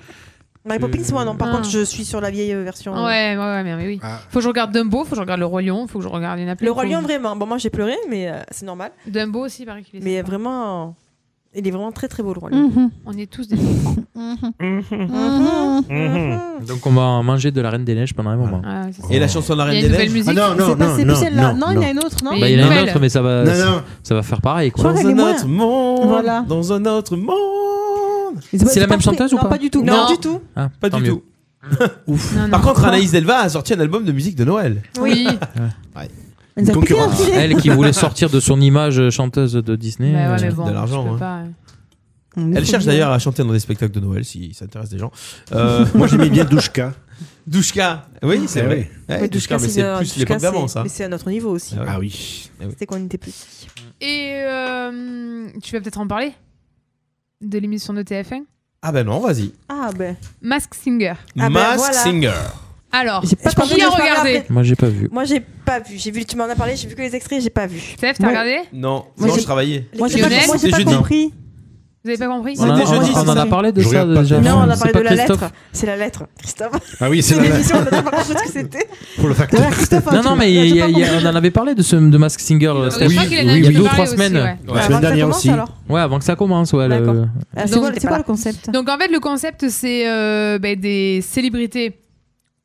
S4: Mary Poppins, moi, non, par contre, je suis sur la vieille euh, version.
S10: Ouais, ouais, ouais, mais oui.
S6: Ah.
S10: Faut que je regarde Dumbo, faut que je regarde Le Roi Lion, faut que je regarde. Il y en a plein
S4: Le
S10: qui
S4: Roi
S10: sont-
S4: Lion, vraiment. Bon, moi, j'ai pleuré, mais euh, c'est normal.
S10: Dumbo aussi, pareil qu'il est.
S4: Mais vraiment, il est vraiment très très beau, le Roi Lion.
S17: Mhm.
S10: On est tous des Mm-hmm. enfants.
S6: Donc, on va manger de la Reine des Neiges pendant un moment.
S10: Ah, c'est ça.
S7: Et la chanson de la Reine
S10: Il y a une
S7: des Neiges
S10: nouvelle musique.
S7: Ah non, non,
S10: C'est pas-
S7: non,
S10: c'est
S7: non,
S10: plus celle-là.
S7: non,
S10: Non, il y en a une autre, non
S6: Bah,
S10: Mais
S6: il y en a
S10: nouvelle.
S6: un autre, mais ça va,
S7: Non,
S6: ça,
S7: non.
S6: ça va faire pareil. Quoi.
S7: Dans un autre monde.
S9: Voilà.
S7: Dans un autre monde.
S9: C'est pas-
S6: C'est la
S9: c'est
S6: même
S9: pas
S6: chanteuse
S9: repris.
S6: ou pas
S9: Non, pas du tout. Non, du tout.
S6: Ah,
S7: Pas
S6: tant mieux.
S7: du tout. Par contre, Anaïs Delva a sorti un album de musique de Noël.
S10: Oui.
S7: Ouais.
S9: Elle nous a piqué un filet.
S6: Elle qui voulait sortir de son image euh, chanteuse de Disney.
S10: Bah ouais,
S6: euh,
S10: mais bon,
S7: de l'argent,
S10: je peux
S7: hein.
S10: pas, hein.
S7: Elle cherche d'ailleurs à chanter dans des spectacles de Noël, si ça intéresse des gens. Euh,
S8: Moi, j'aimais bien Douchka.
S7: Douchka, oui,
S8: Eh
S7: c'est vrai.
S8: oui.
S7: Ouais,
S8: Ouais,
S7: Douchka, mais c'est plus l'époque d'avant, ça.
S4: Mais c'est à notre niveau aussi.
S7: Ah
S8: oui.
S4: C'était quand on était petits.
S10: Et euh, tu vas peut-être en parler de l'émission de TF1
S7: Ah ben non, vas-y.
S10: Ah ben. Mask Singer.
S6: Ah, ben,
S7: Mask Singer.
S10: Alors,
S4: J'ai pas
S10: qui a regardé
S6: Moi, j'ai pas vu.
S4: Moi, j'ai pas vu. J'ai vu, tu m'en as parlé, j'ai vu que les extraits, j'ai pas vu.
S10: Steph, t'as regardé
S7: Non, moi je travaillais.
S4: Moi, j'ai pas-
S10: Lionel
S4: moi, j'ai pas
S7: C'était jeudi.
S4: compris.
S10: Vous avez pas compris
S6: On en a- on en- on en a parlé de
S7: Je
S6: ça
S7: regarde pas
S6: déjà.
S4: Non, on a
S6: C'est
S4: parlé
S6: pas
S4: de la
S6: Christophe.
S4: lettre. C'est la lettre, Christophe.
S6: Ah oui, c'est
S4: Toute
S6: la
S4: l'émission,
S6: lettre.
S4: On n'a pas compris ce que c'était.
S8: Pour le
S7: Ah,
S8: facteur.
S6: Non, non, mais il y a- il y a- on en avait parlé de ce de Mask Singer. euh,
S4: crois
S6: Steph.
S4: qu'il en a
S6: il y a
S4: déjà
S6: deux ou trois
S4: parlé aussi,
S6: semaines.
S4: ouais. Ouais, La semaine avant que ça dernière commence, aussi. alors
S6: Ouais, avant que ça commence. Ouais, le-
S10: Donc,
S4: Ah, c'est quoi le
S17: concept
S10: Donc en fait, le concept, c'est euh, ben, des célébrités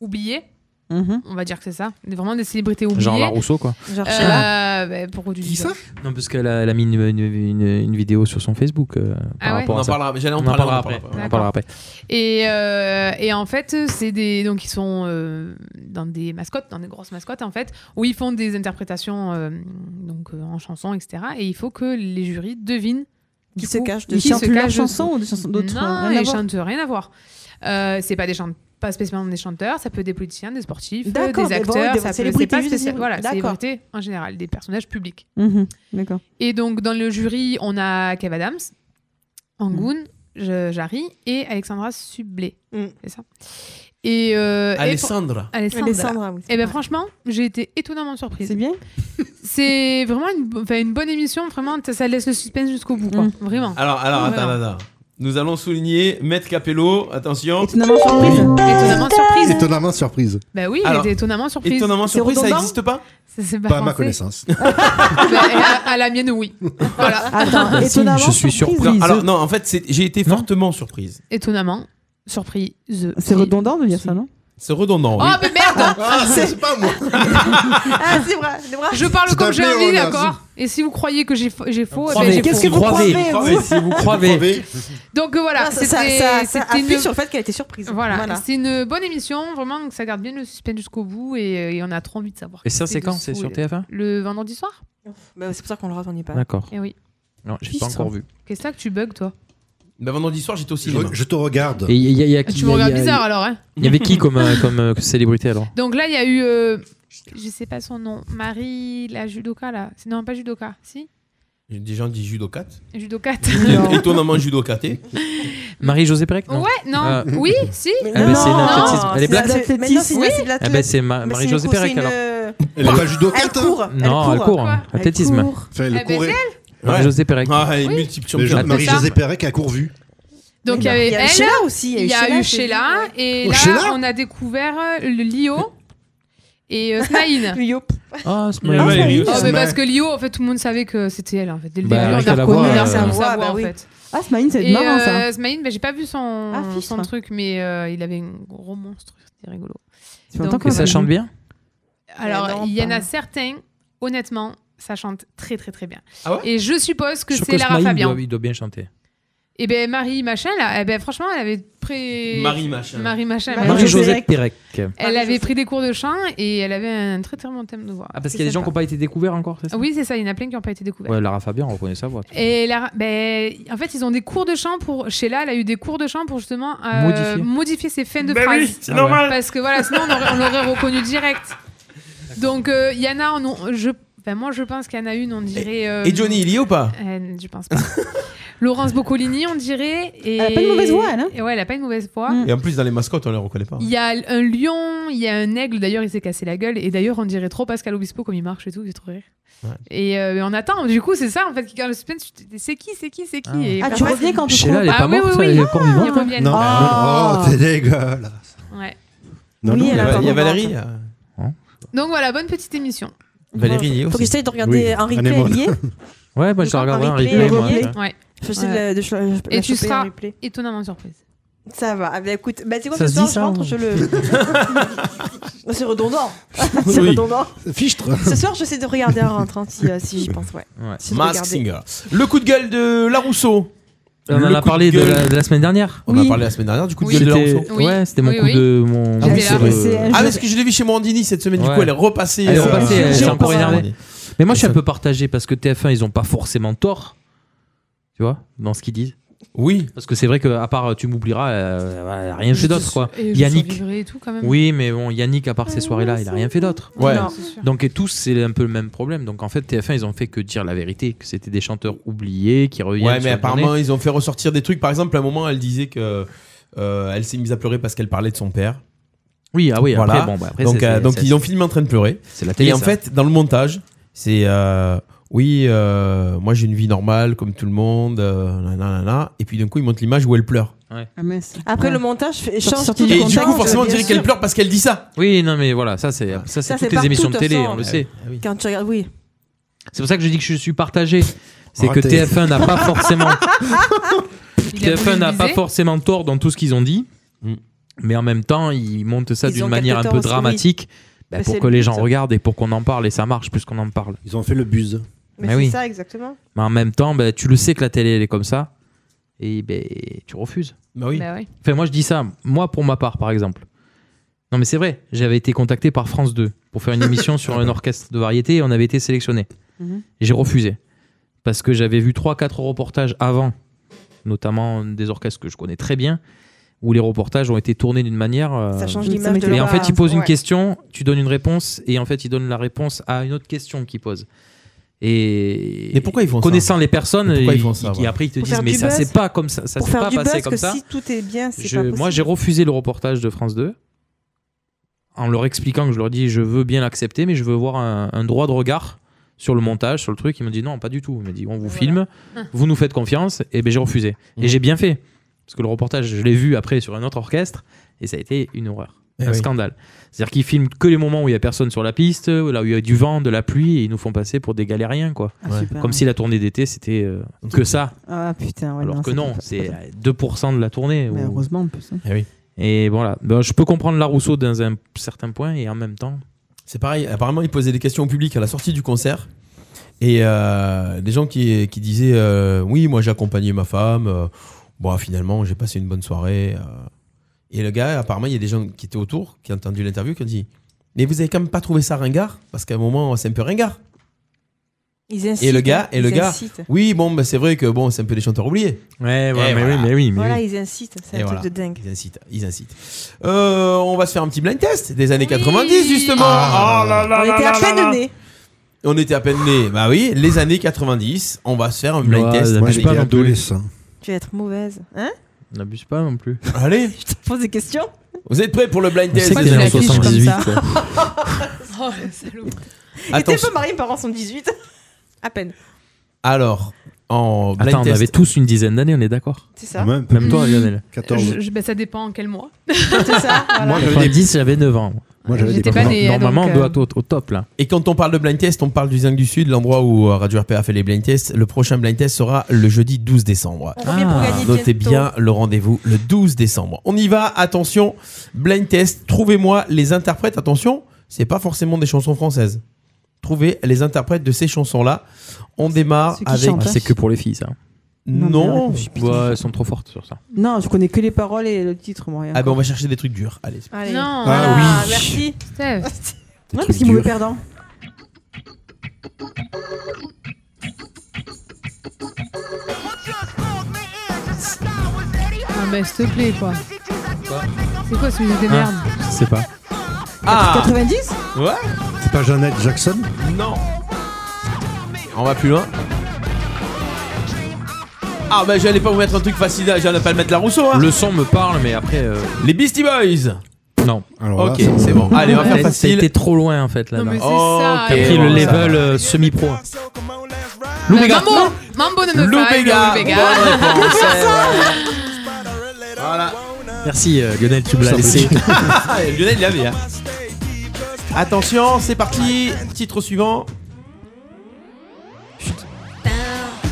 S10: oubliées.
S4: Mm-hmm.
S10: On va dire que c'est ça. Des- Vraiment des célébrités oubliées.
S6: Genre la Rousseau, quoi.
S10: Genre
S6: Genre
S10: euh, ben, pourquoi tu dis ça
S6: Non, parce qu'elle a, elle a mis une, une- une- une vidéo sur son Facebook. euh, par
S10: Ah ouais
S6: rapport
S10: On
S6: à
S10: en
S6: ça.
S7: parlera, mais j'allais en
S6: On
S7: parler,
S6: parlera
S7: on en
S6: après.
S7: parlera
S10: après.
S6: On en parlera après.
S10: Et, euh, et en fait, c'est des donc ils sont euh, dans des mascottes, dans des grosses mascottes en fait, où ils font des interprétations euh, donc euh, en chanson, etc. Et il faut que les jurys devinent
S17: Qui
S10: du
S17: se
S10: coup,
S17: cache de-
S10: qui
S17: chantent
S10: se
S17: leur
S10: cache
S17: chanson ou
S10: dessous.
S17: des chansons d'autres, euh,
S10: Non,
S17: rien à
S10: les
S17: voir
S10: chanteurs, rien à voir. Euh, c'est pas des chanteurs pas spécialement des chanteurs, ça peut être des politiciens, des sportifs, euh,
S17: D'accord,
S10: des
S17: mais bon,
S10: acteurs,
S17: des
S10: ça peut c'est
S17: célébrités,
S10: pas
S17: juste des
S10: spécial- voilà,
S17: célébrités. D'accord.
S10: célébrités en général, des personnages publics.
S17: Mhm, D'accord.
S10: Et donc, dans le jury, on a Kev Adams, Angoun, je- Jarry et Alexandra Sublet. C'est ça et euh, et pour-
S7: Alessandra.
S10: Alessandra.
S4: Alessandra, oui, c'est
S10: et ben
S4: vrai.
S10: franchement, j'ai été étonnamment surprise. C'est
S17: bien.
S10: C'est vraiment une, bo- enfin, une bonne émission. Vraiment, ça, ça laisse le suspense jusqu'au bout, quoi. Vraiment.
S7: Alors, alors, attends,
S10: Vraiment.
S7: attends. Nous allons souligner Maître Capello, attention.
S17: Étonnamment surprise.
S10: Étonnamment surprise.
S8: Étonnamment surprise.
S10: Bah oui, elle
S7: Alors,
S10: était étonnamment surprise.
S7: étonnamment
S10: C'est
S7: surprise, ça
S10: redondant
S7: existe pas
S10: Ça, c'est
S8: Pas à ma
S10: français.
S8: connaissance.
S10: Bah, à, à la mienne, oui. Voilà.
S7: Ah, si, je suis surpris. Alors, non, en fait, c'est- j'ai été fortement surprise.
S10: Étonnamment surprise.
S17: C'est redondant de dire ça, non
S7: C'est redondant, oui.
S10: Oh, mais merde
S17: Ah, c'est
S8: pas moi
S4: Ah, c'est vrai, c'est vrai.
S10: Je parle
S7: C'est
S10: comme
S7: un
S10: j'ai envie,
S7: pléonasme.
S10: d'accord Et si vous croyez que j'ai fo- j'ai faux, eh ben,
S6: Croyez.
S10: j'ai
S6: Qu'est-ce
S10: faux.
S6: que vous Croyez. croyez, Croyez, vous si vous croyez.
S10: Donc euh, voilà,
S4: Non, ça-
S10: c'était
S4: ça- ça- ça
S10: c'était
S4: appuie sur le fait qu'elle était surprise.
S10: Voilà,
S4: Voilà.
S10: c'est une bonne émission, vraiment, donc ça garde bien le suspense jusqu'au bout et, et on a trop envie de savoir.
S6: Et
S10: qui
S6: ça, c'est quand
S10: dessous
S6: C'est sur
S10: et-
S6: TF1
S10: Le vendredi soir
S4: Bah, c'est pour ça qu'on le rate, on n'y est pas.
S6: D'accord.
S10: Et oui.
S6: Non, j'ai pas encore vu.
S10: Qu'est-ce que tu bugs, toi
S7: Bah, vendredi soir, j'étais au
S8: Je,
S7: cinéma.
S8: je te regarde.
S6: Et il y a- il y a- il y a qui-
S10: Tu
S6: il
S10: me
S6: y a-
S10: regardes
S6: il y a-
S10: bizarre alors, hein
S6: Il y avait qui comme, euh, comme euh, célébrité alors
S10: Donc là, il y a eu. euh, je sais pas son nom. Marie, la judoka, là. C'est- Non, pas judoka, si
S7: Des gens disent judocate.
S10: Judocate.
S7: Étonnamment judocaté.
S6: Marie-Josée Prec non
S10: Ouais, non.
S6: Ah.
S10: Oui, si.
S6: Ah ben, c'est une athlétisme. Elle est black
S4: Oui.
S6: Ah ben, c'est Ma- Marie-Josée Pérec alors.
S8: Elle est pas judokate
S4: Euh, Elle court.
S6: Non, elle court. hein.
S4: Quoi
S6: Athlétisme.
S4: Elle court.
S8: Enfin, elle
S10: Eh ben,
S8: courait.
S10: c'est
S6: Marie-Josée Pérec.
S7: Ah, elle est multiple
S8: Mais je-
S7: championne.
S8: Marie-Josée Pérec a court vu.
S10: Donc il y
S4: bah,
S10: avait
S4: il y a eu
S10: elle,
S4: Sheila aussi,
S10: Il y a eu Sheila.
S4: c'est-
S10: Et
S6: Oh,
S10: là,
S6: Sheila
S10: on a découvert euh, le Lio et euh, Snaïn.
S4: Lio.
S6: Ah,
S10: Oh,
S6: Smiley.
S10: mais parce que Lio, en fait, tout le monde savait que c'était elle. En fait, dès le
S6: Bah,
S10: début,
S6: avec
S10: on l'a
S6: la
S10: reconnu
S6: voix,
S4: Ah,
S10: dans
S6: euh,
S10: sa
S6: la
S10: voix,
S4: bah
S17: voix,
S10: en
S17: oui.
S10: fait.
S17: Ah, Smaïn, ça va être
S10: Et
S17: marrant, ça.
S10: euh, Smaïn, ben, j'ai pas vu son,
S17: Ah, fiche,
S10: son
S17: ça.
S10: truc, mais euh, il avait un gros monstre, c'était rigolo.
S17: fait longtemps
S10: Donc, euh,
S17: qu'on
S6: Et ça
S17: l'a
S6: chante
S17: vu.
S6: bien
S17: Mais non,
S10: Alors, il y en a
S4: hein.
S17: pas.
S10: certains, honnêtement, ça chante très très très bien.
S6: Ah ouais
S10: Et je suppose que
S6: Je trouve
S10: c'est Lara
S6: Smiley, il
S10: Fabian.
S6: doit- Il doit bien chanter.
S10: Et ben Marie Machin, là, eh ben, franchement, elle avait pré...
S6: Marie Machin.
S10: Marie Machin.
S6: Marie-Josée Pérec.
S10: Elle avait pris des cours de chant et elle avait un très très bon thème de voix.
S6: Ah, parce qu'il y a des gens qui n'ont pas été découverts encore, c'est ça
S10: Oui, c'est ça, il y en a plein qui n'ont pas été découverts.
S6: Ouais, Lara Fabian, on reconnaît sa voix.
S10: Et Lara- ben, en fait, ils ont des cours de chant pour. Sheila, elle a eu des cours de chant pour justement euh,
S6: Modifier.
S10: modifier ses fins de
S6: Ben
S10: phrase.
S6: oui, c'est Ah ouais. normal.
S10: Parce que voilà, sinon on aurait- on l'aurait reconnu direct. Donc, euh, il y en a, on, on- je, ben, moi je pense qu'il y en a une, on dirait. euh,
S7: Et Johnny, il y est ou pas
S10: Euh, Je pense pas. Laurence Boccolini, on dirait. Et...
S17: Elle a pas une mauvaise voix, elle, hein Mm.
S10: Et ouais, elle a pas une mauvaise voix.
S7: Et en plus, dans les mascottes, on les reconnaît pas.
S10: Il y a un lion, il y a un aigle, d'ailleurs il s'est cassé la gueule, et d'ailleurs on dirait trop Pascal Obispo comme il marche et tout, j'ai trop rire.
S7: Ouais.
S10: Et euh, on attend, du coup c'est ça en fait qui garde le suspense, tu te dis, c'est qui, c'est qui, c'est qui et
S17: Ah, tu
S10: parfois,
S17: reviens
S10: c'est-
S17: quand tu
S6: Sheila, elle est
S10: Ah
S6: pas
S10: oui,
S6: morte,
S10: oui,
S6: elle
S10: oui.
S6: est encore
S10: Ah,
S6: vivante.
S10: ils reviennent.
S8: Non.
S10: Ah.
S8: Oh, t'es dégueulasse.
S10: Ouais.
S8: Non,
S4: Oui,
S8: non,
S4: elle
S8: mais-
S4: a pas
S7: Il y a
S4: encore
S7: Valérie. euh,
S4: entendu.
S10: Donc voilà, bonne petite émission.
S7: Valérie, il y est
S4: Faut
S7: aussi.
S4: que j'essaye de regarder un replay lié.
S6: Ouais, moi je la regarderai en replay. moi.
S10: Ouais.
S4: Je sais de- de- de- de-
S10: Et
S4: la
S10: tu
S4: choper en
S10: seras
S4: replay.
S10: étonnamment surprise.
S4: Ça va. Ah, bah, écoute, bah, c'est quoi
S6: Ça
S4: ce
S6: se
S4: soir
S6: dit,
S4: Je
S6: ça,
S4: rentre,
S6: ou-
S4: je le. c'est redondant. c'est
S7: Oui.
S4: redondant.
S8: Fichtre.
S4: Ce soir, j'essaie de regarder en rentre hein, si, euh, si j'y pense, ouais.
S6: Ouais.
S4: Si je
S7: Mask
S4: regardais.
S7: Singer. Le coup de gueule de La Rousseau.
S6: On en
S7: Le
S6: a
S7: coup de
S6: parlé de
S7: gueule.
S6: la, de la semaine dernière.
S7: On en a parlé la semaine dernière du coup de
S6: Oui.
S7: gueule de La
S6: C'était-
S7: Rousseau.
S6: Oui. ouais, c'était mon Oui, coup oui. de- mon-
S7: Ah,
S6: mon
S7: oui,
S6: coup
S7: c'est
S6: de-
S7: vrai.
S6: C'est-
S7: Ah, parce que je l'ai vu chez Morandini cette semaine. Du
S6: Ouais.
S7: coup, elle est repassée.
S6: Elle est
S7: euh,
S6: repassée,
S7: chez
S6: elle s'est encore
S7: Morandini.
S6: énervée. Mais moi je suis un peu partagé parce que TF1 ils ont pas forcément tort. Tu vois, dans ce qu'ils disent.
S7: Oui.
S6: Parce que c'est vrai que à part euh, tu m'oublieras, euh, voilà, elle a rien
S10: Je
S6: fait
S10: te
S6: d'autre quoi.
S10: sou- et je
S6: Yannick.
S10: survivrai et tout, quand même. Ah,
S6: Oui, mais bon, Yannick à part ces soirées-là, il a rien fait d'autre.
S10: Ouais. Non, c'est sûr.
S6: Donc et tous c'est un peu le même problème. Donc en fait TF1 ils ont fait que dire la vérité, que c'était des chanteurs oubliés qui reviennent.
S7: Ouais,
S6: sur
S7: mais
S6: le
S7: apparemment,
S6: tournée.
S7: ils ont fait ressortir des trucs. Par exemple, à un moment, elle disait que euh, elle s'est mise à pleurer parce qu'elle parlait de son père.
S6: Oui, ah oui, après,
S7: Voilà.
S6: bon, bah, après,
S7: donc,
S6: c'est-
S7: euh,
S6: c'est-
S7: donc
S6: c'est-
S7: ils ont filmé en train de pleurer.
S6: C'est la télé,
S7: Et en
S6: ça.
S7: fait, dans le montage, c'est euh, oui, euh, moi j'ai une vie normale comme tout le monde, euh, nanana. Et puis d'un coup, ils montent l'image où elle pleure.
S4: Après le montage fait- change tout le
S7: Et du
S4: contexte,
S7: coup, forcément, on
S4: bien
S7: dirait qu'elle
S4: sûr.
S7: pleure parce qu'elle dit ça.
S6: Oui, non mais voilà, ça c'est ça c'est
S4: Ça,
S6: toutes
S4: partout,
S6: les émissions de
S4: toute
S6: télé,
S4: façon. euh,
S6: on le sait. Ah
S4: Quand tu regardes, oui.
S6: C'est pour ça que je dis que je suis partagé. C'est que
S7: Arrêtez.
S6: TF1 n'a pas forcément
S4: Il a voulu
S6: TF1 n'a
S4: le
S6: pas
S4: viser.
S6: forcément tort dans tout ce qu'ils ont dit.
S8: Mm.
S6: Mais en même temps, ils montent ça
S4: Ils
S6: d'une
S4: ont
S6: manière un
S4: quelque
S6: peu
S4: tort, oui.
S6: dramatique bah,
S4: Mais
S6: pour
S4: c'est
S6: que
S4: le
S6: les
S4: but.
S6: gens regardent et pour qu'on en parle et ça marche plus qu'on en parle.
S8: Ils ont fait le buzz.
S4: Mais
S6: Mais
S4: c'est
S6: oui.
S4: ça, exactement.
S6: Mais en même temps, bah, tu le sais que la télé elle est comme ça et ben tu refuses.
S7: Bah
S4: oui. Bah oui.
S6: Enfin, moi je dis ça, moi pour ma part par exemple. Non mais c'est vrai, j'avais été contacté par France 2 pour faire une émission sur un orchestre de variété et on avait été sélectionné.
S18: Mhm.
S6: Et J'ai refusé parce que j'avais vu 3 4 reportages avant notamment des orchestres que je connais très bien où les reportages ont été tournés d'une manière euh,
S4: Ça change l'image de
S6: et en
S4: l'opéra.
S6: fait ils posent une
S4: Ouais.
S6: question, tu donnes une réponse et en fait ils donnent la réponse à une autre question qu'ils posent. Et
S7: Mais pourquoi ils font ça
S6: connaissant les personnes
S7: Mais pourquoi ils font
S6: ils-
S7: ça,
S6: ils-
S7: voilà
S6: après ils te
S7: Pour
S6: disent
S7: faire
S6: mais
S7: du
S6: ça
S7: buzz
S6: c'est pas comme ça ça
S4: Pour
S6: s'est
S4: faire
S6: pas
S4: du
S6: passé
S4: buzz,
S6: comme
S4: que
S6: ça
S4: si tout est bien, c'est
S6: Je-
S4: pas possible.
S6: moi j'ai refusé le reportage de France 2 en leur expliquant que je leur dis je veux bien l'accepter mais je veux voir un, un droit de regard sur le montage sur le truc ils m'ont dit non pas du tout ils m'ont dit on vous filme
S9: Ah.
S6: vous nous faites confiance et ben j'ai refusé et j'ai bien fait parce que le reportage je l'ai vu après sur un autre orchestre et ça a été une horreur
S7: Eh
S6: un
S7: oui.
S6: scandale c'est-à-dire qu'ils filment que les moments où il y a personne sur la piste là où il y a du vent de la pluie et ils nous font passer pour des galériens quoi
S9: Ah, Ouais. super,
S6: comme
S9: ouais.
S6: si la tournée d'été c'était euh, que ça
S9: Ah putain, ouais,
S6: alors que
S9: ça
S6: non,
S9: fait-
S6: c'est 2% de la tournée.
S9: Mais
S6: ou-
S9: heureusement, en plus, hein.
S7: Eh oui.
S6: Et voilà, Ben, je peux comprendre la Rousseau dans un certain point et en même temps.
S7: C'est pareil, apparemment, ils posaient des questions au public à la sortie du concert. Et euh, des gens qui, qui disaient euh, Oui, moi j'ai accompagné ma femme. euh, bon, finalement, j'ai passé une bonne soirée. euh. Et le gars, apparemment, il y a des gens qui étaient autour, qui ont entendu l'interview, qui ont dit Mais vous avez quand même pas trouvé ça ringard Parce qu'à un moment, c'est un peu ringard.
S4: Ils
S7: et
S4: incitent,
S7: le gars, et
S4: ils
S7: le gars
S4: incitent.
S7: Oui, bon, bah, c'est vrai que bon, c'est un peu des chanteurs oubliés.
S6: Ouais, ouais, mais
S7: Et voilà.
S6: oui, mais oui, mais
S4: Voilà,
S6: oui.
S4: ils incitent. C'est un
S7: Et
S4: truc
S7: voilà.
S4: de dingue.
S7: Ils incitent. Ils incitent. Euh, on va se faire un petit blind test des années 90 justement.
S4: Ah.
S7: Oh là là
S4: On
S7: là
S4: était à
S7: là
S4: peine
S7: là.
S4: nés.
S7: On était à peine nés. Bah oui, les années 90, on va se faire un blind
S6: Ouais,
S7: test.
S6: moi, j'ai pas non plus.
S4: Tu vas être mauvaise. Hein
S6: N'abuse pas non plus.
S7: Allez,
S4: Je te pose des questions.
S7: vous êtes prêts pour le blind
S6: On sait
S7: test
S6: que c'est
S7: des
S6: en
S7: années
S6: 78. quoi.
S4: oh, le salaud. Et
S7: Attends,
S4: t'es pas marié, mes parents sont 18. à peine.
S7: Alors, en blind
S6: Attends, on
S7: test.
S6: avait tous une dizaine d'années, on est d'accord
S4: C'est ça.
S6: Ah, Même,
S4: Même-
S6: toi, Lionel.
S10: Je- je- ben, ça dépend en quel mois. c'est ça.
S6: Moi, j'avais 10, j'avais 9 ans.
S7: Moi, j'avais
S10: J'étais des pas parents. née,
S6: Normalement,
S10: donc,
S6: on doit
S10: euh,
S6: être au, au top là.
S7: Et quand on parle de blind test, on parle du Zinc du Sud, l'endroit où euh, Radio RPA fait les blind tests. Le prochain blind test sera le jeudi 12 décembre. Ah,
S6: On revient pour gagner
S7: notez
S6: bientôt.
S7: bien le rendez-vous le 12 décembre. On y va, attention, blind test, trouvez-moi les interprètes, attention, c'est pas forcément des chansons françaises. Trouvez les interprètes de ces chansons-là. On démarre
S9: Ceux qui
S7: avec...
S9: chantent, là. Ah, c'est
S6: que pour les filles, ça.
S9: Non,
S7: Non,
S9: mais
S6: Ouais, elles sont trop fortes sur ça.
S9: Non, je connais que les paroles et le titre, moi. rien.
S7: Ah ben on va chercher des trucs durs. Allez.
S10: Allez. Non,
S7: Ah
S10: voilà,
S7: oui.
S10: merci. Steph.
S9: Ouais, parce qu'il mauvais perdant.
S10: Ah, mais s'il te plaît, quoi. C'est quoi ce musique de
S8: Hein
S10: merde
S6: Je sais pas.
S7: Ah
S9: 90
S7: Ouais
S8: C'est pas Jeannette Jackson
S7: Non. On va plus loin. Ah bah j'allais pas vous mettre un truc facile, j'allais pas le mettre la Rousseau. Hein.
S6: Le son me parle, mais après. euh,
S7: Les Beastie Boys
S6: Non.
S7: Ok, c'est bon. Allez, on va faire facile.
S6: C'était trop loin en fait là.
S10: Non,
S6: là.
S10: mais c'est ça,
S6: T'as pris
S10: et
S6: le
S10: voilà.
S6: level euh, semi-pro.
S10: Euh,
S6: Loubega.
S10: Mambo Mambo ne me
S7: Loubega,
S10: pas.
S7: bonne réponse. Voilà.
S6: Merci euh, Lionel, tu me l'as laissé.
S7: Lionel il l'avait. Hein. Attention, c'est parti. Titre suivant.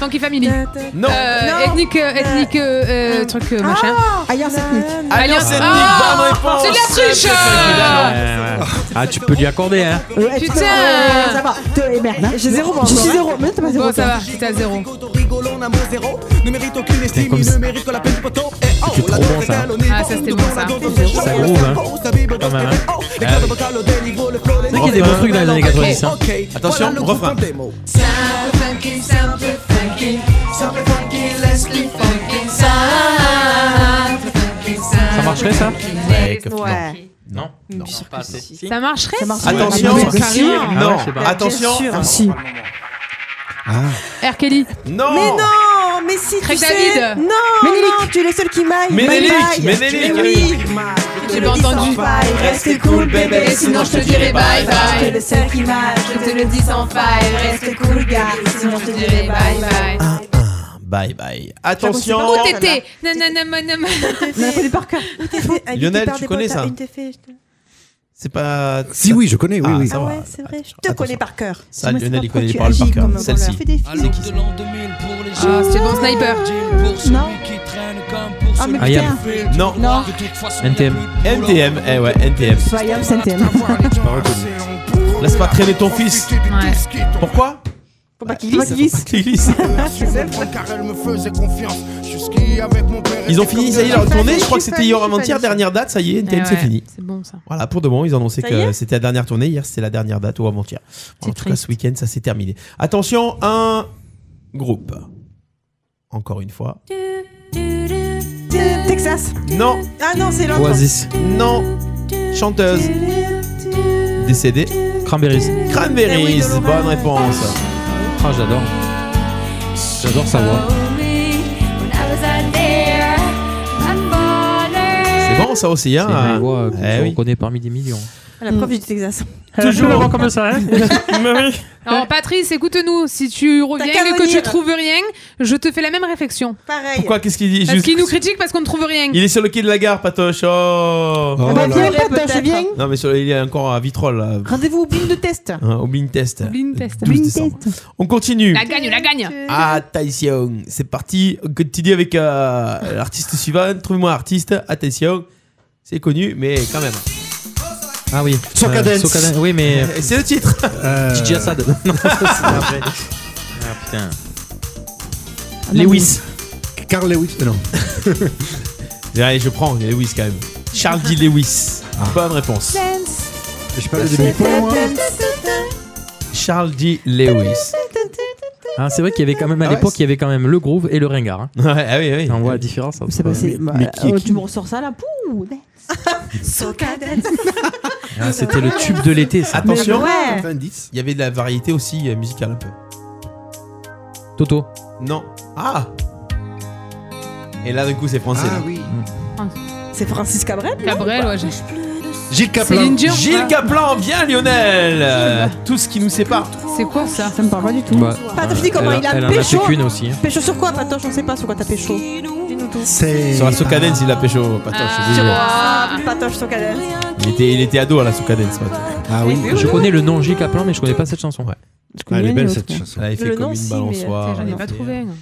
S10: Funky Family.
S7: Non.
S10: Euh, Ethnic, euh, ethnic, euh, euh, truc euh, machin. Oh,
S9: Alliance ethnique.
S7: Alliance ethnique, bonne réponse.
S10: C'est de la triche euh.
S6: Ouais, ouais. Ah, tu peux lui accorder, hein.
S9: Ouais,
S10: Putain.
S9: euh, ça va. Te- eh, merde, hein.
S15: J'ai zéro, moi,
S9: Je
S15: encore,
S9: suis
S15: hein.
S9: zéro. Mais non, t'as pas zéro.
S10: Bon, ça
S9: toi.
S10: va, c'était à zéro.
S15: Rigolon, amour zéro, ne mérite aucune estime,
S6: comme
S15: il
S6: ça.
S15: ne mérite que la peine du poteau. Eh oh,
S6: C'est
S15: la
S6: trop
S15: dose
S6: bon, ça.
S15: est galonnée,
S10: Ah, ça, c'était bon, ça.
S15: bon.
S6: Ça groove, hein. Quand même, hein.
S15: Les
S6: Ah
S15: clubs
S6: oui.
S15: vocales délivrent le flow, les
S6: C'est vrai qu'il y a des
S15: enfants.
S6: bons trucs dans les années 90. hein.
S15: Ok,
S7: Attention,
S15: voilà le
S7: refrain.
S15: groupe en démo.
S19: Simple funky, simple funky, simple funky, let's be funky, simple
S6: marcherait ça
S7: Ouais, que-
S10: Ouais.
S6: Non.
S10: Non.
S6: pas assez.
S10: Ça marcherait
S6: Ça marcherait.
S7: Attention,
S6: Ah, mais si.
S7: non,
S6: Ah ouais, c'est pas-
S7: attention.
S6: Bien sûr.
S7: Ah,
S9: si.
S10: R. Kelly.
S7: Non
S9: Mais non Mais si,
S10: Craig
S9: tu sais...
S10: David.
S9: Non Non, tu es le seul qui maille
S7: Ménélique,
S9: Bye bye.
S7: Ménélique.
S9: Mais oui
S10: J'ai pas entendu.
S9: Reste cool bébé,
S10: sinon je te dirai bye Ah, bye.
S9: Tu es le seul qui maille, je te le dis sans faille
S7: Ah,
S9: Reste cool gars, sinon je te dirai bye bye
S10: Ah,
S7: Bye bye. Attention.
S10: Où t'étais Nanana, manana.
S9: Ah,
S7: Lionel, tu connais ça C'est pas.
S8: Si, oui, je connais, oui, oui.
S7: ça va.
S9: Ah c'est vrai, je te connais par cœur.
S7: Ça, Lionel, il connaît par le par cœur. Celle-ci.
S9: C'est qui
S10: Ah, c'est bon sniper.
S9: Non. Ah, mais
S7: I am.
S9: putain.
S7: Non.
S9: Non.
S7: NTM. NTM, eh ouais, NTM.
S9: Soyam, c'est NTM.
S7: Laisse pas traîner ton fils. Pourquoi
S9: Faut pas qu'il
S7: Faut pas
S9: glisse.
S7: qu'il glisse. Qu'il glisse. Ils ont fini, ça y est, leur tournée. Je crois que c'était hier avant-hier, dernière date. Ça y est, NTM, c'est fini.
S10: C'est bon ça.
S7: Voilà, pour de bon, ils ont annoncé
S10: Ça y
S7: que
S10: est
S7: c'était la dernière tournée. Hier, c'était la dernière date ou avant-hier. En tout cas, ce week-end, ça s'est terminé. Attention, un groupe. Encore une fois.
S9: Texas.
S7: Non.
S9: Ah non, c'est l'autre.
S7: Oasis. Non. Chanteuse. Décédée.
S6: Cranberries.
S7: Cranberries, bonne réponse.
S6: Ah, j'adore. J'adore sa voix.
S7: C'est bon, ça aussi, hein.
S6: C'est une voix qu'on
S7: Eh oui.
S6: reconnaît parmi des millions.
S10: Ah,
S9: La preuve du Texas.
S11: Toujours avant comme ça, hein
S10: Alors Patrice, écoute-nous. Si tu reviens
S9: qu'à
S10: et que tu
S9: venir.
S10: trouves rien, je te fais la même réflexion.
S9: Pareil.
S7: Pourquoi Qu'est-ce qu'il dit
S10: Parce
S7: Juste-
S10: qu'il nous critique parce qu'on ne trouve rien.
S7: Il est sur le quai de la gare, Patoche. Oh.
S9: bah, là. viens, Patoche, viens.
S7: Non, mais sur- il est encore à Vitrolles, là,
S9: Rendez-vous au blind de test.
S7: hein, au blind test.
S10: Blind test.
S7: 12 décembre. On continue.
S10: La gagne, la gagne.
S9: Ah,
S7: Attention, c'est parti. On continue avec euh, l'artiste suivant. Trouvez-moi un artiste. Attention, c'est connu, mais quand même.
S6: Ah oui.
S7: Soca Dance.
S6: Oui, mais.
S7: Et c'est le titre.
S6: DJ Assad. Non, ça, c'est après. Ah putain.
S7: Lewis.
S8: Carl Lewis, non.
S7: Allez, je prends Lewis quand même. Charles D. Lewis. Bonne réponse.
S8: Je parle de demi-point, moi.
S9: hein.
S7: Charles D. Lewis.
S6: Ah, c'est vrai qu'il y avait quand même à
S7: Ah ouais,
S6: l'époque, il y avait quand même le groove et le ringard. hein.
S7: ah oui, oui.
S6: On voit la différence. hein. entre-
S9: Bah, euh, Tu me ressors ça là Pouh Soca dance.
S6: Ah, C'était le tube de l'été, ça.
S7: Attention,
S9: Mais ouais.
S7: il y avait de la variété aussi euh, musicale un peu.
S6: Toto.
S7: Non. Ah Et là, d'un coup, c'est français. là.
S9: C'est Francis Cabrel non Bah,
S10: Cabrel, ouais, j'ai.
S7: Gilles
S10: Caplan. Céline Dion.
S7: Gilles Caplan, bien Lionel Euh, Tout ce qui nous sépare.
S10: C'est quoi ça
S9: Ça me parle pas du tout.
S7: Bah,
S9: Patoche, dis comment
S7: elle-
S9: il a
S7: elle en a
S9: pécho.
S7: fait qu'une aussi. hein.
S9: Pécho sur quoi, Patoche On sait pas sur quoi t'as pécho. Dis-nous tout.
S7: Sur la Soca Dance, il a pêché au patoche. je vous
S9: Sur
S7: jure.
S9: ah, Patoche Soca dance.
S7: il, était, il était ado à la Soca Dance.
S8: Ah
S9: oui.
S6: Je connais le nom J. Kaplan, mais je connais pas cette chanson. Ouais.
S7: connais Elle est belle, l'autre, cette ouais. chanson. Elle avait fait
S9: Le
S7: comme
S9: nom,
S7: une
S9: si, mais,
S7: balançoire,
S9: euh,
S7: elle
S10: J'en ai
S7: avait
S10: pas
S7: fait,
S10: trouvé. non.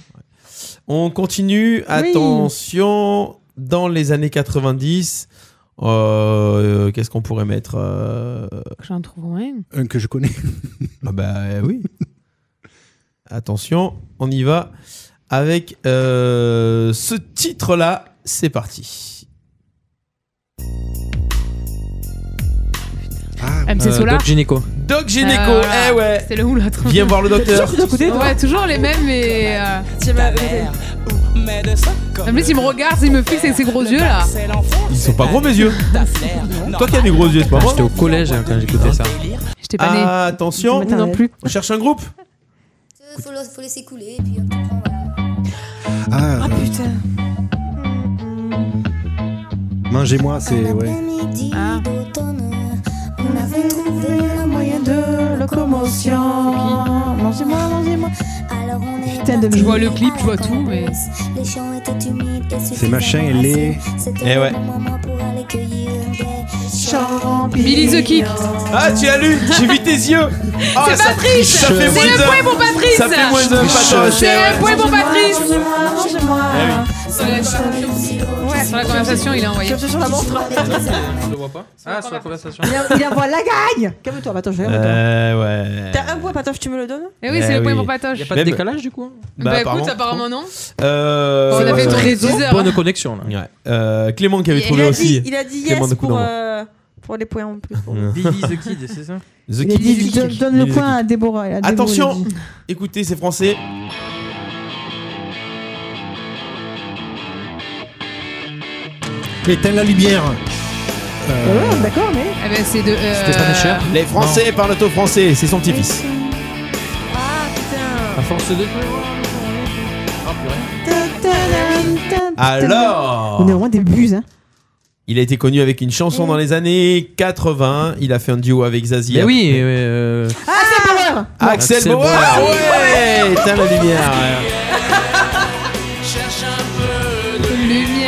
S7: On continue. Attention, dans les années 90, euh, euh, qu'est-ce qu'on pourrait mettre euh,
S10: J'en trouve rien.
S8: Un que je connais.
S7: Ah bah euh, oui. Attention, on y va avec euh, ce titre-là. C'est parti. Euh,
S8: Euh,
S10: MC Ah, Solar.
S6: Gynéco.
S7: Doc Gynéco,
S10: Ah,
S7: eh ouais.
S10: C'est le ou l'autre.
S7: Viens voir le docteur.
S10: Ouais, toujours les mêmes, mais. euh, En plus, il me regarde, il me fixe avec ses gros yeux là.
S7: Ils sont pas gros mes yeux. Toi qui as des gros yeux, c'est pas moi.
S6: J'étais au collège hein, quand j'écoutais ça.
S10: J'étais
S7: pas Ah, Attention,
S10: Moi non plus.
S7: on cherche un groupe.
S5: Faut, le- faut laisser couler. et puis, euh,
S8: Ah,
S9: Ah putain.
S8: mangez-moi, c'est. Ouais.
S5: On avait trouvé un moyen de locomotion. Mangez-moi, mangez-moi. Alors on est
S9: Putain, de-
S5: parti
S9: je vois le
S5: à
S9: clip, je vois
S5: la
S9: tout, mais-
S5: cambrousse. Les champs étaient humides et
S8: C'est machin, elle est.
S7: Eh ouais.
S10: Billy the Kick.
S7: Ah, tu as lu J'ai vu tes yeux. Ah,
S10: C'est
S7: ça-
S10: Patrice
S7: Ça fait moins
S10: C'est le
S7: d'un.
S10: point pour Patrice
S7: Ça fait moins d'un, Patoche.
S10: C'est
S7: Eh
S10: le
S7: ouais.
S10: point pour Patrice
S7: Ah
S10: Sur la conversation, il a envoyé.
S9: Sur- sur la montre.
S6: Je le vois pas Ah, sur la conversation.
S9: Il en- Il envoie la gagne Calme-toi, Patoche.
S7: oui.
S9: calme-toi.
S7: Euh, ouais.
S9: T'as un point, Patoche, tu me le donnes
S10: Eh oui, c'est
S7: Eh
S10: le point
S7: oui.
S10: pour Patoche.
S7: Y a pas de Même- décalage,
S6: du coup
S7: Bah,
S10: Bah écoute,
S7: apparemment.
S10: apparemment non.
S7: Euh,
S10: On a fait
S7: ouais.
S10: tourner 10 heures. Bonne
S6: connexion là.
S7: Ouais. Euh, Clément qui avait
S9: Il
S7: trouvé
S9: a
S7: aussi.
S9: dit, il a dit
S7: Clément
S9: yes
S7: de
S9: pour,
S7: Coudran.
S9: euh, pour les points en plus.
S6: Billy the Kid, c'est ça
S7: The
S9: Il a
S7: Kid.
S9: dit, donne, donne le point à Déborah. elle a Déborah,
S7: Attention,
S9: il a dit.
S7: écoutez, c'est français.
S18: Éteins la lumière. Euh,
S9: bah,
S10: D'accord, mais. Eh ben, c'est de. euh,
S7: Les Français parlent au français, c'est son petit-fils.
S10: Ah putain.
S6: À force de.
S7: Ah, Alors
S9: On est vraiment des buses, hein.
S7: Il a été connu avec une chanson dans les années 80. Il a fait un duo avec Zazie.
S6: Mais euh, oui,
S9: Ah, c'est Power
S7: Axel Bauer Ouais Éteins la lumière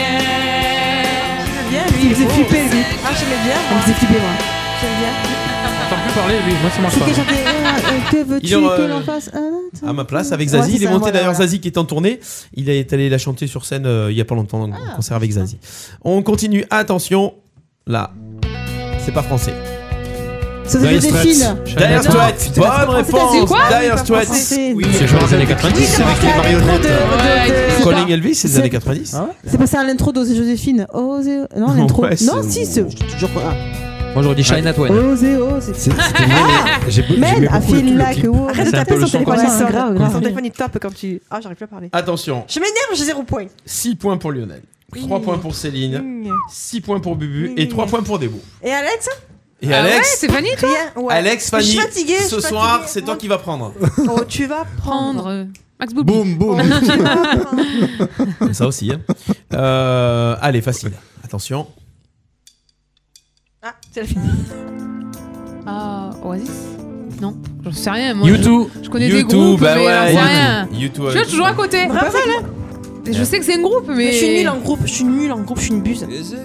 S10: Lumière.
S9: Bien, lui, il faisait flipper, lui.
S4: Ah, j'aimais bien.
S9: On me faisait flipper, moi.
S6: T'entends plus parler, lui. Moi, ça marche
S9: C'est
S6: pas.
S9: que j'avais. euh, Que veux-tu
S7: Il en,
S9: que
S7: euh,
S9: l'on fasse Ah, non.
S7: À ma place, avec
S9: Ouais,
S7: Zazie.
S9: c'est
S7: il est
S9: ça,
S7: monté
S9: voilà,
S7: d'ailleurs
S9: voilà.
S7: Zazie qui est en tournée. Il est allé la chanter sur scène euh, il y a pas longtemps en concert avec Zazie. On continue, attention. Là, c'est pas français.
S9: Ça faisait des fils.
S7: Dire Straits.
S9: Non, c'est pas
S7: Bonne
S9: français, c'est
S7: réponse.
S9: quoi
S7: Dire
S9: C'est pas
S7: Straits.
S9: français.
S7: Oui,
S6: C'est genre des années 90,
S7: c'est avec les marionnettes. Calling Elvis, c'est des années 90.
S9: C'est passé à l'intro d'Osée Joséphine. Osée. Non, l'intro.
S7: Ouais, c'est-
S9: Non, si, c'est. Toujours pas.
S6: Moi, j'aurais dit Shine at One.
S9: Osée, Osée.
S7: J'ai
S9: beau- j'aimais
S4: a
S9: beaucoup
S4: fait
S9: le- le
S4: là
S9: clip.
S4: que wow.
S9: Arrête de
S4: C'est un
S9: taper
S6: peu le
S4: son
S6: son
S4: téléphone,
S9: qu'on
S4: il
S9: passe.
S4: sonne.
S9: Grave, grave.
S4: Son téléphone il tape quand tu. Ah, j'arrive plus à parler.
S7: Attention.
S4: Je m'énerve, j'ai zéro point.
S7: 6 points pour Lionel, 3 points pour Céline, 6 points pour Bubu et 3 points pour Debo.
S4: Et Alex
S7: Et
S9: Ah
S7: Alex
S4: Fanny, toi
S7: Alex, Fanny,
S4: Je suis fatiguée, je
S7: ce
S4: suis
S7: soir, c'est toi qui vas prendre.
S4: fatiguée. Oh, tu vas prendre.
S10: euh, Max
S7: Boum, boum.
S4: Oh.
S7: Ça aussi. hein. Euh, allez, facile. Attention.
S4: Ah, c'est la fin.
S10: Ah, Oasis Non, j'en sais rien. Moi,
S7: U2.
S10: Je, je connais des
S7: U2,
S10: groupes,
S7: bah
S10: mais j'en
S7: ouais,
S10: sais
S7: U2.
S10: rien.
S7: U2,
S10: je
S7: ouais.
S10: suis toujours à côté.
S4: Bravo, là.
S10: Je sais que c'est un groupe, mais.
S4: hein. Je suis nulle en groupe, je suis nulle en groupe, je suis une buse. Oh,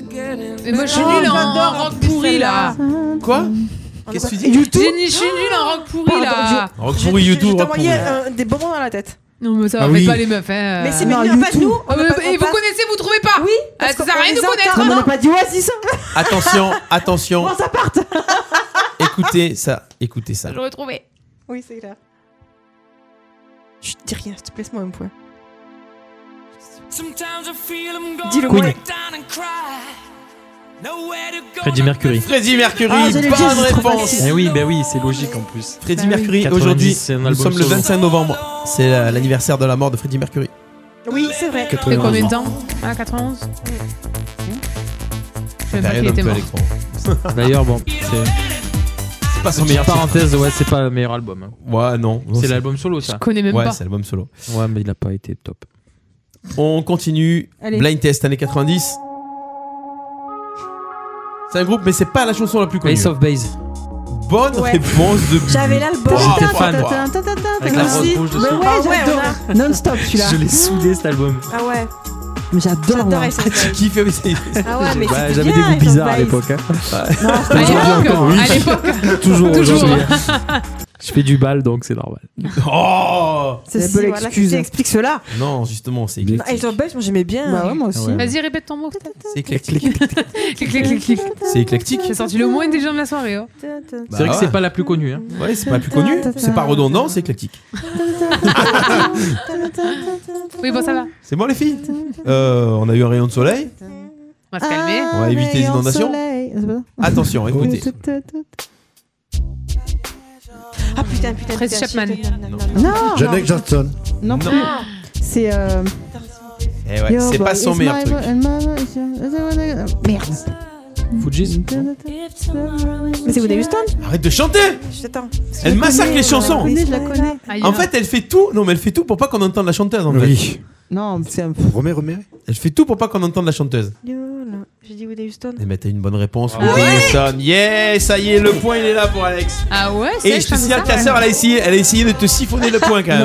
S10: Mais moi, je suis nulle en rock pourri, là.
S7: Quoi
S10: Qu'est-ce que
S4: tu dis
S10: J'ai dit, Je suis nulle en rock pourri, là.
S7: Rock pourri, U2,
S4: Je
S7: rock pourri.
S4: t'envoyais euh, des bonbons dans la tête.
S10: Non, mais ça va,
S7: Ah
S10: faites
S7: oui.
S10: pas les meufs. Hein.
S4: Mais c'est
S10: Non,
S4: même pas de nous. on
S10: Ah,
S4: n'a
S10: mais-
S4: pas- on
S10: et vous
S4: passe-
S10: connaissez, vous trouvez pas Oui
S4: parce
S10: Ah, Ça
S4: qu'on
S10: sert à rien
S4: les
S10: de connaître
S4: entend.
S10: hein.
S4: On n'a pas dit Oasis.
S7: Attention, attention. écoutez ça, écoutez ça.
S10: J'aurais trouvé.
S4: Oui, c'est clair. Je te dis rien, s'il te plaît, moi un point. Dis-le moi.
S7: Queen.
S6: Freddie Mercury.
S7: Freddie Mercury,
S6: Ah, j'allais le dire,
S7: bonne
S6: je trouve
S7: réponse.
S6: facile. Eh oui,
S7: ben oui, c'est logique en plus. Freddie
S6: Bah oui.
S7: Mercury,
S6: 90,
S7: aujourd'hui,
S6: c'est un
S7: nous
S6: album
S7: sommes le
S6: solo.
S7: 25 novembre. C'est la- l'anniversaire de la mort de Freddie Mercury.
S4: Oui, c'est vrai.
S10: Ça fait combien de temps Ah, 91 Je savais pas qu'il
S7: Période Mmh. un
S10: était
S7: peu
S10: mort.
S7: électro.
S6: D'ailleurs, bon, c'est.
S7: C'est pas son
S6: Petite
S7: meilleur
S6: Parenthèse, ouais, c'est pas le meilleur album. hein.
S7: Ouais, non. Non,
S6: C'est l'album solo, ça.
S10: Je connais même
S7: ouais,
S10: pas.
S7: c'est l'album solo.
S6: Ouais, mais il a pas été top.
S7: On continue.
S10: Allez.
S7: Blind Test, années 90. C'est un groupe, mais c'est pas la chanson la plus connue.
S6: Ace of Base.
S7: Bonne
S9: Ouais.
S7: réponse de Bubu.
S9: J'avais l'album.
S7: Trois
S9: J'étais
S7: points.
S9: fan. Tintin, tintin, tintin,
S7: Avec la
S9: tintin.
S7: robe rouge dessus.
S9: Mais ouais,
S4: Ah ouais,
S9: j'adore. Non-stop, celui-là.
S6: Je l'ai soudé cet album.
S4: Ah ouais.
S9: Mais j'adore. moi.
S4: J'adorais ça.
S7: Tu kiffes mais c'est-
S4: Ah ouais, mais
S6: Bah,
S4: c'était
S6: j'avais des
S4: bien,
S6: goûts
S4: Ace of
S6: bizarres à
S4: Base.
S6: l'époque. hein.
S10: À l'époque,
S6: encore, oui.
S10: à l'époque.
S6: Toujours,
S10: Toujours.
S6: aujourd'hui. hein. Je fais du bal, donc c'est normal.
S7: Oh
S9: C'est
S4: Ceci,
S9: belle
S4: voilà,
S9: excuse.
S4: ceci explique cela.
S7: Non, justement, c'est
S4: Ah, Ace of Base, moi j'aimais bien.
S9: Bah ouais, moi aussi.
S6: Ouais.
S10: Vas-y, répète ton mot.
S7: C'est éclectique.
S10: Clic, clic, clic, clic.
S7: C'est éclectique.
S10: J'ai sorti le mot intelligent de la soirée. oh.
S6: C'est vrai que c'est pas la plus connue. Hein.
S7: Bah Ouais, c'est pas la plus connue. C'est pas redondant, c'est éclectique.
S10: Oui, bon, ça va.
S7: C'est bon, les filles Euh, On a eu un rayon de soleil.
S10: On va se calmer.
S7: On va éviter les inondations. Attention, écoutez.
S4: Ah putain, putain,
S10: Tracy
S4: putain,
S10: Chapman.
S4: putain, putain, putain, putain.
S9: Non.
S8: Janet Jackson.
S9: Non plus. C'est. euh,
S7: Eh ouais,
S9: Yo,
S7: c'est pas
S9: boy,
S7: son
S9: it's
S7: meilleur
S9: my
S7: truc.
S9: boy and my- Merde.
S6: Fujis.
S9: Mais c'est Whitney Houston
S7: Arrête de chanter
S4: Je t'attends.
S7: Elle massacre les chansons.
S9: Je la connais.
S10: Ah,
S7: En fait, elle fait tout. Non, mais elle fait tout pour pas qu'on entende la chanteuse. En fait.
S9: Non, c'est un.
S7: Remets, remets. Elle fait tout pour pas qu'on entende la chanteuse.
S4: Yo, là, J'ai dit Whitney Houston.
S7: Et mais t'as une bonne réponse. Whitney Houston. Yeah, ça y est, le point il est là pour Alex.
S10: Ah ouais,
S7: Et je te signale que ta sœur, elle a essayé, elle a essayé de te siphonner le point quand même.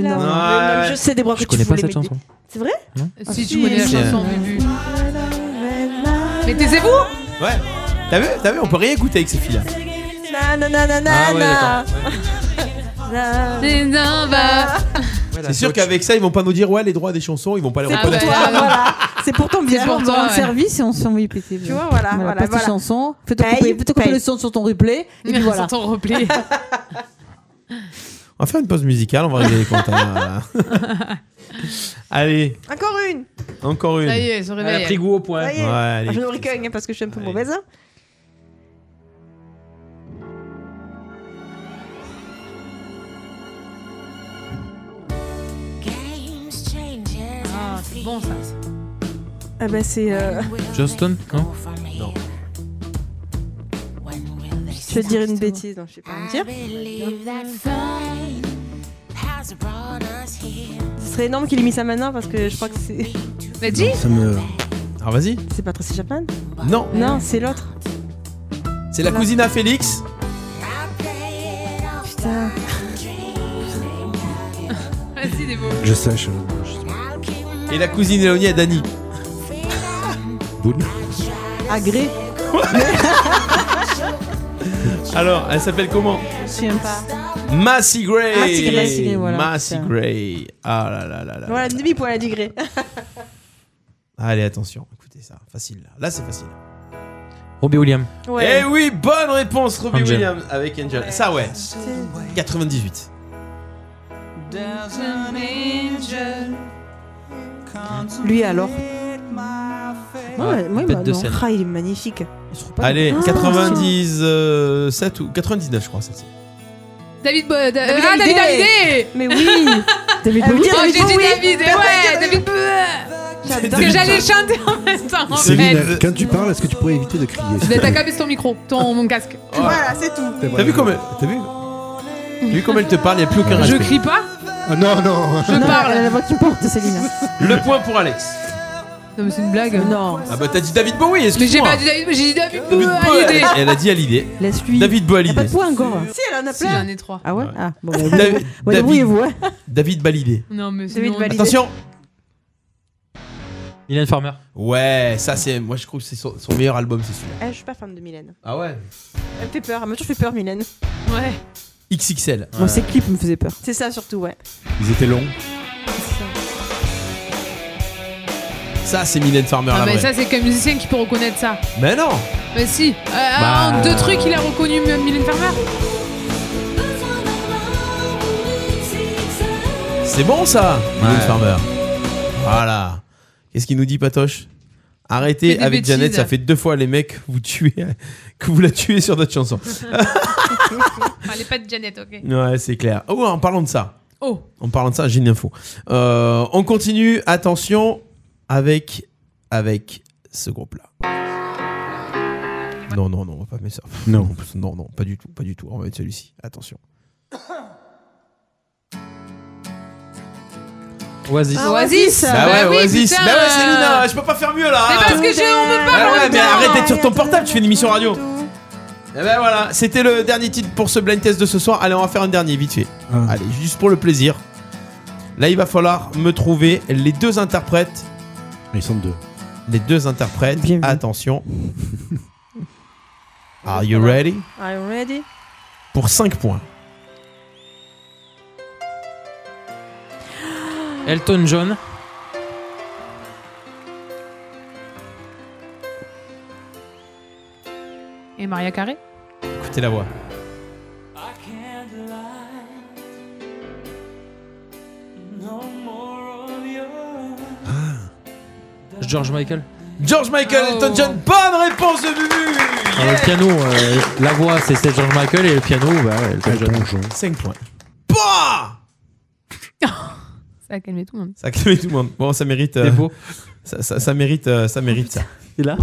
S9: Non, non, non.
S7: Ouais.
S4: Je sais des bras que
S7: Je
S4: tu
S7: connais pas
S4: voulais,
S7: cette
S4: mais-
S7: chanson.
S4: C'est vrai
S9: Ah,
S10: Si tu connais la
S7: C'est-
S10: chanson, Bubu. Mais taisez-vous
S7: Ouais. T'as vu, t'as vu, on peut rien écouter avec ces filles-là.
S4: Na na na na na
S7: Ah ouais,
S4: na.
S10: C'est non, bah.
S7: C'est sûr qu'avec ça, ils vont pas nous dire ouais les droits des chansons, ils vont pas les
S10: C'est pour
S7: reconnaître.
S10: toi,
S9: voilà. C'est pourtant bien.
S10: C'est
S9: On
S10: pour
S9: va
S10: toi,
S9: un
S10: ouais.
S9: service et on se fait envoyer péter.
S4: Tu vois, voilà, voilà,
S9: passe tes
S4: voilà.
S9: chansons. Fais-toi
S4: Paye,
S9: couper, fais-toi couper
S4: paye.
S9: le son sur ton replay. Et puis voilà.
S10: Sur ton replay.
S7: On va faire une pause musicale, on va régler les comptes. hein. Allez,
S4: Encore une.
S7: encore une.
S4: Ça y est, se réveille. Elle a pris goût
S6: au point.
S4: Ça y est.
S7: Ouais, allez,
S4: je me ricagne hein, parce que je suis un peu mauvaise. hein.
S10: Ah, c'est bon ça.
S4: Ah bah c'est. euh,
S6: Johnston Non
S7: Non.
S4: Je vais te dire une bêtise, hein, je sais pas me dire. Ce serait énorme qu'il ait mis ça maintenant parce que je crois que c'est.
S10: Mais
S7: Ça me. Ah vas-y.
S4: C'est pas Tracy Chapman
S7: Non.
S4: Non, c'est l'autre.
S7: C'est la cousine à Félix.
S4: Putain.
S10: Vas-y, des mots.
S7: Je sèche. euh, Et la cousine éloignée à Dani. Boum.
S4: Agré.
S7: Alors, elle s'appelle comment
S4: Je sais pas.
S7: Massy Gray.
S4: Massy Gray, Ah, Massy Gray, voilà,
S7: Massy
S4: putain.
S7: Gray. Ah là là là là.
S4: Voilà, demi poil à degré.
S7: Allez, attention, écoutez ça, facile. Là, Là, c'est facile.
S6: Robbie Williams.
S7: Eh oui, bonne réponse, Robbie
S6: Angel.
S7: Williams avec Angel. Ça, ouais. 98.
S4: Lui alors
S7: Ouais,
S4: Moi, moi, il
S7: tête
S4: m'a-
S7: de
S4: non,
S7: scène.
S4: ah, il est magnifique. Je trouve pas-
S7: Allez,
S4: Ah,
S7: 97 ou 99, je crois, celle-ci.
S10: David Bo- da-
S4: David
S10: ah, David
S4: Hallyday.
S10: Hallyday
S4: Mais oui David
S10: Oh,
S4: Bowie,
S10: j'ai
S4: David
S10: dit
S4: Bowie.
S10: David,
S4: David
S10: ouais, David Bowie. Parce que j'allais chanter en même temps, en
S8: Céline,
S10: fait.
S8: quand tu parles, est-ce que tu pourrais éviter de crier s'il te
S10: Mais
S8: plaît
S10: T'as qu'à baisser ton micro, ton, mon casque.
S4: Voilà, c'est tout.
S7: T'as vu comment T'as vu T'as vu comment elle te parle, il n'y a plus aucun
S10: Je
S7: respect.
S10: crie pas
S7: Ah, non, non.
S10: Je parle.
S9: La voix qui porte, Céline.
S7: Le point pour Alex.
S10: Non, mais c'est une blague. Non.
S7: Ah bah t'as dit David Bowie,
S10: Mais j'ai
S7: excuse-moi.
S10: pas dit David, j'ai dit David
S7: Ah, David
S10: Bowie. Hallyday.
S7: Elle a dit Hallyday.
S9: Laisse-lui.
S7: David Bowie Hallyday.
S9: Point encore.
S4: Si, elle en a
S10: Si,
S4: plein.
S10: j'en ai trois.
S9: Ah ouais Ah, bon, bah,
S7: David-
S9: débrouillez- bon,
S7: David-
S9: débrouillez-vous. hein.
S7: David Hallyday.
S10: Non, mais c'est
S4: David
S10: non.
S4: Hallyday.
S7: Attention
S6: Mylène Farmer.
S7: Ouais, Eh, ça c'est. Moi je trouve que c'est son, son meilleur album, c'est celui-là.
S4: Ah, je suis pas fan de Mylène.
S7: Ah ouais
S4: Elle me fait peur, elle m'a toujours fait peur, Mylène.
S10: Ouais.
S7: XXL.
S9: Moi, ces clips me faisaient peur.
S4: C'est ça surtout, ouais.
S7: Ils étaient longs. Ça c'est Mylène Farmer
S10: Ah,
S7: la
S10: mais
S7: vraie.
S10: ça, c'est qu'un musicien qui peut reconnaître ça.
S7: Mais non
S10: Mais si, euh,
S7: Bah.
S10: en deux trucs, il a reconnu M- Mylène Farmer.
S7: C'est bon ça Mylène
S6: Ouais.
S7: Farmer. Voilà. Qu'est-ce qu'il nous dit, Patoche
S10: Fais
S7: Arrêtez
S10: des
S7: avec
S10: bêtises.
S7: Janet, ça fait deux fois les mecs que vous tuez, que vous la tuez sur notre chanson.
S10: Parlez pas de Janet, ok.
S7: Ouais, c'est clair. Oh, en parlant de ça.
S10: Oh.
S7: En parlant de ça, j'ai une info. Euh, on continue, attention, avec, avec ce groupe-là. Non, non, non, on va pas mettre ça. Non. Non, non, pas du tout, pas du tout. On va mettre celui-ci. Attention.
S6: Oasis.
S10: Ah, Oasis.
S7: Bah ouais,
S10: Bah oui,
S7: Oasis.
S10: putain,
S7: bah ouais,
S10: euh.
S7: Célina, je peux pas faire mieux là.
S10: Mais parce que j'ai- on me parle
S7: Bah
S10: en
S7: ouais,
S10: même
S7: mais
S10: temps.
S7: arrête d'être sur ton portable, tu fais une émission radio. Et ben voilà, c'était le dernier titre pour ce blind test de ce soir. Allez, on va faire un dernier vite fait. Allez, juste pour le plaisir. Là, il va falloir me trouver les deux interprètes. Ils sont deux. Les deux interprètes. Attention. Are you ready?
S4: Are you ready
S7: Pour 5 points.
S6: Elton John.
S10: Et Maria Carré
S7: Écoutez la voix.
S6: George Michael.
S7: George Michael, Elton John. Bonne réponse de Bubu.
S6: Ah, le piano, euh, la voix c'est c'est George Michael et le piano, bah, ouais, Elton John.
S7: 5 points.
S10: Ça a calmé tout le monde.
S7: Ça a calmé tout le monde. Bon, ça mérite. euh, ça, ça- ça mérite, euh, ça mérite ça.
S6: Et là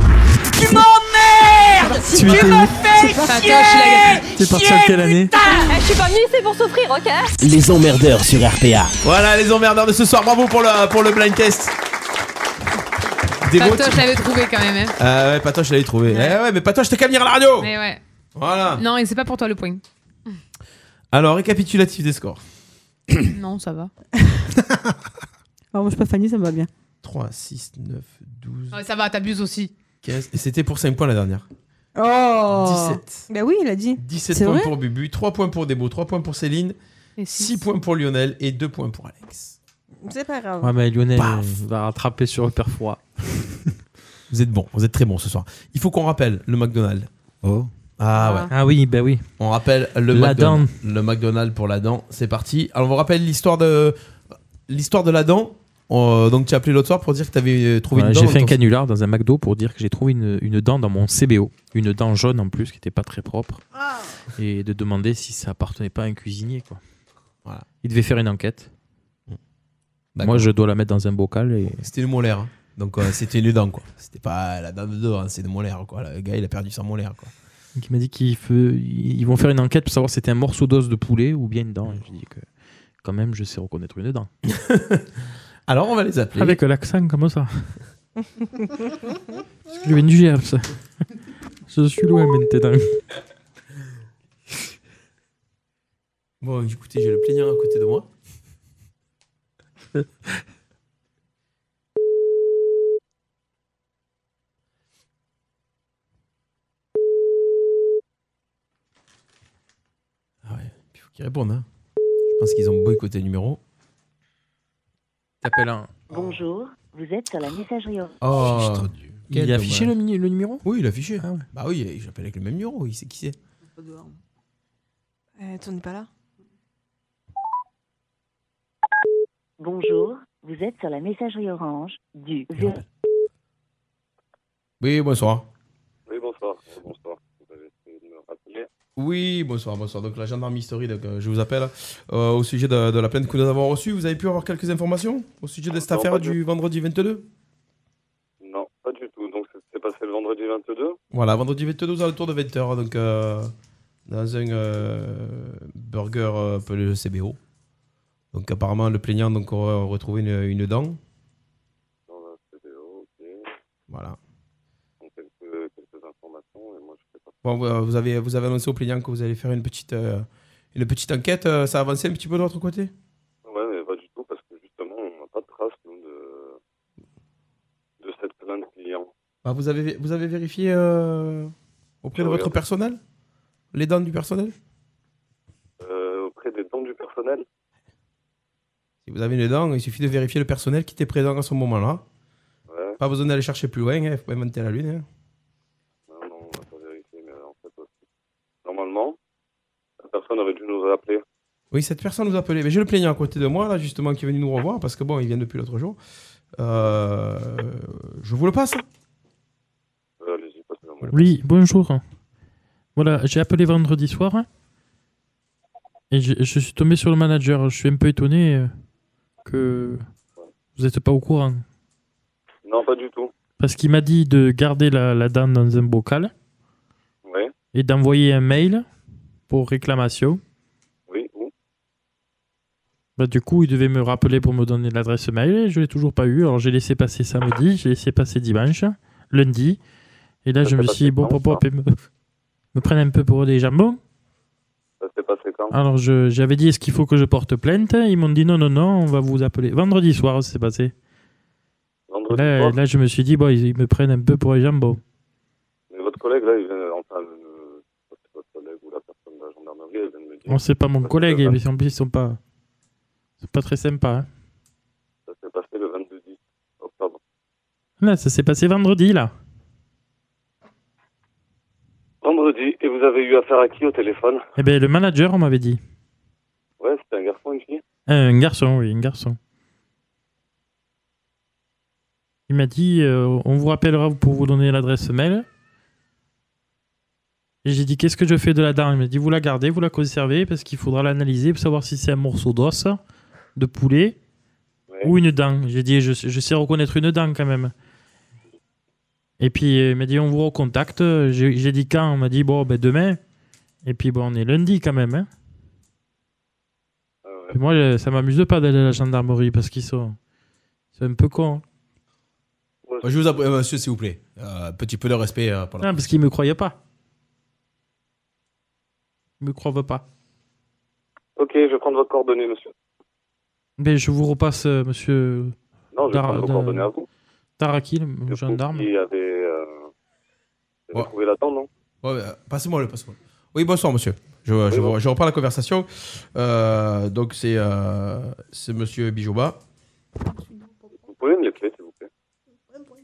S7: Tu
S19: m'emmerdes
S7: Tu m'étais où
S19: fais
S10: Patoche,
S19: chier
S10: la
S6: T'es parti en quelle année
S19: Je suis pas venue ici pour souffrir, ok
S14: Les emmerdeurs sur RPA.
S7: Voilà les emmerdeurs de ce soir. Bravo pour le, pour le blind test. Des votes.
S10: Patoche l'avait trouvé quand même. hein.
S7: Euh, ouais, Patoche, je l'avais trouvé. Eh ouais, mais Patoche, t'as qu'à venir à la radio. Ah.
S10: Mais ouais.
S7: Voilà.
S10: Non, et c'est pas pour toi le point.
S7: Alors, récapitulatif des scores
S10: non, ça va.
S9: Ah, moi, je suis pas fanny, ça me va bien.
S7: 3, 6, 9, 12,
S10: Ouais, ça va, t'abuses aussi.
S7: 15. Et c'était pour 5 points la dernière.
S4: Oh
S7: 17.
S4: Bah oui, il a dit.
S7: 17
S4: C'est
S7: points
S4: vrai
S7: pour Bubu, 3 points pour Debo, 3 points pour Céline, 6 points pour Lionel et 2 points pour Alex.
S4: C'est pas grave.
S6: Ouais, mais Lionel
S7: Bah.
S6: euh, va rattraper sur le père froid.
S7: Vous êtes bon, vous êtes très bon ce soir. Il faut qu'on rappelle le McDonald's. Oh. Ah ouais.
S6: Ah oui, bah oui.
S7: On rappelle le
S6: La
S7: McDonald's. Le McDonald's pour la dent. C'est parti. Alors on vous rappelle l'histoire de l'histoire de la dent. Euh, donc tu as appelé l'autre soir pour dire que tu avais trouvé
S6: Voilà,
S7: une dent.
S6: j'ai fait un
S7: dans ton-
S6: canular dans un McDo pour dire que j'ai trouvé une, une dent dans mon CBO, une dent jaune en plus qui était pas très propre, et de demander si ça appartenait pas à un cuisinier quoi.
S7: Voilà.
S6: Il devait faire une enquête.
S7: D'accord.
S6: Moi je dois la mettre dans un bocal et.
S7: C'était le molaire. hein. Donc euh, c'était une dent, quoi. C'était pas la dent de deux, c'est de molaire, quoi. Le gars, il a perdu son molaire, quoi.
S6: Donc il m'a dit qu'ils fe- ils vont faire une enquête pour savoir si c'était un morceau d'os de poulet ou bien une dent. Et J'ai dit que quand même, je sais reconnaître une dent.
S7: Alors on va les appeler.
S11: Avec l'accent comme ça.
S6: Parce que je viens du Gers. Je suis loin maintenant.
S7: Bon, écoutez, j'ai le plaignant à côté de moi. Ah ouais, il faut qu'ils répondent. Hein. Je pense qu'ils ont boycotté le numéro. T'appelles un.
S20: Bonjour, vous êtes sur la messagerie.
S7: Oh,
S6: Il a affiché le, mini- le numéro
S7: Oui, il a affiché. Bah oui, j'appelle avec le même numéro, il sait qui c'est.
S4: Euh, tourne pas là.
S20: Bonjour, vous êtes sur la messagerie Orange du. zéro-
S7: Oui, bonsoir.
S16: Oui, bonsoir. Bonsoir. Vous avez essayé de me rappeler.
S7: Oui, bonsoir, bonsoir. Donc la gendarmerie, donc, euh, je vous appelle euh, au sujet de, de la plainte que nous avons reçue. Vous avez pu avoir quelques informations au sujet de cette
S16: Non,
S7: affaire
S16: pas du
S7: du vendredi 22
S16: Non, pas du tout. Donc, ça s'est passé le vendredi 22.
S7: Voilà, vendredi 22 aux alentours de 20h, donc euh, dans un euh, burger euh, appelé CBO. Donc apparemment, le plaignant donc, aurait retrouvé une, une dent.
S16: Dans la CDO, ok.
S7: Voilà.
S16: Donc, quelques, quelques informations. Et moi, je sais pas.
S7: Bon, vous- vous avez, vous avez annoncé au plaignant que vous allez faire une petite, euh, une petite enquête. Euh, Ça a avancé un petit peu de l'autre côté
S16: Ouais, mais pas du tout, parce que justement, on n'a pas de trace, nous, de, de cette plainte client.
S7: Ah, vous, avez, vous avez vérifié euh, auprès de
S16: Je
S7: votre
S16: regarde.
S7: personnel Les dents du personnel
S16: Euh, auprès des dons du personnel
S7: Si vous avez une dent, il suffit de vérifier le personnel qui était présent à ce moment-là.
S16: Ouais.
S7: Pas besoin d'aller chercher plus loin, il faut pas inventer la lune. hein.
S16: Non, non, on n'a pas vérifié, mais euh, en fait, aussi. Normalement, la personne aurait dû nous appeler.
S7: Oui, cette personne nous a appelé. Mais j'ai le plaignant à côté de moi, là, justement, qui est venu nous revoir, parce que bon, il vient depuis l'autre jour. Euh, Je vous le passe. hein.
S16: Euh, Allez-y, passez la main.
S11: Oui, bonjour. Voilà, j'ai appelé vendredi soir. Et je, je suis tombé sur le manager. Je suis un peu étonné euh, que vous n'êtes pas au courant.
S16: Non, pas du tout.
S11: Parce qu'il m'a dit de garder la, la dent dans un bocal
S16: Ouais.
S11: et d'envoyer un mail pour réclamation.
S16: Oui, où
S11: Bah, du coup, il devait me rappeler pour me donner l'adresse mail et je l'ai toujours pas eu. Alors j'ai laissé passer samedi, j'ai laissé passer dimanche, lundi. Et là,
S16: Ça
S11: je me
S16: s'est
S11: suis
S16: passé
S11: dit, bon,
S16: quand,
S11: papa,
S16: ça
S11: me, me prennent un peu pour des jambons.
S16: Ça s'est passé quand
S11: Alors je- j'avais dit, est-ce qu'il faut que je porte plainte Ils m'ont dit, non, non, non, on va vous appeler. Vendredi soir, c'est passé. Et
S16: Vendredi
S11: là,
S16: soir.
S11: et là, je me suis dit, bon, ils, ils me prennent un peu pour des jambons.
S16: Mais votre collègue, là, il vient, enfin, le- je sais pas si c'est votre collègue ou la personne de la gendarmerie, elle vient de me dire.
S11: Bon, c'est pas mon
S16: Ça s'est
S11: collègue,
S16: passé-
S11: et en plus, ils sont pas, ils sont pas très sympas. hein.
S16: Ça s'est passé le 22 10 octobre.
S11: Là, ça s'est passé vendredi, là.
S16: Vendredi, et vous avez eu affaire à qui au téléphone
S11: Eh bien, le manager, on m'avait dit.
S16: Ouais, c'était un garçon, une fille
S11: Ah, Un garçon, oui, un garçon. Il m'a dit euh, on vous rappellera pour vous donner l'adresse mail. Et j'ai dit qu'est-ce que je fais de la dent Il m'a dit vous la gardez, vous la conservez parce qu'il faudra l'analyser pour savoir si c'est un morceau d'os, de poulet ou une dent. J'ai dit je, je sais reconnaître une dent quand même. Et puis euh, il m'a dit on vous recontacte. J'ai j'ai dit quand On m'a dit bon ben demain. Et puis bon on est lundi quand même. hein. Et moi, euh, ça m'amuse pas d'aller à la gendarmerie parce qu'ils sont... ils sont un peu cons. hein.
S7: Je vous app- euh, monsieur, s'il vous plaît. Euh, petit peu de respect euh, pour la-
S11: Non, parce qu'ils me croyaient pas. Ils me croient pas.
S16: Ok, je vais prendre votre coordonnée, monsieur.
S11: Mais je vous repasse, euh, monsieur.
S16: Non, je vais
S11: Dar-
S16: prendre vos
S11: Dar-
S16: coordonnées à vous.
S11: Taraki, le gendarme.
S16: Qui avait, euh, qui avait trouvé la dent, non
S7: Ouais, ouais, Passez-moi le, passez-moi le. Oui, bonsoir, monsieur. Je, je- je reprends la conversation. Euh, donc, c'est euh, c'est monsieur Bijoba.
S16: Vous pouvez me l'appeler, s'il vous plaît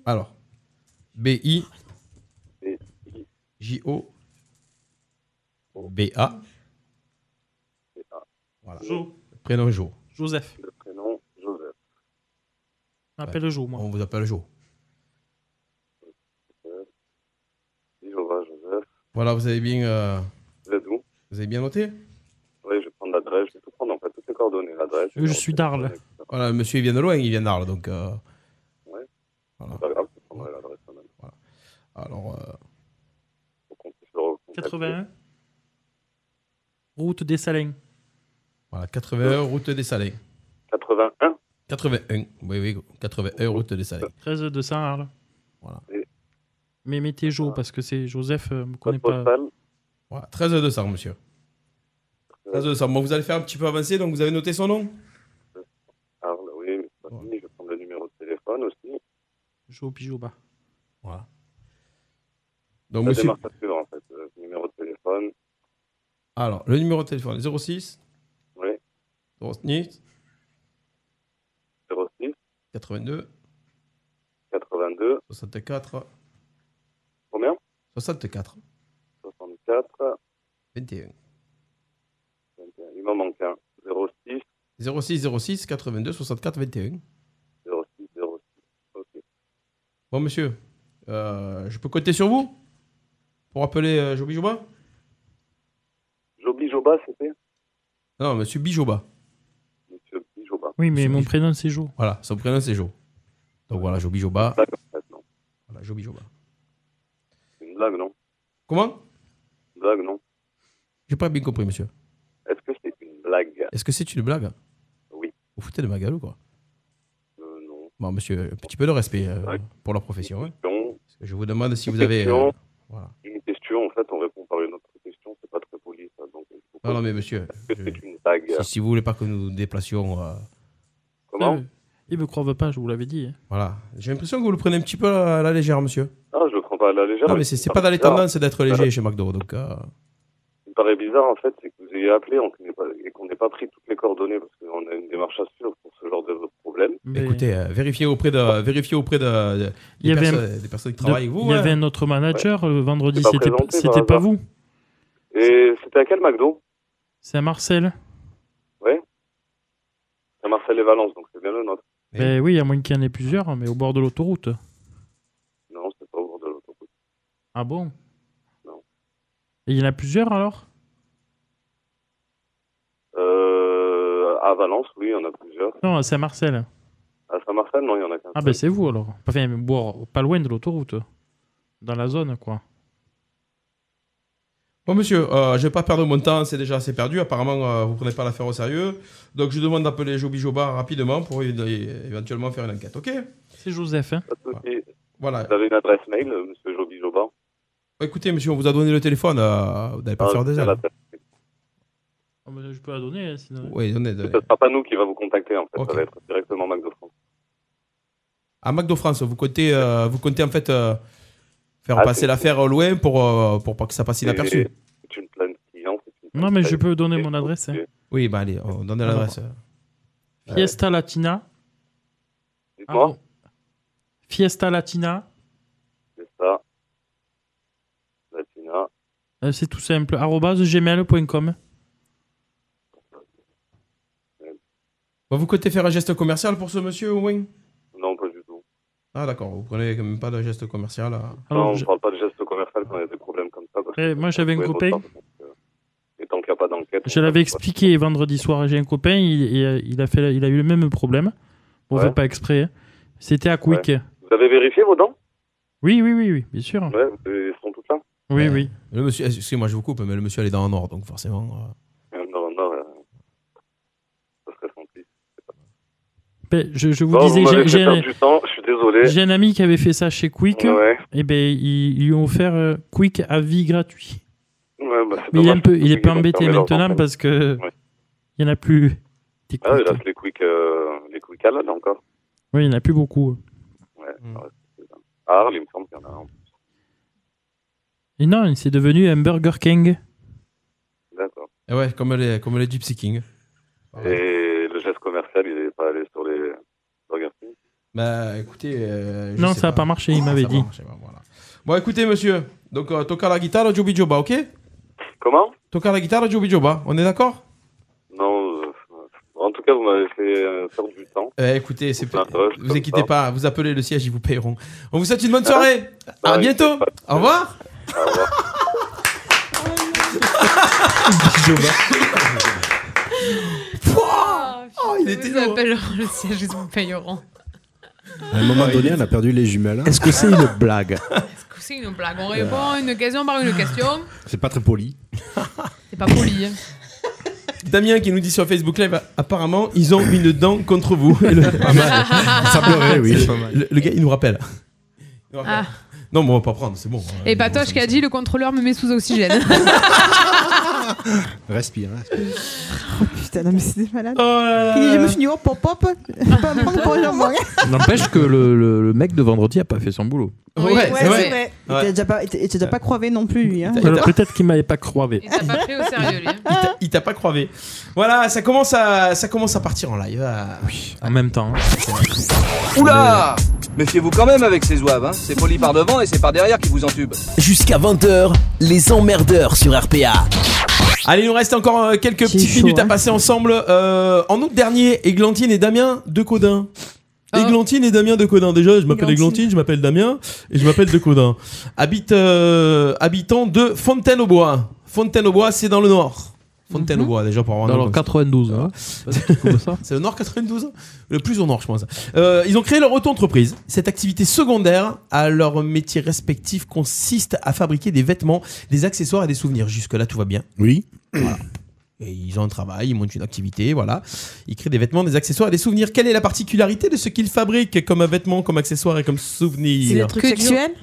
S7: Alors, B-I.
S16: B-I.
S7: J-O. B-A. Voilà.
S11: Jo.
S7: Prénom Jo.
S11: Joseph.
S16: Le prénom, Joseph.
S11: On appelle Jo, moi.
S7: On vous appelle Jo.
S16: Jova, Joseph.
S7: Voilà, vous avez bien, euh,
S16: Vous êtes où
S7: vous avez bien noté
S16: Oui, je vais prendre l'adresse, je vais tout prendre, en fait, toutes les coordonnées, l'adresse.
S11: Je suis d'Arles.
S7: Voilà, le monsieur, il vient de loin, il vient d'Arles, donc... euh,
S16: Ouais. C'est pas grave, je prendrai l'adresse moi-même.
S7: Alors, euh,
S16: Pour qu'on puisse le recontacter.
S11: 81. Route des Salins.
S7: voilà, 80 route des Salés.
S16: 81
S7: 81, oui, oui, 81 route des Salés.
S11: 13 de Saint-Arles.
S7: Voilà.
S11: Mais mettez Jo, parce que c'est Joseph, euh, me connaît pas.
S16: Postale.
S7: Voilà, 13 200, monsieur. 13 200. Bon, vous allez faire un petit peu avancer, donc vous avez noté son nom
S16: Arles, oui, mais c'est pas fini, je vais prendre le numéro de téléphone aussi.
S11: Jo Pijoba.
S7: Voilà. Donc,
S16: la
S7: monsieur-
S16: démarche à suivre, en fait. euh, numéro de téléphone,
S7: Alors, le numéro de téléphone 06
S16: oui,
S7: 06
S16: 06
S7: 82
S16: 82,
S7: 64
S16: combien
S7: 64
S16: 64,
S7: 21
S16: 21. il m'en manque un. 06
S7: 06 06 82 64 21.
S16: 06 06. Ok.
S7: Bon, monsieur, euh, je peux compter sur vous pour appeler euh, Joby Joba
S16: Joby Joba, c'était
S7: Non, monsieur Bijoba.
S16: Monsieur Bijoba.
S11: Oui, mais mon prénom, c'est Jo.
S7: Voilà, son prénom c'est Jo. Donc voilà, Joby Joba. Voilà, Joby Joba.
S16: C'est une blague, non
S7: Comment
S16: Une blague, non
S7: J'ai pas bien compris, monsieur.
S16: Est-ce que c'est une blague
S7: Est-ce que c'est une blague
S16: Oui.
S7: Vous foutez de ma gueule ou quoi
S16: Euh, Non.
S7: Bon, monsieur, un petit peu de respect euh, pour la profession. hein.
S16: Question.
S7: Parce que Je vous demande si vous avez. euh,
S16: Question. Une question, en fait, on répond par une autre question, c'est pas très poli, ça. Donc, il faut
S7: Ah Non, non,
S16: que-
S7: mais monsieur,
S16: Est-ce que c'est une blague
S7: si, si vous voulez pas que nous nous déplacions. euh,
S16: Comment
S11: Ah, euh, Il me croit pas, je vous l'avais dit. hein.
S7: Voilà. J'ai l'impression que vous le prenez un petit peu à la légère, monsieur.
S16: Ah, je le prends pas à la légère.
S7: non, mais c'est
S16: ce qui
S7: c'est
S16: me
S7: pas dans les
S16: paraît bizarre.
S7: tendances d'être léger chez McDo. Donc, euh,
S16: Ce qui me paraît bizarre, en fait, c'est que vous ayez appelé on n'ait pas- et qu'on n'ait pas pris toutes les coordonnées, parce qu'on a une démarche à suivre pour ce genre de problème.
S7: écoutez, euh, vérifiez auprès de, vérifiez auprès de, de-
S11: Il
S7: des,
S11: y avait
S7: perso-
S11: un-
S7: des personnes qui travaillent
S11: de-
S7: avec vous. hein.
S11: Il y
S7: ouais.
S11: avait un autre manager le vendredi,
S7: C'est pas
S11: c'était pas,
S7: présenté,
S11: c'était
S7: par
S11: pas
S7: hasard.
S11: vous.
S16: Et c'était à quel McDo
S11: C'est à Marcel.
S16: Ouais. C'est Marcel et Valence, donc c'est bien le nôtre.
S11: Ben oui, à moins qu'il y en ait plusieurs, mais au bord de l'autoroute.
S16: Non, c'est pas au bord de l'autoroute.
S11: Ah bon
S16: Non.
S11: Et il y en a plusieurs alors
S16: Euh, à Valence, oui, il y en a plusieurs.
S11: Non, c'est à Marcel.
S16: À Saint-Marcel, non, il y en a qu'un.
S11: Ah
S16: seul.
S11: ben c'est vous alors. Enfin, bon, pas loin de l'autoroute. Dans la zone, quoi.
S7: Bon, monsieur, euh, je vais pas perdre mon temps, c'est déjà assez perdu. Apparemment, euh, vous prenez pas l'affaire au sérieux. Donc, je demande d'appeler Joby Joba rapidement pour é- é- éventuellement faire une enquête, ok
S11: C'est Joseph, hein
S16: Pas de souci.
S7: Voilà.
S16: Vous avez une adresse mail, euh, monsieur Joby Jobin
S7: Écoutez, monsieur, on vous a donné le téléphone, euh, vous n'allez pas
S16: Ah,
S7: faire des
S16: c'est
S7: heures.
S16: la tête.
S11: Ah ben, je peux la donner, hein, sinon.
S7: Oui, on est
S16: Ce sera pas nous qui va vous contacter, en fait. Ça va être directement McDo France.
S7: À McDo France, vous comptez, euh, vous comptez en fait euh, faire
S16: Ah,
S7: passer
S16: c'est-
S7: l'affaire au loin pour, euh, pour pas que ça passe inaperçu.
S16: Et C'est une plainte client, c'est une
S11: Non, mais je peux donner mon adresse. hein.
S7: Oui, bah allez, on donne
S11: Alors,
S7: l'adresse.
S11: Fiesta Latina.
S16: Dites-moi.
S11: Arro- Fiesta Latina.
S16: C'est ça. Latina.
S11: euh, C'est tout simple. arobase gmail.com.
S7: Bah, vous comptez faire un geste commercial pour ce monsieur au moins
S16: Non, pas du tout.
S7: Ah d'accord, vous prenez quand même pas de geste commercial. hein.
S11: Ah
S16: non, on parle pas de gestes commercial quand il y a des problèmes comme ça. parce que
S11: Eh, moi,
S16: ça
S11: j'avais un
S16: peut être
S11: copain.
S16: autre part, donc, euh, Et tant qu'il n'y a pas d'enquête.
S11: Je
S16: on-
S11: l'avais expliqué vendredi soir. J'ai un copain, il, il- il a, fait, il a eu le même problème. Bon,
S16: Ouais.
S11: fait pas exprès. hein. C'était à Quick.
S16: Ouais. Vous avez vérifié vos dents
S11: Oui, oui, oui, oui, bien sûr.
S16: Ouais, ils sont toutes là
S11: Oui, oui.
S7: Le monsieur, eh, excusez-moi, je vous coupe, mais le monsieur elle est dans un or, donc forcément. euh,
S16: Euh, Non, non, euh, ça serait gentil.
S11: Ben, je, je vous
S16: Bon,
S11: disais,
S16: vous
S11: j'ai-
S16: m'avez fait
S11: j'ai un,
S16: perdre du temps, je suis désolé.
S11: j'ai un ami qui avait fait ça chez Quick.
S16: Ouais.
S11: Et ben, ils, ils lui ont offert euh, Quick à vie gratuit.
S16: Ouais, bah, c'est
S11: Mais il est un
S16: dommage,
S11: peu,
S16: parce
S11: il est
S16: qu'ils
S11: pas
S16: ont
S11: embêté
S16: fermé leurs
S11: maintenant
S16: antennes.
S11: parce que
S16: Ouais.
S11: il y en a plus. Des
S16: Ah, il
S11: Quick.
S16: reste les quick, euh, les quick là encore.
S11: Oui, il n'y en a plus beaucoup.
S16: Ouais,
S11: Mm.
S16: ça reste, c'est ça. À Arles, il me semble qu'il y en a un.
S11: Et non, c'est devenu un Burger King.
S16: D'accord.
S7: eh ouais, comme les, comme les Gypsy King.
S16: Et le geste commercial, il n'est pas allé sur les Burger King.
S7: Bah écoutez. euh, je
S11: Non,
S7: sais
S11: ça n'a pas marché, il
S7: Ah,
S11: m'avait
S7: ça a pas
S11: dit.
S7: marché, bah, voilà. Bon, écoutez, monsieur, donc euh, toca la guitare, Joby Joba, ok
S16: Comment
S7: Toca la guitare, Joby Joba, on est d'accord
S16: Non, euh, en tout cas, vous m'avez fait euh, perdre du temps.
S7: Eh, Écoutez, c'est
S16: Un rush
S7: Vous
S16: comme
S7: inquiétez
S16: ça.
S7: pas, vous appelez le siège, ils vous payeront. On vous souhaite une bonne soirée.
S16: Ah,
S7: À bientôt. Au revoir.
S16: Au revoir.
S7: Oh,
S10: Oh, il était vous appelleront le siège, ils vous payeront.
S8: À un moment donné, on a perdu les jumelles. Est-ce
S7: que c'est une blague
S10: C'est une blague. On répond à une question par une question.
S7: C'est pas très poli.
S10: C'est pas poli. hein.
S7: Damien qui nous dit sur Facebook Live, apparemment, ils ont une dent contre vous. Et le- Ça pleurait, oui. Le, le gars, il nous rappelle.
S10: Ah. Eh ben,
S7: Non, bon, on va pas prendre, c'est bon.
S10: Et Patoche qui a dit le contrôleur me met sous oxygène.
S8: Respire,
S7: hein,
S8: respire.
S9: Putain, non, mais c'est des malades.
S7: là là.
S9: Il dit, je me suis dit, oh, pop, pop, pas me prendre pour un jambon.
S6: N'empêche que le, le- le mec de vendredi a pas fait son boulot.
S9: Oui, ouais,
S6: c'est vrai.
S9: Il t'a déjà pas, il t'a- il t'a déjà pas crevé non plus, lui. Hein.
S11: Alors, Peut-être qu'il m'avait pas croivé.
S7: Il t'a- Il t'a pas croivé. Voilà, ça commence à, ça commence à partir en live. Oui,
S6: en même temps.
S12: Oula Méfiez-vous quand même avec ces zouaves, hein. C'est poli par devant et c'est par derrière qui vous entube.
S14: Jusqu'à 20h, les emmerdeurs sur RPA.
S7: Allez, il nous reste encore euh, quelques petites minutes
S6: hein.
S7: à passer ensemble. Euh, en août dernier, Églantine et Damien de Codin. Églantine et Damien de Codin. Déjà, je m'appelle Églantine, je m'appelle Damien et je m'appelle de Codin. Habite, euh, habitant de Fontaine-au-Bois. Fontaine-au-Bois, c'est dans le nord. Fontaine-au-Bois, déjà pour avoir un
S6: Dans
S7: nom
S6: le
S7: comme ça.
S6: 92.
S7: Ah.
S6: hein.
S7: C'est le Nord 92 Le plus au Nord, je pense. Euh, ils ont créé leur auto-entreprise. Cette activité secondaire à leur métier respectif consiste à fabriquer des vêtements, des accessoires et des souvenirs. Jusque-là, tout va bien. Oui. Voilà. Et ils ont un travail, ils montent une activité, voilà. Ils créent des vêtements, des accessoires et des souvenirs. Quelle est la particularité de ce qu'ils fabriquent comme vêtements, comme accessoires et comme souvenirs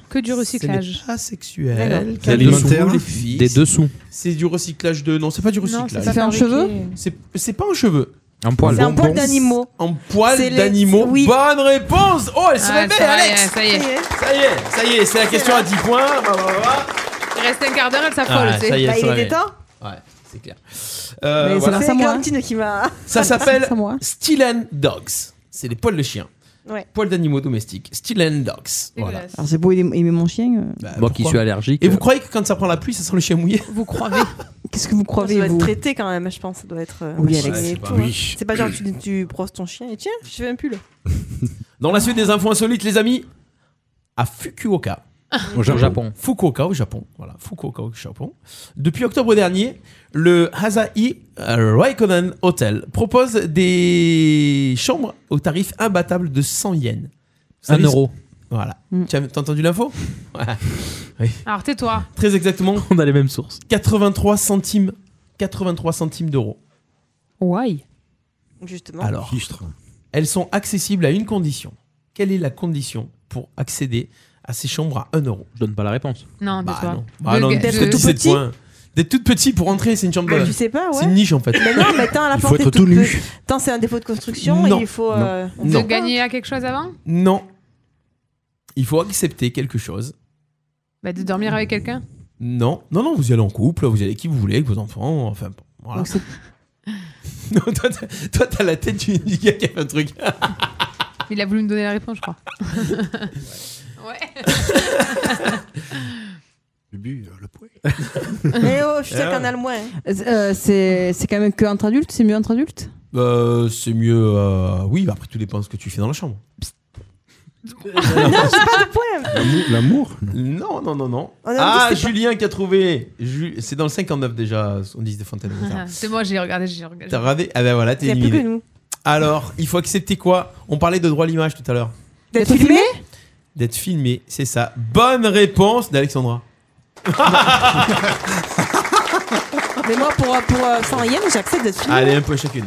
S10: Que du recyclage.
S7: Pas
S10: D'accord.
S7: sexuel.
S6: C'est alimentaire. Des dessous.
S7: C'est du recyclage de. Non, c'est pas du
S10: Non, c'est
S7: recyclage.
S10: pas C'est un fabriqué. cheveu
S7: C'est- C'est pas un cheveu.
S6: Un poil.
S9: C'est un poil d'animaux.
S7: Un poil
S9: C'est les-
S7: d'animaux.
S9: oui.
S7: Bonne réponse. Oh, elle se
S10: Ah,
S7: réveille,
S10: ça va,
S7: Alex.
S10: Ça y est.
S7: Ça y est, hein. ça y est, c'est la question à 10 points. Bah, bah, bah, bah.
S10: Il reste un quart d'heure, elle s'affole.
S7: Ah,
S10: tu sais.
S7: ça y est, Bah, ça il va était bien. temps. Ouais, c'est clair. Euh,
S9: Mais
S7: voilà.
S9: c'est la Glantine qui m'a.
S7: Ça s'appelle
S9: hein. C'est moi.
S7: Still and Dogs. C'est des poils de chiens.
S9: Ouais.
S7: Poils d'animaux domestiques. Still and Dogs. Voilà. Bah,
S9: Alors, c'est beau, il aimait il aimait mon chien. euh.
S6: Moi qui
S7: Pourquoi
S6: suis allergique. euh.
S7: Et vous croyez que quand ça prend la pluie, ça sent le chien mouillé
S10: Vous croyez
S9: Qu'est-ce que vous
S4: Ça
S9: croyez,
S4: doit être
S9: vous
S4: traité quand même, je pense. Ça doit être. euh,
S7: Oui,
S4: machiné
S7: Alex.
S4: et
S7: Ouais,
S4: tout,
S7: c'est pas-
S4: hein.
S7: oui.
S4: C'est pas genre tu, tu brosses ton chien et tiens, je fais un pull.
S7: Dans la suite des infos insolites, les amis, à Fukuoka.
S6: Au Japon. Au Japon.
S7: Fukuoka au Japon. Voilà, Fukuoka au Japon. Depuis octobre dernier, le Hazai Raikonan Hotel propose des chambres au tarif imbattable de 100 yens. Vous
S6: Un
S7: savez ce-
S6: euro.
S7: Voilà. Tu as t'as entendu l'info Ouais. Oui.
S10: Mm. Alors tais-toi.
S7: Très exactement.
S6: On a les mêmes sources.
S7: 83 centimes. 83 centimes d'euros.
S10: Why
S4: Justement.
S7: Alors, elles sont accessibles à une condition. Quelle est la condition pour accéder à ces chambres à 1 euro
S6: Je donne pas la réponse.
S10: Non,
S7: Bah
S10: tais-toi.
S7: non, bah
S10: Le
S7: non,
S10: gars-
S7: parce que
S10: le-
S7: 17
S10: petit.
S7: points. D'être toute petite pour entrer, c'est une chambre.
S9: Ah,
S7: de-
S9: tu sais pas, ouais.
S7: C'est une niche en fait.
S9: Mais non, mais tant à la
S7: Il faut
S9: porte
S7: être
S9: est
S7: tout
S9: toute
S7: nu.
S9: petite. Tant c'est un défaut de construction,
S7: Non.
S9: il faut.
S7: Non.
S9: euh, on
S10: On
S7: Non.
S10: veut gagner à quelque chose avant
S7: Non. Il faut accepter quelque chose.
S10: Bah de dormir avec quelqu'un.
S7: Non, non, non, vous y allez en couple, vous y allez qui vous voulez, avec vos enfants, enfin bon, voilà.
S10: Donc c'est-
S7: Non, toi, t'as- toi, t'as la tête du du gars qui a fait un truc.
S10: Il a voulu me donner la réponse, je crois.
S8: euh, le poing.
S4: Eh
S9: Mais oh, je suis
S7: Ah.
S9: qu'un a le
S4: hein.
S9: moins. Euh, c'est c'est quand même que entre adultes, c'est mieux entre adultes
S7: Euh, c'est mieux. euh, Oui, bah, après, tout dépend de ce que tu fais dans la chambre.
S8: L'amour
S7: Non, non, non, non.
S10: On a dit
S7: Ah,
S10: que c'est pas-
S7: Julien qui a trouvé. Ju- C'est dans le 59 déjà, on dit de Fontaine.
S10: Ah, C'est moi, j'ai regardé, j'ai regardé.
S7: T'as regardé Ah ben voilà, t'es
S10: Il y a plus
S7: éliminé.
S10: que nous.
S7: Alors, il faut accepter quoi On parlait de droit à l'image tout à l'heure.
S9: D'être filmé
S7: D'être filmé, c'est ça. Bonne réponse d'Alexandra.
S9: Mais moi, pour, euh, pour euh, 100 yens, j'accepte d'être
S10: Ah.
S9: filmé.
S7: Allez, un peu chacune.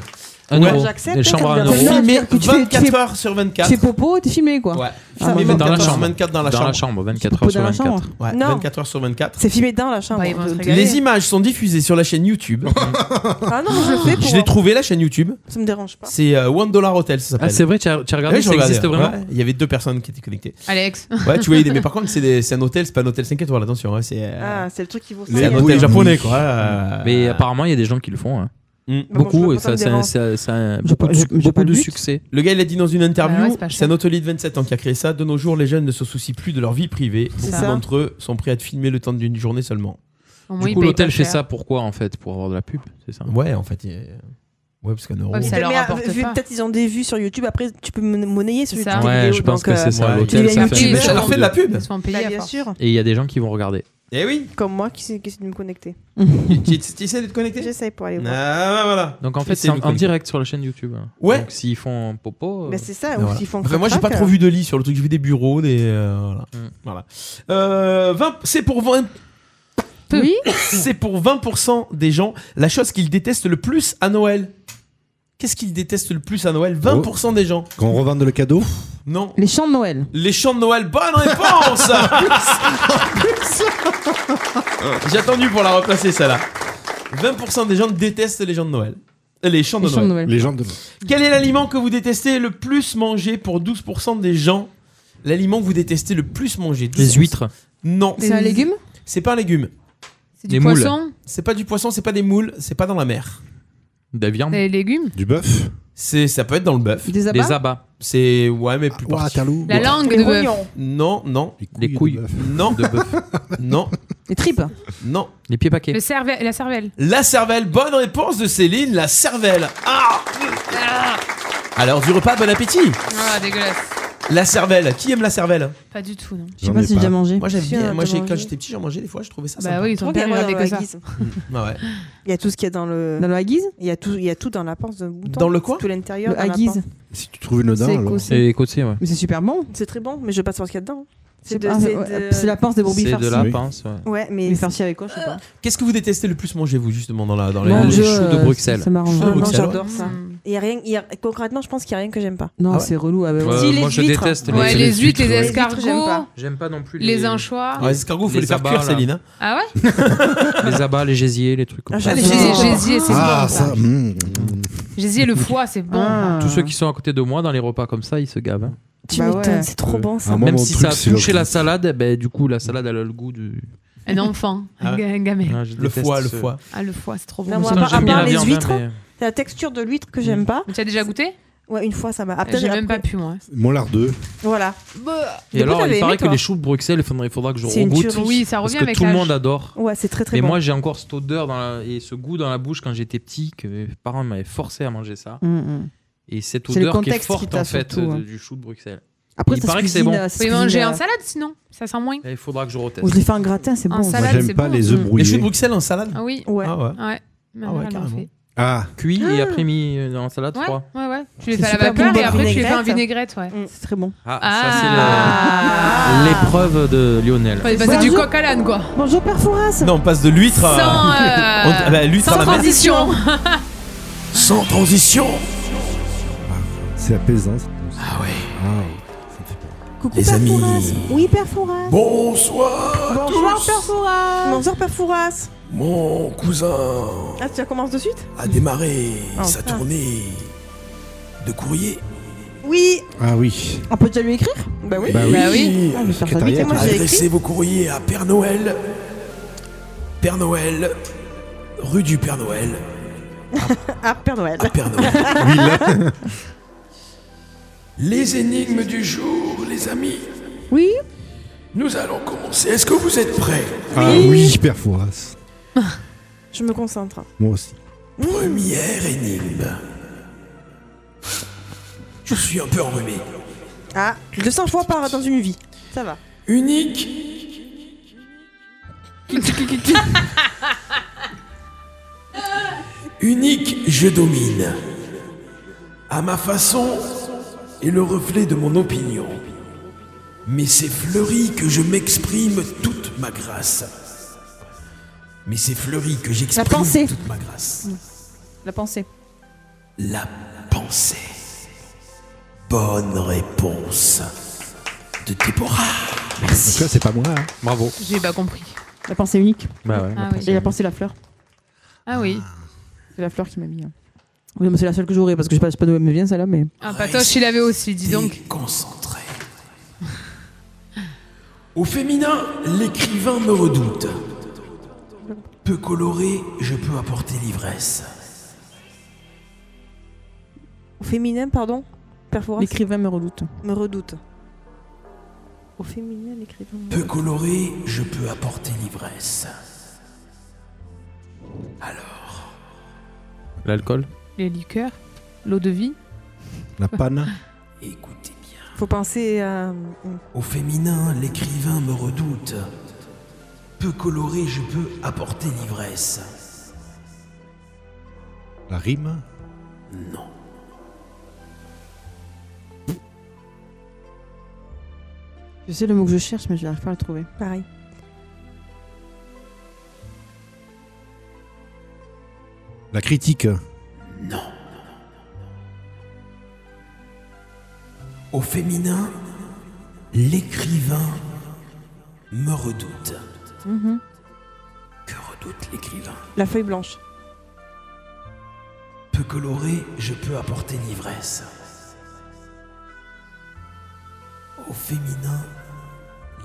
S7: Ah,
S9: Un euro. J'accepte,
S10: hein,
S9: Des chambres à un euro.
S7: Filmé
S9: Non, c'est-à-dire que tu fais-
S7: 24
S9: tu fais-
S7: heures sur 24.
S9: Tu fais popo, t'es filmé quoi.
S7: Ouais.
S9: Ah,
S7: Filmé
S9: moi,
S7: 24
S6: Dans la
S7: heures sur
S6: chambre.
S7: 24 dans la
S6: Dans
S7: chambre.
S6: la chambre, 24 heures sur 24.
S7: Ouais,
S9: Non.
S7: 24 heures sur 24.
S9: C'est filmé dans la chambre.
S7: Les images sont diffusées sur la chaîne YouTube.
S9: Ah non, je le fais pour.
S7: Je l'ai trouvé la chaîne YouTube.
S9: Ça me dérange pas.
S7: C'est euh, One Dollar Hotel, ça s'appelle.
S6: Ah, c'est vrai, tu as- tu as regardé,
S7: Ouais, j'ai
S6: ça existe
S7: ouais.
S6: vraiment
S7: Il y avait deux personnes qui étaient connectées.
S10: Alex.
S7: Ouais, tu voyais des. Mais par contre, c'est des- c'est un hôtel, c'est pas un hôtel 5 étoiles, attention. hein, c'est euh,
S4: Ah, c'est le truc qui vaut
S7: c'est
S4: ça.
S7: un hôtel japonais, quoi. euh.
S6: Mais apparemment, il y a des gens qui le font. hein.
S7: Bah
S4: bon, je
S6: Beaucoup,
S4: veux
S6: et
S4: pas
S6: ça,
S4: me
S6: ça,
S4: déranger.
S6: ça, ça-
S7: J'ai pas- j'ai- j'ai
S6: beaucoup
S7: pas le
S6: de
S7: but.
S6: succès.
S7: Le gars, il a dit dans une interview
S6: Bah ouais, c'est pas
S7: c'est un hôtelier de 27 ans qui a créé ça. De nos jours, les jeunes ne se soucient plus de leur vie privée.
S6: C'est
S7: Beaucoup
S6: ça.
S7: d'entre eux sont prêts à te filmer le temps d'une journée seulement.
S10: Au moins,
S6: Du
S10: il
S6: coup,
S10: paye
S6: l'hôtel
S10: pas
S6: fait
S10: cher.
S6: ça pourquoi en fait Pour avoir de la pub, c'est ça
S7: Ouais, en fait. il y a- Ouais, parce qu'un euro.
S10: Ouais, mais ça leur
S4: Mais, euh,
S10: rapporte
S4: vu-
S10: pas.
S4: Peut-être ils ont des vues sur YouTube, après tu peux mon- monnayer sur
S10: C'est
S4: YouTube.
S10: ça.
S4: tes
S6: Ouais,
S4: vidéos,
S6: je pense
S4: donc,
S6: que
S4: euh,
S6: c'est ça.
S4: tu
S6: L'hôtel,
S4: deviens
S6: ça fait
S4: youtubeur.
S6: un
S7: Ça leur fait de la pub.
S10: Ils se font payer
S4: Bah,
S10: à
S4: bien
S10: force.
S4: sûr.
S6: Et il y a des gens qui vont regarder.
S7: Eh oui
S4: Comme moi qui, sais- qui essaie de me connecter.
S7: Tu tu essaies de te connecter
S4: J'essaie pour aller voir.
S7: Ah, voilà.
S6: Donc en fait, c'est
S7: Essaye
S6: en,
S7: de
S6: en
S7: connecter.
S6: direct sur la chaîne YouTube. hein.
S7: Ouais.
S6: Donc s'ils font un popo. euh,
S4: Mais c'est ça, ou
S7: Voilà.
S4: s'ils font
S7: Enfin, moi, j'ai pas trop vu de lit sur le truc. J'ai vu des bureaux, des. euh, voilà.
S8: Mm.
S7: Voilà. Euh, 20 c'est pour 20.
S10: Oui.
S7: C'est pour 20% des gens la chose qu'ils détestent le plus à Noël. Qu'est-ce qu'ils détestent le plus à
S8: Oh.
S7: Noël 20% des gens.
S8: Quand on revende le cadeau
S7: Non.
S9: Les chants de Noël.
S7: Les chants de Noël, bonne réponse J'ai attendu pour la replacer celle-là. 20% des gens détestent les gens de Noël. Euh, Les chants de, Noël.
S8: Les gens de Noël.
S7: Quel est l'aliment que vous détestez le plus manger pour 12% des gens L'aliment que vous détestez le plus manger
S6: Les huîtres.
S7: Non.
S10: C'est un légume
S7: C'est pas un légume. C'est
S10: du Des moules. poisson
S7: C'est pas du poisson, c'est pas des moules, c'est pas dans la mer.
S6: Des viandes.
S10: Des légumes
S7: Du bœuf C'est ça peut être dans le bœuf.
S10: Des abats Des
S6: abats.
S7: C'est ouais mais plus particulier.
S10: La langue de bœuf.
S7: Non, non.
S6: Les couilles.
S7: Non.
S6: De bœuf.
S7: Non.
S9: Les tripes.
S7: Non.
S6: Les pieds paquets.
S10: Le cerve- la cervelle.
S7: La cervelle. Bonne réponse de Céline. La cervelle. Ah. Alors du repas, bon appétit.
S10: Ah, dégueulasse.
S7: La cervelle. Qui aime la cervelle
S10: Pas du tout, non.
S7: Je sais pas si j'ai déjà
S9: mangé.
S7: Moi j'aime
S9: Si, on
S7: bien.
S9: a
S7: Moi
S9: déjà
S7: j'ai- quand
S9: mangé.
S7: j'étais petit j'en mangeais des fois. Je trouvais ça.
S10: hein, Bah
S7: sympa.
S10: oui, ton père, il
S4: Regarde,
S10: regardait que
S4: dans
S10: ça.
S4: la guise.
S7: Ah ouais.
S4: Il y a tout ce qu'il y a dans le.
S9: Dans le haggis
S4: Il y a tout, il y a tout dans la panse de mouton.
S7: Dans le quoi
S4: Tout l'intérieur.
S9: Le haggis.
S8: Si tu trouves une dinde,
S4: C'est
S8: alors.
S4: écossais. C'est
S6: écossais, ouais.
S9: Mais c'est super bon.
S4: C'est très bon, mais je veux pas savoir ce qu'il y a dedans.
S9: C'est pas- Ah, ouais, c'est la pince des brebis C'est farcies. de la pince,
S4: ouais.
S9: ouais.
S4: mais.
S9: Mais farci avec quoi, je sais pas.
S7: Qu'est-ce que vous détestez le plus manger vous justement dans la dans les,
S9: Mon
S7: les
S9: Dieu,
S7: choux de
S9: euh,
S7: Bruxelles
S9: ça m'arrange.
S7: Choux de
S9: Ah non,
S7: Bruxelles, ouais.
S4: J'adore ça. Mm. Il y a rien, il y a- concrètement, je pense qu'il y a rien que j'aime pas.
S9: Non, c'est relou. ah ouais, ouais.
S6: Euh, moi, je déteste les-
S10: Ouais, les,
S6: les
S10: huîtres,
S6: huîtres,
S10: les
S6: ouais.
S10: escargots.
S4: Les huîtres, j'aime pas.
S6: J'aime pas non plus
S10: les.
S6: les-
S10: anchois.
S7: Ah, les escargots, faut les faire
S6: abats,
S7: cuire,
S6: là.
S7: Céline, hein.
S10: Ah ouais
S6: les abats, les gésiers, les trucs comme
S10: Ah,
S6: ça. hmm.
S10: les gésiers, les gésiers, c'est
S8: Ah,
S10: bon. ça.
S8: ça. mm.
S10: J'ai dit le foie, c'est bon.
S6: Tous ceux qui sont à côté de moi dans les repas comme ça, ils se gavent. hein.
S4: Tu Bah m'étonnes, ouais. c'est trop bon, ça. Ah, moi,
S6: Même
S4: mon
S6: si
S4: truc,
S6: ça
S4: c'est
S6: a touché
S4: le-
S6: la salade, ben, du coup, la salade, elle a le goût du.
S10: Un enfant,
S6: Ah
S10: un,
S6: ouais.
S10: ga- un gamin.
S6: Ah, je Le déteste foie, le ce- foie.
S10: Ah, le foie, c'est trop bon.
S4: Non, moi, à part, à part
S10: hein,
S4: les huîtres, c'est la texture de l'huître que j'aime pas.
S10: Tu as déjà goûté
S4: Ouais, une fois ça m'a. Ah, peut-être
S10: J'ai
S4: j'ai
S10: même pas
S4: appris-
S10: pu, moi. Bah,
S8: Mon lard 2.
S4: Voilà.
S6: Et
S4: Des fois,
S6: alors, il
S4: t'avais aimé,
S6: paraît que
S4: toi.
S6: les choux de Bruxelles, il faudrait, il faudra que je
S4: C'est une
S6: regoute.
S4: tuerie. Oui, ça
S6: parce
S4: revient
S6: que
S4: avec
S6: tout le
S4: l'âge.
S6: monde adore.
S4: Ouais, c'est très, très
S6: Mais
S4: bon.
S6: moi, j'ai encore cette odeur dans la- et ce goût dans la bouche quand j'étais petit, que mes parents m'avaient forcé à manger ça.
S9: Mm, mm.
S6: Et cette
S9: C'est le
S6: odeur qui est
S9: contexte qui
S6: forte,
S9: t'a
S6: en fait,
S9: surtout,
S6: de-
S9: hein.
S6: du chou de Bruxelles.
S9: Après,
S6: il
S9: ça se
S6: paraît que c'est
S9: cuisine,
S6: bon.
S9: euh,
S10: Vous pouvez manger en salade sinon Ça sent moins.
S6: Et Il faudra que je reteste.
S9: Ou je l'ai fait un gratin, c'est
S10: En
S9: bon.
S10: salade, Moi, j'aime c'est pas bon. les œufs
S7: Les choux de Bruxelles en salade
S10: Ah oui
S9: Ouais.
S7: Ah ouais.
S10: Ouais. Ma
S7: Ah
S10: mère,
S7: ouais,
S10: elle en
S7: carrément.
S10: fait.
S8: Ah.
S6: Cuit et après mis euh, en salade,
S10: Ouais,
S6: froid.
S10: ouais, ouais. Tu les
S9: C'est
S10: fais à la
S9: super
S10: vapeur
S9: bon,
S10: et
S9: bonne
S10: après tu les fais en
S9: vinaigrette.
S10: vinaigrette, ouais.
S4: Mm.
S9: C'est très bon.
S6: Ah, ça, c'est
S10: Ah.
S9: Ah.
S6: le- l'épreuve de Lionel.
S10: Faut passer du coq à l'âne, quoi.
S9: Bonjour, Père Fouras.
S7: Ah. Non, on passe de l'huître
S10: Sans,
S7: à.
S10: euh,
S7: On- ah bah, l'huître à
S10: sans
S7: la mer.
S10: transition.
S7: Sans transition.
S8: C'est apaisant.
S7: Ah ouais.
S4: Coucou,
S7: Les
S4: Père
S7: amis.
S4: Fouras. Oui, Père Fouras.
S7: Bonsoir à
S4: Bonjour,
S7: tous.
S4: Père Fouras. Bonjour, Père Fouras.
S7: Mon cousin
S4: Ah, tu commences de suite
S7: a démarré
S4: Ah,
S7: sa
S4: enfin.
S7: tournée de courrier.
S4: Oui.
S8: Ah oui.
S9: On peut déjà lui écrire Bah oui. Ah, je vais faire ça vite, moi, j'ai
S7: Adressez
S9: écrit.
S7: vos courriers à Père Noël. Père Noël. Rue du Père Noël.
S4: Ah, Père Noël.
S7: Père Noël. les énigmes du jour, les amis.
S9: Oui.
S7: Nous allons commencer. Est-ce que vous êtes prêts
S8: Ah oui, Père Fouras.
S4: Je me concentre.
S8: Moi aussi.
S7: Première énigme. Je suis un peu enrhumé.
S4: Ah, 200 fois par dans une vie. Ça va.
S7: Unique. Unique, je domine. À ma façon et le reflet de mon opinion. Mais c'est fleuri que je m'exprime toute ma grâce. Mais c'est fleuri que
S9: La
S7: j'exprime
S9: pensée.
S7: toute ma grâce.
S9: La pensée.
S7: La pensée. Bonne réponse de Déborah.
S8: En tout cas, c'est pas moi. hein.
S6: Bravo.
S10: J'ai pas compris.
S9: La pensée unique.
S6: Bah ouais,
S10: la Ah oui. pensée
S9: Et la
S10: unique.
S9: pensée la fleur.
S10: Ah oui.
S9: C'est la fleur qui m'a mis. hein. Oui, mais c'est la seule que j'aurai parce que je sais pas, je sais pas d'où elle me vient celle-là, mais.
S10: Un patoche, il avait Ah, bah, aussi, dis donc.
S7: Concentré. Au féminin, l'écrivain me redoute. Peu coloré, je peux apporter l'ivresse.
S4: Au féminin, pardon Père Fouras
S9: L'écrivain me redoute.
S4: me redoute. Au féminin, l'écrivain. me
S7: Peu
S4: redoute.
S7: coloré, je peux apporter l'ivresse.
S6: L'alcool.
S10: Les liqueurs, l'eau de vie.
S8: La panne.
S4: Faut penser à. euh,
S7: Au féminin, l'écrivain me redoute.
S14: peu coloré, je peux apporter l'ivresse.
S8: La rime
S14: Non.
S9: Je sais le mot que je cherche, mais je n'arrive pas à le trouver.
S4: Pareil.
S8: La critique
S7: Ah.
S14: Au féminin, l'écrivain me redoute.
S4: Mhm.
S14: Que redoute l'écrivain
S4: La feuille blanche.
S14: Peu coloré, je peux apporter l'ivresse. Au féminin,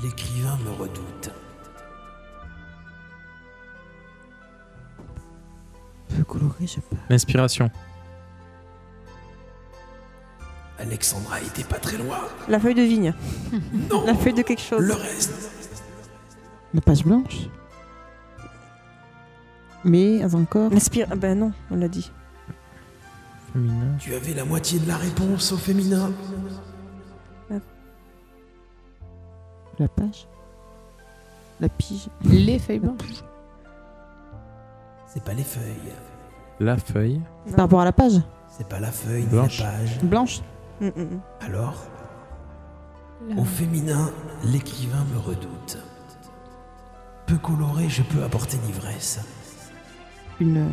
S14: l'écrivain me redoute.
S9: Peu coloré, je peux.
S6: L'inspiration.
S14: Alexandra était pas très loin.
S4: La feuille de vigne.
S14: Non.
S4: La feuille de quelque chose.
S14: Le reste.
S9: La page blanche. Mais encore.
S4: L'inspire. Ben non, on l'a dit.
S14: Tu avais la moitié de la réponse au féminin.
S9: La page. La pige.
S10: Les feuilles blanches.
S14: C'est pas les feuilles.
S6: La feuille.
S9: C'est Par rapport à la page.
S14: C'est pas la feuille, ni
S6: Blanche.
S14: la page.
S9: Blanche.
S4: Mm,
S14: Alors, au féminin, l'écrivain me redoute. Peu coloré, je peux apporter l'ivresse.
S9: Une. euh,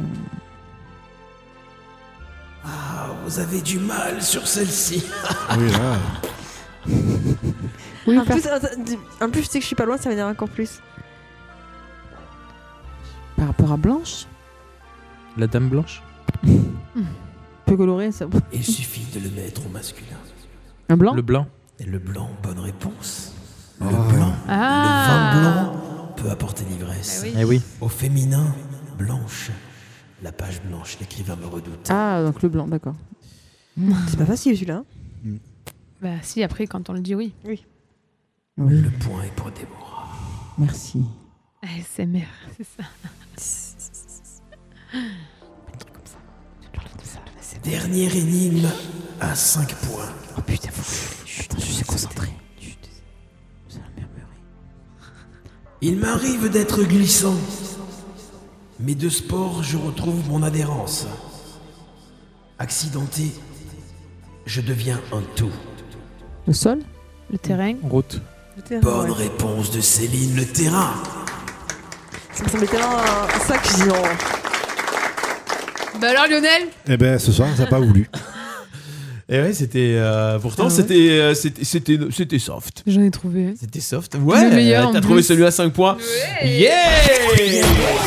S14: Ah, vous avez du mal sur celle-ci.
S8: Oui, ah. là.
S4: en, plus, attends, dis- en plus, je sais que je suis pas loin, ça veut dire encore plus.
S9: Par rapport à blanche.
S6: La dame blanche.
S9: Peu coloré, ça.
S14: Il suffit de le mettre au masculin.
S9: Un blanc
S6: Le blanc.
S14: Et le blanc, bonne réponse. Le
S6: Oh.
S14: blanc.
S10: Ah.
S14: Le vin blanc peut apporter l'ivresse.
S10: Eh oui.
S6: Eh oui.
S14: Au féminin, blanche. La page blanche, l'écrivain me redoute.
S9: Ah, donc le blanc, d'accord.
S4: C'est pas facile celui-là.
S10: Bah si, après, quand on le dit, oui.
S4: Oui.
S14: Le point est pour Déborah.
S9: Merci.
S10: ASMR, c'est ça.
S14: Dernière énigme à 5 points.
S9: Oh putain, faut... Attends, je suis concentré.
S14: Il m'arrive d'être glissant, mais de sport, je retrouve mon adhérence. Accidenté, je deviens un tout.
S9: Le sol
S10: Le terrain
S8: Oh.
S6: Route.
S4: Le terrain,
S14: Bonne
S4: ouais.
S14: réponse de Céline, le terrain.
S4: Ça me semblait tellement euh, ça que je dis, oh.
S10: Bah alors, Lionel
S8: Eh ben, ce soir, ça n'a pas voulu.
S7: Et ouais, c'était. euh, pourtant,
S10: Ah ouais.
S7: c'était, euh, c'était, c'était, c'était soft.
S10: J'en ai trouvé.
S7: C'était soft. Ouais,
S10: Le meilleur, en
S7: t'as trouvé
S10: plus.
S7: celui à 5 points. Yeah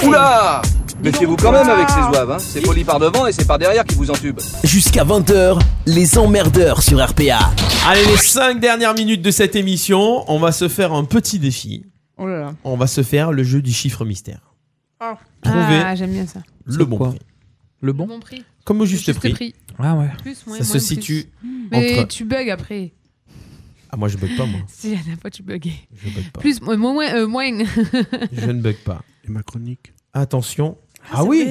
S12: Oula Méfiez-vous quand même avec ces zouaves, hein. C'est poli par devant et c'est par derrière qui vous entube.
S14: Jusqu'à 20h, les emmerdeurs sur RPA.
S7: Allez, les 5 dernières minutes de cette émission, on va se faire un petit défi.
S9: Oh là là.
S7: On va se faire le jeu du chiffre mystère. Trouver
S10: Ah, j'aime bien ça.
S7: Le bon prix.
S6: Le bon,
S10: Bon prix.
S7: Comme au juste, prix.
S6: Ah ouais.
S10: Plus, moins, moins,
S7: Ça se
S10: plus.
S7: situe
S10: Mais
S7: entre.
S10: tu bugs après.
S7: Ah, moi, je bug pas, moi.
S10: Si la dernière fois tu buguais.
S7: Je bug pas.
S10: Plus, moins, moins. euh, moins.
S7: Je ne bug pas.
S8: Et ma chronique
S7: Attention. Ah, oui.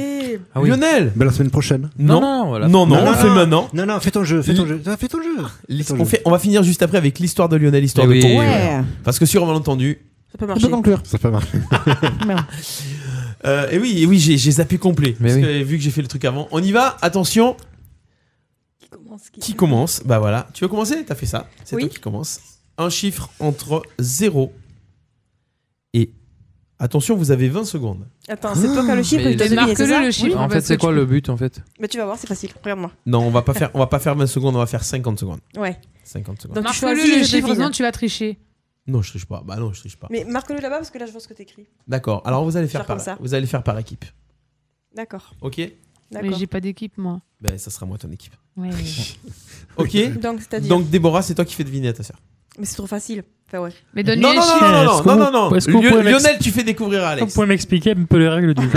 S8: Ah oui.
S7: Lionel
S8: ben, La semaine prochaine.
S6: Non,
S7: Non, non,
S6: non, voilà.
S7: non, on
S8: Non,
S7: le
S8: non,
S7: fait
S8: non.
S7: maintenant. Mm.
S8: Non, non, fais ton jeu, fais ton
S7: Li-
S8: jeu. Ah, Fais ton jeu. Fais ton
S7: On,
S8: jeu.
S7: fait, on va finir juste après avec l'histoire de Lionel, l'histoire
S6: Eh
S7: de
S6: oui.
S7: ton
S6: Ouais.
S7: Parce que sur un malentendu.
S4: Ça peut
S9: marcher. On peut conclure.
S8: Ça peut marcher.
S7: Euh, et oui, et oui j'ai j'ai zappé complet. Parce que, vu que j'ai fait le truc avant. On y va, attention. Qui
S4: commence
S7: Qui commence Bah voilà. Tu veux commencer T'as fait ça. C'est
S4: Oui.
S7: toi qui commence. Un chiffre entre 0 et. Attention, vous avez 20 secondes.
S4: Attends, c'est toi qui as le chiffre,
S6: Mais-
S4: je dois deviner, c'est ça Oui.
S6: En fait, c'est quoi le but en fait
S4: Mais tu vas voir, c'est facile. Regarde-moi.
S7: Non, on va pas faire, on va pas faire 20 secondes, on va faire 50 secondes.
S4: Ouais.
S7: 50 secondes.
S4: Donc, tu
S10: Marque-le
S4: choisis,
S10: le
S4: je
S10: chiffre,
S4: devine.
S10: sinon tu vas tricher.
S7: Non, je triche pas. Bah non, je triche pas.
S4: Mais marque-le là-bas parce que là, je vois ce que t'écris.
S7: D'accord. Alors vous allez faire,
S4: Faire comme
S7: par,
S4: ça.
S7: vous allez faire par équipe.
S4: D'accord.
S7: Ok.
S10: Mais
S4: D'accord.
S10: j'ai pas d'équipe, moi.
S7: Ben ça sera moi ton équipe.
S10: Ouais.
S7: Ok.
S4: Donc, c'est-à-dire
S7: Donc Déborah, c'est toi qui fais deviner à ta sœur.
S4: Mais c'est trop facile. Enfin, ouais.
S10: Mais
S7: Non non non non non non non non.
S11: Est-ce qu'on
S7: Lio-
S11: pourrait m'ex-
S7: Lionel, tu fais découvrir à
S11: Est-ce que Vous
S7: Alex.
S11: pouvez m'expliquer un peu les règles du jeu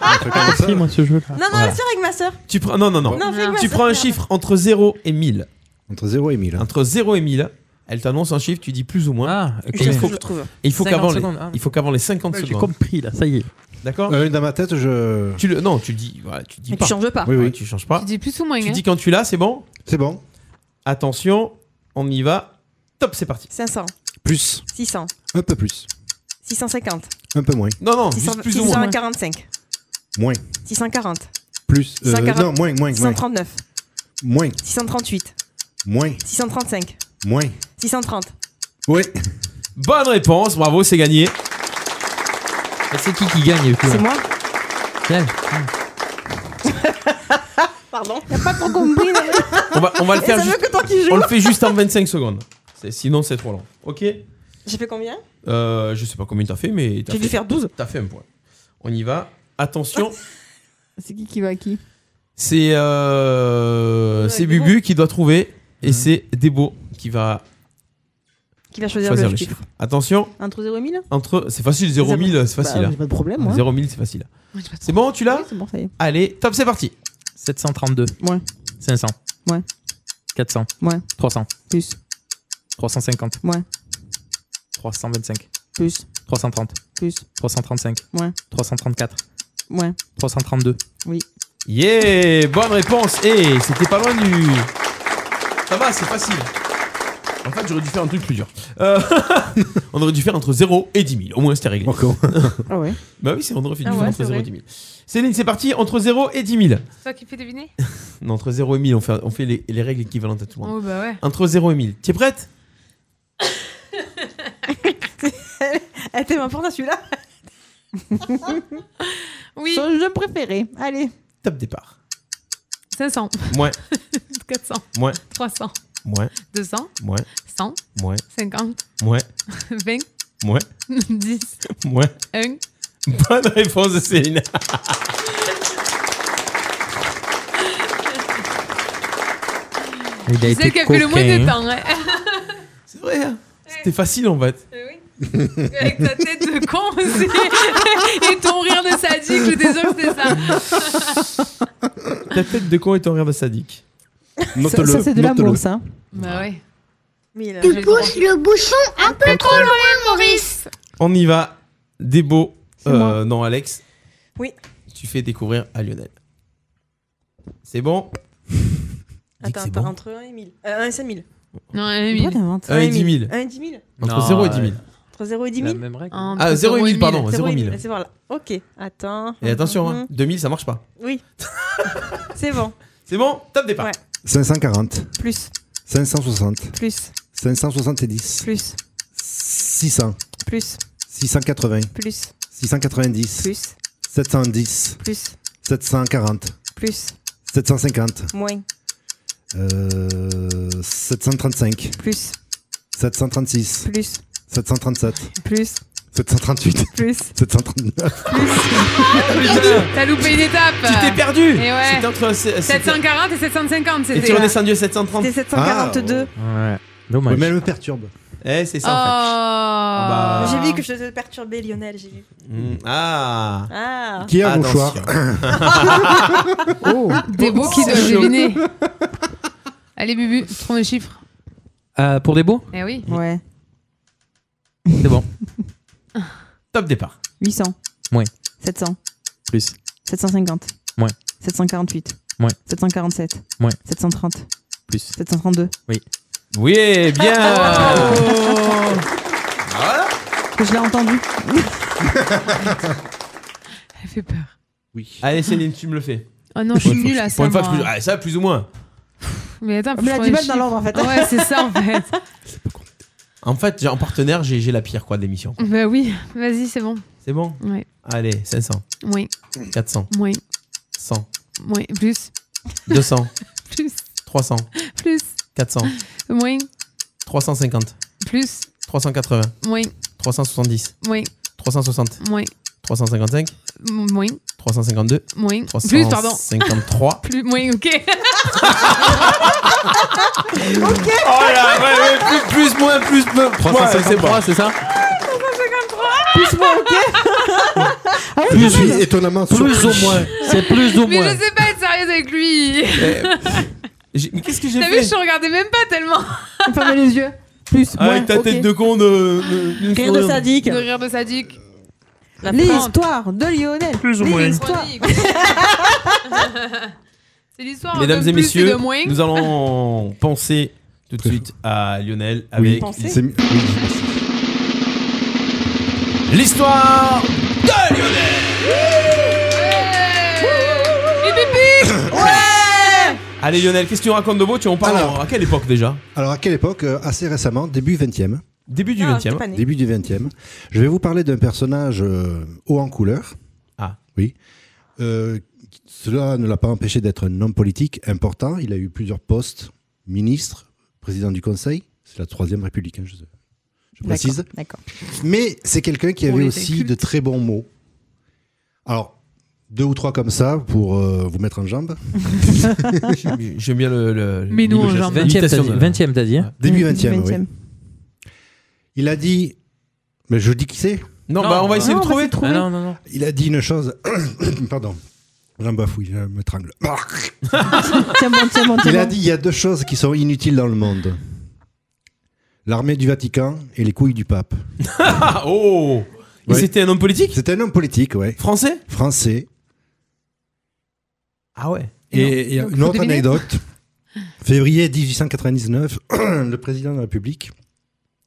S11: Ah, si, moi, ce jeu-là.
S4: Non, non,
S7: Voilà.
S4: laisse faire avec ma soeur.
S7: Tu prends non non non.
S4: Non, fais-le,
S7: tu
S4: ça,
S7: prends un
S4: merde.
S7: chiffre entre 0 et 1000.
S8: Entre 0 et 1000. hein.
S7: Entre 0 et 1000. Elle t'annonce un chiffre, tu dis plus ou moins.
S6: Ah, ok.
S7: Et il faut,
S6: Je trouve.
S7: et il faut
S6: 50
S7: qu'avant les,
S6: secondes, ah.
S7: il faut qu'avant les 50
S11: Ouais, j'ai
S7: secondes.
S11: compris, là, ça y est.
S7: D'accord.
S8: Euh, dans ma tête, je.
S7: Tu le non, tu le dis voilà, tu le dis
S4: Mais tu
S7: pas.
S4: changes pas.
S8: Oui, oui.
S7: Ouais, tu changes pas.
S10: Tu dis plus ou moins.
S7: Tu
S10: hein.
S7: dis quand tu l'as, c'est bon
S8: C'est bon.
S7: Attention, on y va. Top, c'est parti.
S4: 500,
S8: Plus.
S4: 600,
S8: Un peu plus.
S4: 650.
S8: Un peu moins.
S7: Non, non,
S4: 600
S7: juste plus ou moins.
S4: 645.
S8: Moins.
S4: 640.
S8: Plus. euh,
S4: 640.
S8: non, moins, moins, moins.
S4: 639.
S8: Moins.
S4: 638.
S8: Moins.
S4: 635.
S8: Moins.
S4: 630.
S7: Ah. Oui. Bonne réponse, bravo, c'est gagné.
S6: C'est qui qui gagne du coup,
S4: C'est
S6: là
S4: moi
S6: Tiens.
S4: Pardon Y'a pas trop compris.
S7: On va, on va le
S4: Et
S7: faire.
S4: ça veut
S7: juste-
S4: que toi qui joues.
S7: on le fait juste en 25 secondes. C'est- Sinon, c'est trop long. Ok.
S4: J'ai fait combien
S7: Euh, je sais pas combien t'as fait, mais t'as
S4: J'ai dû
S7: fait-
S4: faire 12.
S7: T'as fait un point. On y va. Attention,
S10: C'est qui qui va à qui
S7: c'est euh, c'est Bubu qui doit trouver et c'est Debo qui va
S4: Qui va choisir,
S7: choisir
S4: le,
S7: le
S4: chiffre.
S7: chiffre. Attention.
S4: Entre 0 et 1000
S7: Entre, c'est facile, 0 000, c'est
S4: Bah,
S7: facile.
S4: j'ai
S7: hein.
S4: pas de problème, moi.
S7: 0 000, c'est facile.
S4: Ouais, j'ai pas de
S7: C'est bon, tu l'as
S4: C'est bon, ça y est.
S7: Allez, top, c'est parti.
S6: 732.
S4: Ouais.
S6: 500.
S4: Ouais.
S6: 400.
S4: Ouais.
S6: 300.
S4: Plus.
S6: 350.
S4: Ouais.
S6: 325.
S4: Plus.
S6: 330.
S4: Plus.
S6: 335.
S4: Ouais.
S6: 334.
S4: Ouais.
S6: 332.
S4: Oui.
S7: Yeah, bonne réponse. Et c'était pas loin du. Ça va, c'est facile. En fait, j'aurais dû faire un truc plus dur. Euh, on aurait dû faire entre 0 et 10 000. Au moins, c'était réglé.
S4: Ah ouais
S7: Bah oui, c'est on aurait dû
S10: Ah
S7: faire
S10: ouais,
S7: entre
S10: c'est
S7: 0
S10: vrai.
S7: et 10 000. Céline, c'est parti. Entre 0 et 10 000.
S10: C'est toi qui fais deviner
S7: Non, entre 0 et 1000, on fait, on fait les, les règles équivalentes à tout le monde.
S10: Oh, bah ouais.
S7: Entre 0 et 1000. T'es prête
S4: Elle t'aime important hein, celui-là
S10: Oui.
S4: Son jeu préféré. Allez.
S7: Top départ.
S10: 500.
S7: Moins.
S10: 400.
S7: Moins.
S10: 300.
S7: Moins.
S10: 200.
S7: Moins.
S10: 100.
S7: Moins.
S10: 50.
S7: Moins.
S10: 20.
S7: Moins.
S10: 10.
S7: Moins.
S10: 1.
S7: Bonne réponse de Céline.
S6: Il a
S10: C'est celle qui a fait le moins de temps. hein.
S7: C'est vrai. hein. C'était facile en fait.
S10: Euh, Avec ta tête de con aussi. Et ton rire de sadique, j'étais sûre que c'était ça.
S7: Ta tête de con et ton rire de sadique.
S9: Ça, ça, c'est de l'amour, ça.
S10: bah ouais.
S21: Tu pousses le bouchon un peu trop loin, Maurice.
S7: On y va. Débo. Euh, non, Alex.
S4: Oui.
S7: Tu fais découvrir à Lionel. C'est bon
S4: Attends, attends, entre 1 et 1000. Euh, 1 et 5000.
S10: Non, 1
S4: et 1000.
S7: 1 et 10 000.
S4: 1 et 10 000
S7: Entre
S6: Non,
S7: 0 et 10 000.
S6: ouais.
S4: Entre 0 et 10 000
S7: Ah, 0 et 1000, pardon. 0 et 1000.
S4: C'est voilà. Ok, attends.
S7: Et attention,
S4: Mhm.
S7: hein, 2000, ça marche pas.
S4: Oui. c'est bon.
S7: C'est bon Top départ.
S8: 540.
S4: Plus.
S8: 560.
S4: Plus.
S8: 570.
S4: Plus.
S8: 600.
S4: Plus.
S8: 680.
S4: Plus.
S8: 690.
S4: Plus.
S8: 710.
S4: Plus.
S8: 740.
S4: Plus.
S8: 750.
S4: Moins.
S8: Euh, 735.
S4: Plus.
S8: 736.
S4: Plus.
S8: 737.
S4: Plus.
S8: 738.
S4: Plus.
S8: 739.
S10: T'as loupé une étape.
S7: Tu t'es perdu.
S10: Et ouais.
S7: C'était entre. c'est- c'était-
S10: 740 et 750, c'était.
S7: Et tu es redescendu à 730.
S10: C'était 742.
S6: Ouais. Dommage.
S8: Mais elle me perturbe.
S7: Ah, oh. Eh, c'est
S10: Oh.
S8: bah,
S10: Ah
S7: bah.
S4: J'ai vu que je te perturbais, Lionel. J'ai vu.
S7: Mm, Ah.
S4: Ah.
S8: Qui a mon
S7: Attention.
S8: choix
S10: oh, des beaux qui doivent deviner. Allez, Bubu, trouve le chiffre.
S6: Euh, pour Débo
S10: Eh oui.
S9: Ouais.
S6: C'est bon.
S7: Top départ.
S9: 800.
S6: Moins.
S9: 700.
S6: Plus.
S9: 750.
S6: Moins.
S9: 748.
S6: Moins.
S9: 747.
S6: Moins.
S9: 730.
S6: Plus.
S9: 732.
S6: Oui.
S7: Oui, eh bien.
S9: Que je l'ai entendu.
S10: Elle fait peur.
S7: Oui. Allez, Céline, tu me le fais.
S10: Oh non, je suis nulle à
S7: Pour
S10: ça.
S7: une fois,
S10: moi.
S7: plus... ah, ça, plus ou moins.
S10: Mais attends,
S9: Mais
S10: faut
S9: la
S10: trouver
S9: dibale
S10: le
S9: dans
S10: chiffre.
S9: l'ordre, en fait.
S10: Ouais, c'est ça en fait.
S7: En fait, j'ai- en partenaire, j'ai j'ai la pire quoi de l'émission.
S10: bah oui, vas-y, c'est bon.
S7: C'est bon
S10: Ouais.
S7: Allez, 500.
S10: Oui.
S7: 400.
S10: Oui.
S7: 100.
S10: Oui. Plus.
S7: 200.
S10: Plus.
S7: 300.
S10: Plus.
S7: 400.
S10: Oui.
S7: 350.
S10: Plus.
S7: 380.
S10: Oui.
S7: 370.
S10: Oui.
S7: 360.
S10: Oui.
S7: 355.
S10: Oui.
S7: 352.
S10: Oui. Plus, pardon.
S7: 353.
S10: Plus. Oui, ok.
S7: Oh là, ouais, ouais, Eh, plus, plus, moins, plus, moins.
S6: 353,
S7: c'est ça
S9: Plus moi, ok
S4: Ah
S8: Plus, je suis étonnamment
S6: Plus
S8: surpris.
S6: ou moins. C'est plus ou
S10: Mais
S6: moins.
S10: je sais pas être sérieuse avec lui.
S7: Mais qu'est-ce que j'ai
S10: T'as
S7: fait
S10: vu, je te regardais même pas tellement.
S9: Fermez les yeux. Plus.
S7: Ah, Avec
S9: moins,
S7: ta
S9: ok.
S7: tête de con de. de- d'une sourire.
S10: De rire de sadique.
S9: L'histoire de Lionel. Plus
S7: ou moins.
S9: L'histoire.
S10: C'est l'histoire.
S7: Mesdames
S10: de
S7: et
S10: plus et
S7: messieurs,
S10: de moins.
S7: nous allons penser tout de suite à Lionel avec.
S10: Penser
S7: C'est- oui. L'histoire de Lionel Allez Lionel, qu'est-ce que tu racontes de beau Tu en parles en- à quelle époque déjà
S8: Alors à quelle époque Euh, Assez récemment, début 20e.
S7: Début du Ah, 20e. j'étais pas née.
S8: Début du 20e. Je vais vous parler d'un personnage euh, haut en couleur.
S7: Ah.
S8: Oui. Euh, cela ne l'a pas empêché d'être un homme politique important. Il a eu plusieurs postes, ministre, président du Conseil. C'est la troisième République, hein, je, je précise.
S9: D'accord.
S8: Mais c'est quelqu'un qui
S9: On
S8: avait
S9: les
S8: aussi de très bons mots. Alors, deux ou trois comme ça pour euh, vous mettre en jambe.
S7: J'aime- J'aime bien le. le
S10: Mais nous, en jambe.
S6: 20e, t'as dit- 20e,
S7: t'as dit
S8: Début 20e, oui. Il a dit. Mais je dis qui c'est
S7: Non, Non, bah, on va essayer non, de on va trouver. essayer de trouver. Ah, non, non, non.
S8: Il a dit une chose. Pardon. J'en bafouille, je m'étrangle.
S7: Ah,
S9: tiens bon, tiens bon, tiens
S8: Il a
S9: bon.
S8: dit il y a deux choses qui sont inutiles dans le monde l'armée du Vatican et les couilles du pape.
S7: oh Et c'était un homme politique
S8: C'était un homme politique, ouais.
S7: Français
S8: Français.
S7: Ah ouais.
S8: Et, et
S7: Donc,
S8: une
S7: faut
S8: autre
S7: deviner.
S8: anecdote. Février 1899, le président de la République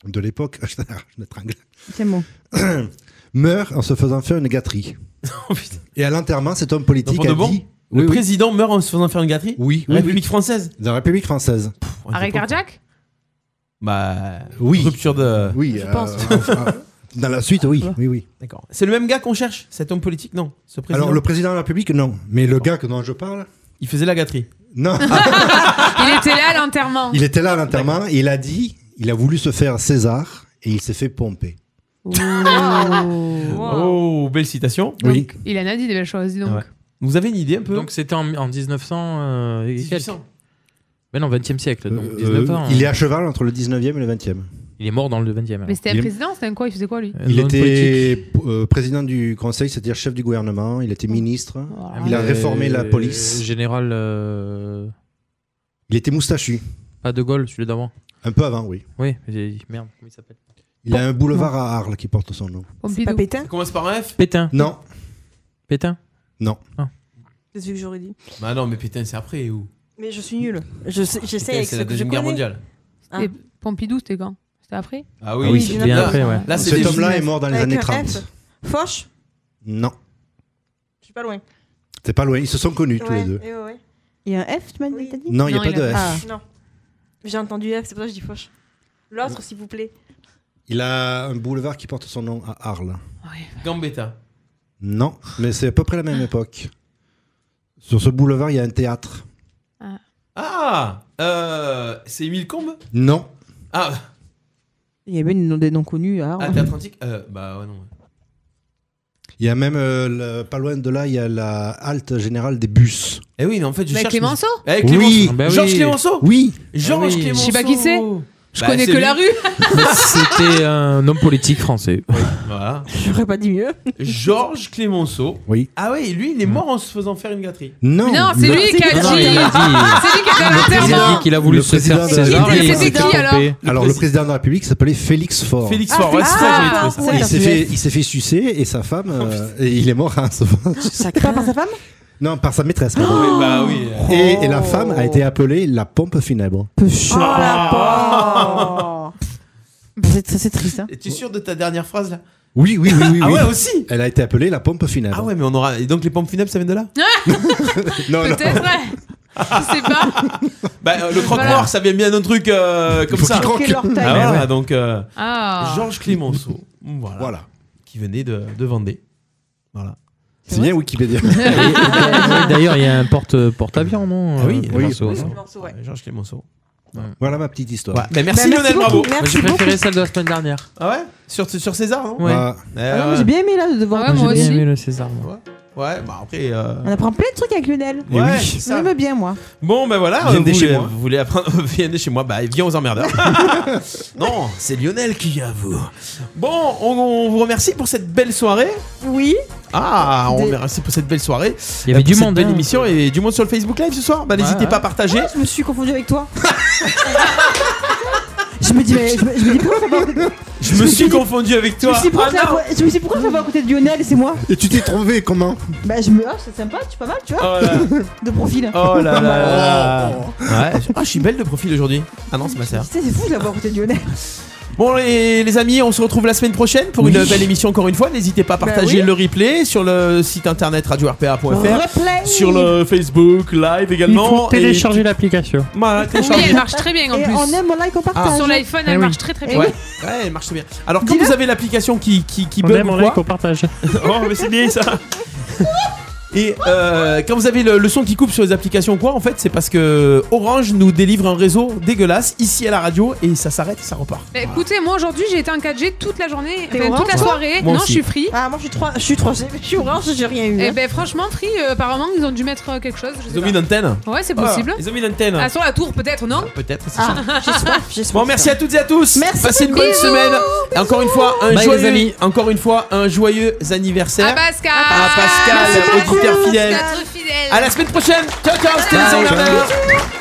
S8: de l'époque, je m'étrangle,
S9: Tiens bon.
S8: meurt en se faisant faire une gâterie. et à l'enterrement, cet homme politique
S7: Donc, pour
S8: a
S7: de bon
S8: dit...
S7: Oh, Le président meurt en se faisant faire une gâterie
S8: Oui.
S7: La République française
S8: De la République française.
S10: Arrêt cardiaque
S7: Bah.
S8: Oui.
S7: Rupture de.
S8: Oui.
S7: Je
S8: euh,
S7: pense.
S8: enfin, dans la suite, oui. oui, oui.
S7: D'accord. C'est le même gars qu'on cherche, cet homme politique Non. Ce président.
S8: Alors, le président de la République, non. Mais le gars que- dont je parle...
S7: Il faisait la gâterie. Ah.
S8: Non.
S10: Il était là à l'enterrement.
S8: il était là à l'enterrement et il a dit... Il a voulu se faire César et il s'est fait pomper.
S7: Oh, belle citation.
S8: Oui.
S10: Il en a dit des belles choses,
S7: Ah
S10: dis donc.
S7: Vous avez une idée un peu
S6: Donc c'était en, en 1900. euh, et quelques. Mais non, 20e siècle. Donc
S8: Euh,
S6: 19 ans. hein.
S7: hein.
S8: il est à cheval entre le 19e et le 20e.
S6: Il est mort dans le 20e.
S10: Mais c'était
S8: Il
S10: un
S8: est-
S10: président, c'était un quoi Il faisait quoi lui
S8: Il était euh, président du conseil, c'est-à-dire chef du gouvernement, il était ministre,
S7: Ah.
S8: il a
S6: Euh,
S8: réformé la police.
S6: Général. euh,
S8: Il était moustachu,
S6: Pas de Gaulle, celui d'avant.
S8: un peu avant, oui.
S6: Oui, j'ai- merde, comment il s'appelle
S8: Il a un boulevard à Arles qui porte son nom.
S9: C'est pas Pétain
S7: Ça commence par un F
S6: Pétain.
S8: Non.
S6: Pétain Ah.
S8: Non.
S9: C'est ce que j'aurais dit.
S7: Bah non, mais putain, c'est après ou
S9: Mais je suis nulle. Je sais-
S7: Putain,
S9: J'essaie avec
S7: c'est
S9: ce
S7: la
S9: que
S7: Deuxième
S9: je
S7: Guerre
S9: connais.
S7: mondiale.
S9: Ah.
S10: Et Pompidou, c'était quand C'était après
S7: Ah
S8: Ah oui,
S7: c'est
S8: bien après, ouais.
S7: Là, c'est
S8: Cet
S7: des-
S8: homme-là est mort dans les
S9: Avec
S8: années
S9: un
S8: 30.
S9: F. Foch
S8: Non,
S9: Je suis pas loin.
S8: c'est pas loin, ils se sont connus tous les deux.
S4: Eh
S9: Il y a un F, tu m'as dit, t'as dit
S8: Non, il y a Non, pas il a de pas. F.
S4: Ah. Non. J'ai entendu F, c'est pour ça que je dis Foch. L'autre, s'il vous plaît.
S8: Il a un boulevard qui porte son nom à Arles.
S7: Gambetta.
S8: Non, mais c'est à peu près la même époque. Sur ce boulevard, il y a un théâtre.
S7: Ah euh, C'est Émile Combes
S8: Non.
S7: Ah,
S9: Il y avait une- des noms connus. hein. à Arles.
S7: ah Théâtre Antique euh, Bah ouais, non.
S8: Il y a même, euh, le- pas loin de là, il y a la halte générale des bus.
S7: Eh oui, non, en fait, je
S10: Mais
S7: cherche.
S10: Clémenceau
S7: Eh, Clémenceau.
S8: Oui.
S7: Bah oui. Georges Clémenceau
S8: Oui.
S7: Georges
S6: Ah oui.
S7: Clémenceau.
S10: Je sais pas qui c'est. Je
S6: Bah,
S10: connais
S6: c'est
S10: que la
S6: lui.
S10: rue.
S6: C'était un homme politique français.
S7: Voilà.
S9: J'aurais pas dit mieux.
S7: Georges Clémenceau.
S8: Oui.
S7: Ah oui, lui, il est mort en se faisant faire une gâterie.
S8: Non,
S10: Non, c'est lui qui a dit.
S6: Non,
S10: Ah, C'est lui
S6: il a dit-
S10: qui a
S6: Le
S10: fait
S6: président
S10: l'enterrement.
S6: dit qu'il a voulu
S8: Le
S6: se faire
S8: président de-
S6: César et il s'est
S10: C'était hein. qui,
S6: fait
S10: alors
S6: tromper.
S8: Alors, le président de la République s'appelait Félix Faure.
S7: Félix
S10: Ah,
S7: Faure, ouais,
S10: Félix
S7: c'est ça,
S10: Faure.
S7: j'avais trouvé ça.
S10: Ouais,
S8: il s'est
S10: tu
S8: fait, il s'est fait sucer et sa femme,
S10: Oh,
S8: euh, et il est mort à ce
S9: Sacré par sa femme
S8: Non, par sa maîtresse. pardon.
S10: Oh.
S7: Oui, bah oui.
S8: Et, et la femme a été appelée la pompe funèbre.
S10: Oh,
S7: Oh,
S9: Oh. C'est c'est triste. Hein.
S7: T'es sûr de ta dernière phrase là
S8: Oui, oui, oui, oui.
S7: Ah
S8: oui.
S7: ouais, aussi
S8: Elle a été appelée la pompe funèbre.
S7: Ah ouais, mais on aura. Et donc les pompes funèbres, ça vient de là
S8: non, non.
S10: Peut-être, ouais. Je sais pas.
S7: Bah, euh, le croque-mort,
S10: Voilà.
S7: ça vient bien d'un truc euh, comme
S8: Faut
S7: ça.
S8: qu'il croque.
S7: Ah
S8: Croquer l'orteil.
S7: voilà,
S8: Ouais, ouais.
S7: donc euh,
S10: Ah.
S7: Georges Clémenceau, voilà,
S8: Voilà.
S7: qui venait de, de Vendée. Voilà.
S8: C'est bien Wikipédia.
S6: Et D'ailleurs, il y a un porte- porte-avions, non
S7: Ah oui,
S6: euh,
S7: oui,
S6: Clémenceau,
S7: oui.
S6: non
S7: Ouais, Georges Clémenceau.
S8: Voilà ma petite histoire.
S7: Ouais, bah, merci
S9: Bah, merci
S7: Lionel,
S9: beaucoup.
S7: bravo.
S9: Merci
S6: J'ai préféré celle de la semaine dernière.
S7: Ah ouais sur, sur César, non
S6: Ouais.
S8: Ah.
S7: Eh
S9: Ah non, mais
S7: ouais.
S9: J'ai bien aimé là de voir.
S10: Ah Ouais, moi
S6: J'ai bien
S10: aussi.
S6: aimé le César. moi.
S7: Ouais, bah après. euh,
S9: On apprend plein de trucs avec Lionel.
S7: Eh Ouais, oui. c'est ça.
S9: ça me bien moi.
S7: Bon, ben voilà.
S8: Viens
S7: euh,
S8: dès
S7: vous,
S8: chez
S7: voulez-
S8: moi.
S7: vous voulez apprendre Viens dès chez moi. Bah, viens aux emmerdeurs. non, c'est Lionel qui vient à vous. Bon, on, on vous remercie pour cette belle soirée.
S9: Oui.
S7: Ah, on
S9: Des-
S7: vous remercie pour cette belle soirée. Euh,
S6: Il y avait
S7: Pour
S6: du
S7: cette
S6: monde,
S7: belle
S6: hein.
S7: émission et du monde sur le Facebook Live ce soir. Bah, n'hésitez pas à partager.
S9: Je me suis confondu avec toi. je me dis, mais je me, je me dis pourquoi ça va.
S7: Je me suis confondu avec
S9: Je me
S7: toi.
S9: suis dit, pourquoi
S7: Ah,
S9: ça
S7: non.
S9: va- je me suis dit, pourquoi ça va à côté de Lionel et c'est moi
S8: Et tu t'es trouvé comment
S9: Bah je me oh, c'est sympa, tu es pas mal, tu vois
S7: Oh là
S9: De profil.
S7: Oh là là là. Ouais. Ah, je suis belle de profil aujourd'hui. Ah non, c'est ma sœur.
S9: Tu sais, c'est fou de l'avoir à côté de Lionel.
S7: Bon, les, les amis, on se retrouve la semaine prochaine pour une
S6: Oui.
S7: belle émission encore une fois. N'hésitez pas à
S9: Bah
S7: partager
S6: oui.
S7: le replay sur le site internet radio-rpa.fr,
S10: Replay.
S7: sur le Facebook Live
S11: Il
S7: également.
S11: faut
S7: et-
S11: télécharger l'application.
S7: Voilà,
S10: Oui,
S7: télécharger.
S10: elle marche très bien en
S9: Et
S10: plus.
S9: on aime, on like, on partage.
S10: Sur l'iPhone, elle
S7: Eh oui.
S10: marche très très bien.
S7: Ouais. Ouais, elle marche très bien. Alors, quand vous avez l'application qui, qui, qui
S11: On
S7: bug
S11: aime,
S7: ou
S11: on
S7: quoi-
S11: like, on partage.
S7: oh, mais c'est bien ça. Et euh, quand vous avez le, le son qui coupe sur les applications ou quoi, en fait, c'est parce que Orange nous délivre un réseau dégueulasse ici à la radio et ça s'arrête, ça repart.
S10: Bah, écoutez, moi aujourd'hui j'ai été en 4G toute la journée,
S9: T'es
S10: enfin,
S9: orange,
S10: toute la
S7: toi
S10: soirée.
S7: Moi
S10: non,
S7: aussi.
S10: je suis free.
S9: Ah, moi je suis 3, je suis 3G, je suis orange, j'ai rien eu.
S10: Et
S9: hein.
S10: ben franchement, free, euh, apparemment ils ont dû mettre euh, quelque chose. je sais
S7: Ils ont
S10: pas.
S7: mis une antenne
S10: Ouais, c'est possible.
S7: Ils ont mis une antenne.
S10: Ah, sur la tour peut-être, non
S7: Peut-être, c'est
S10: Ah,
S7: ça.
S10: j'ai soif, j'ai soif.
S7: Bon, merci à toutes et à tous. Merci Passez une
S10: beaucoup.
S7: bonne semaine. Et encore une fois, un
S6: Bye,
S7: joyeux,
S6: les amis.
S7: encore une fois, un joyeux anniversaire
S10: À Pascal.
S7: à Pascal,
S10: Merci beaucoup.
S7: auditeur fidèle.
S10: Notre fidèle.
S7: À la semaine prochaine. Ciao, ciao. C'était les
S10: Bye.
S7: emmerdeurs.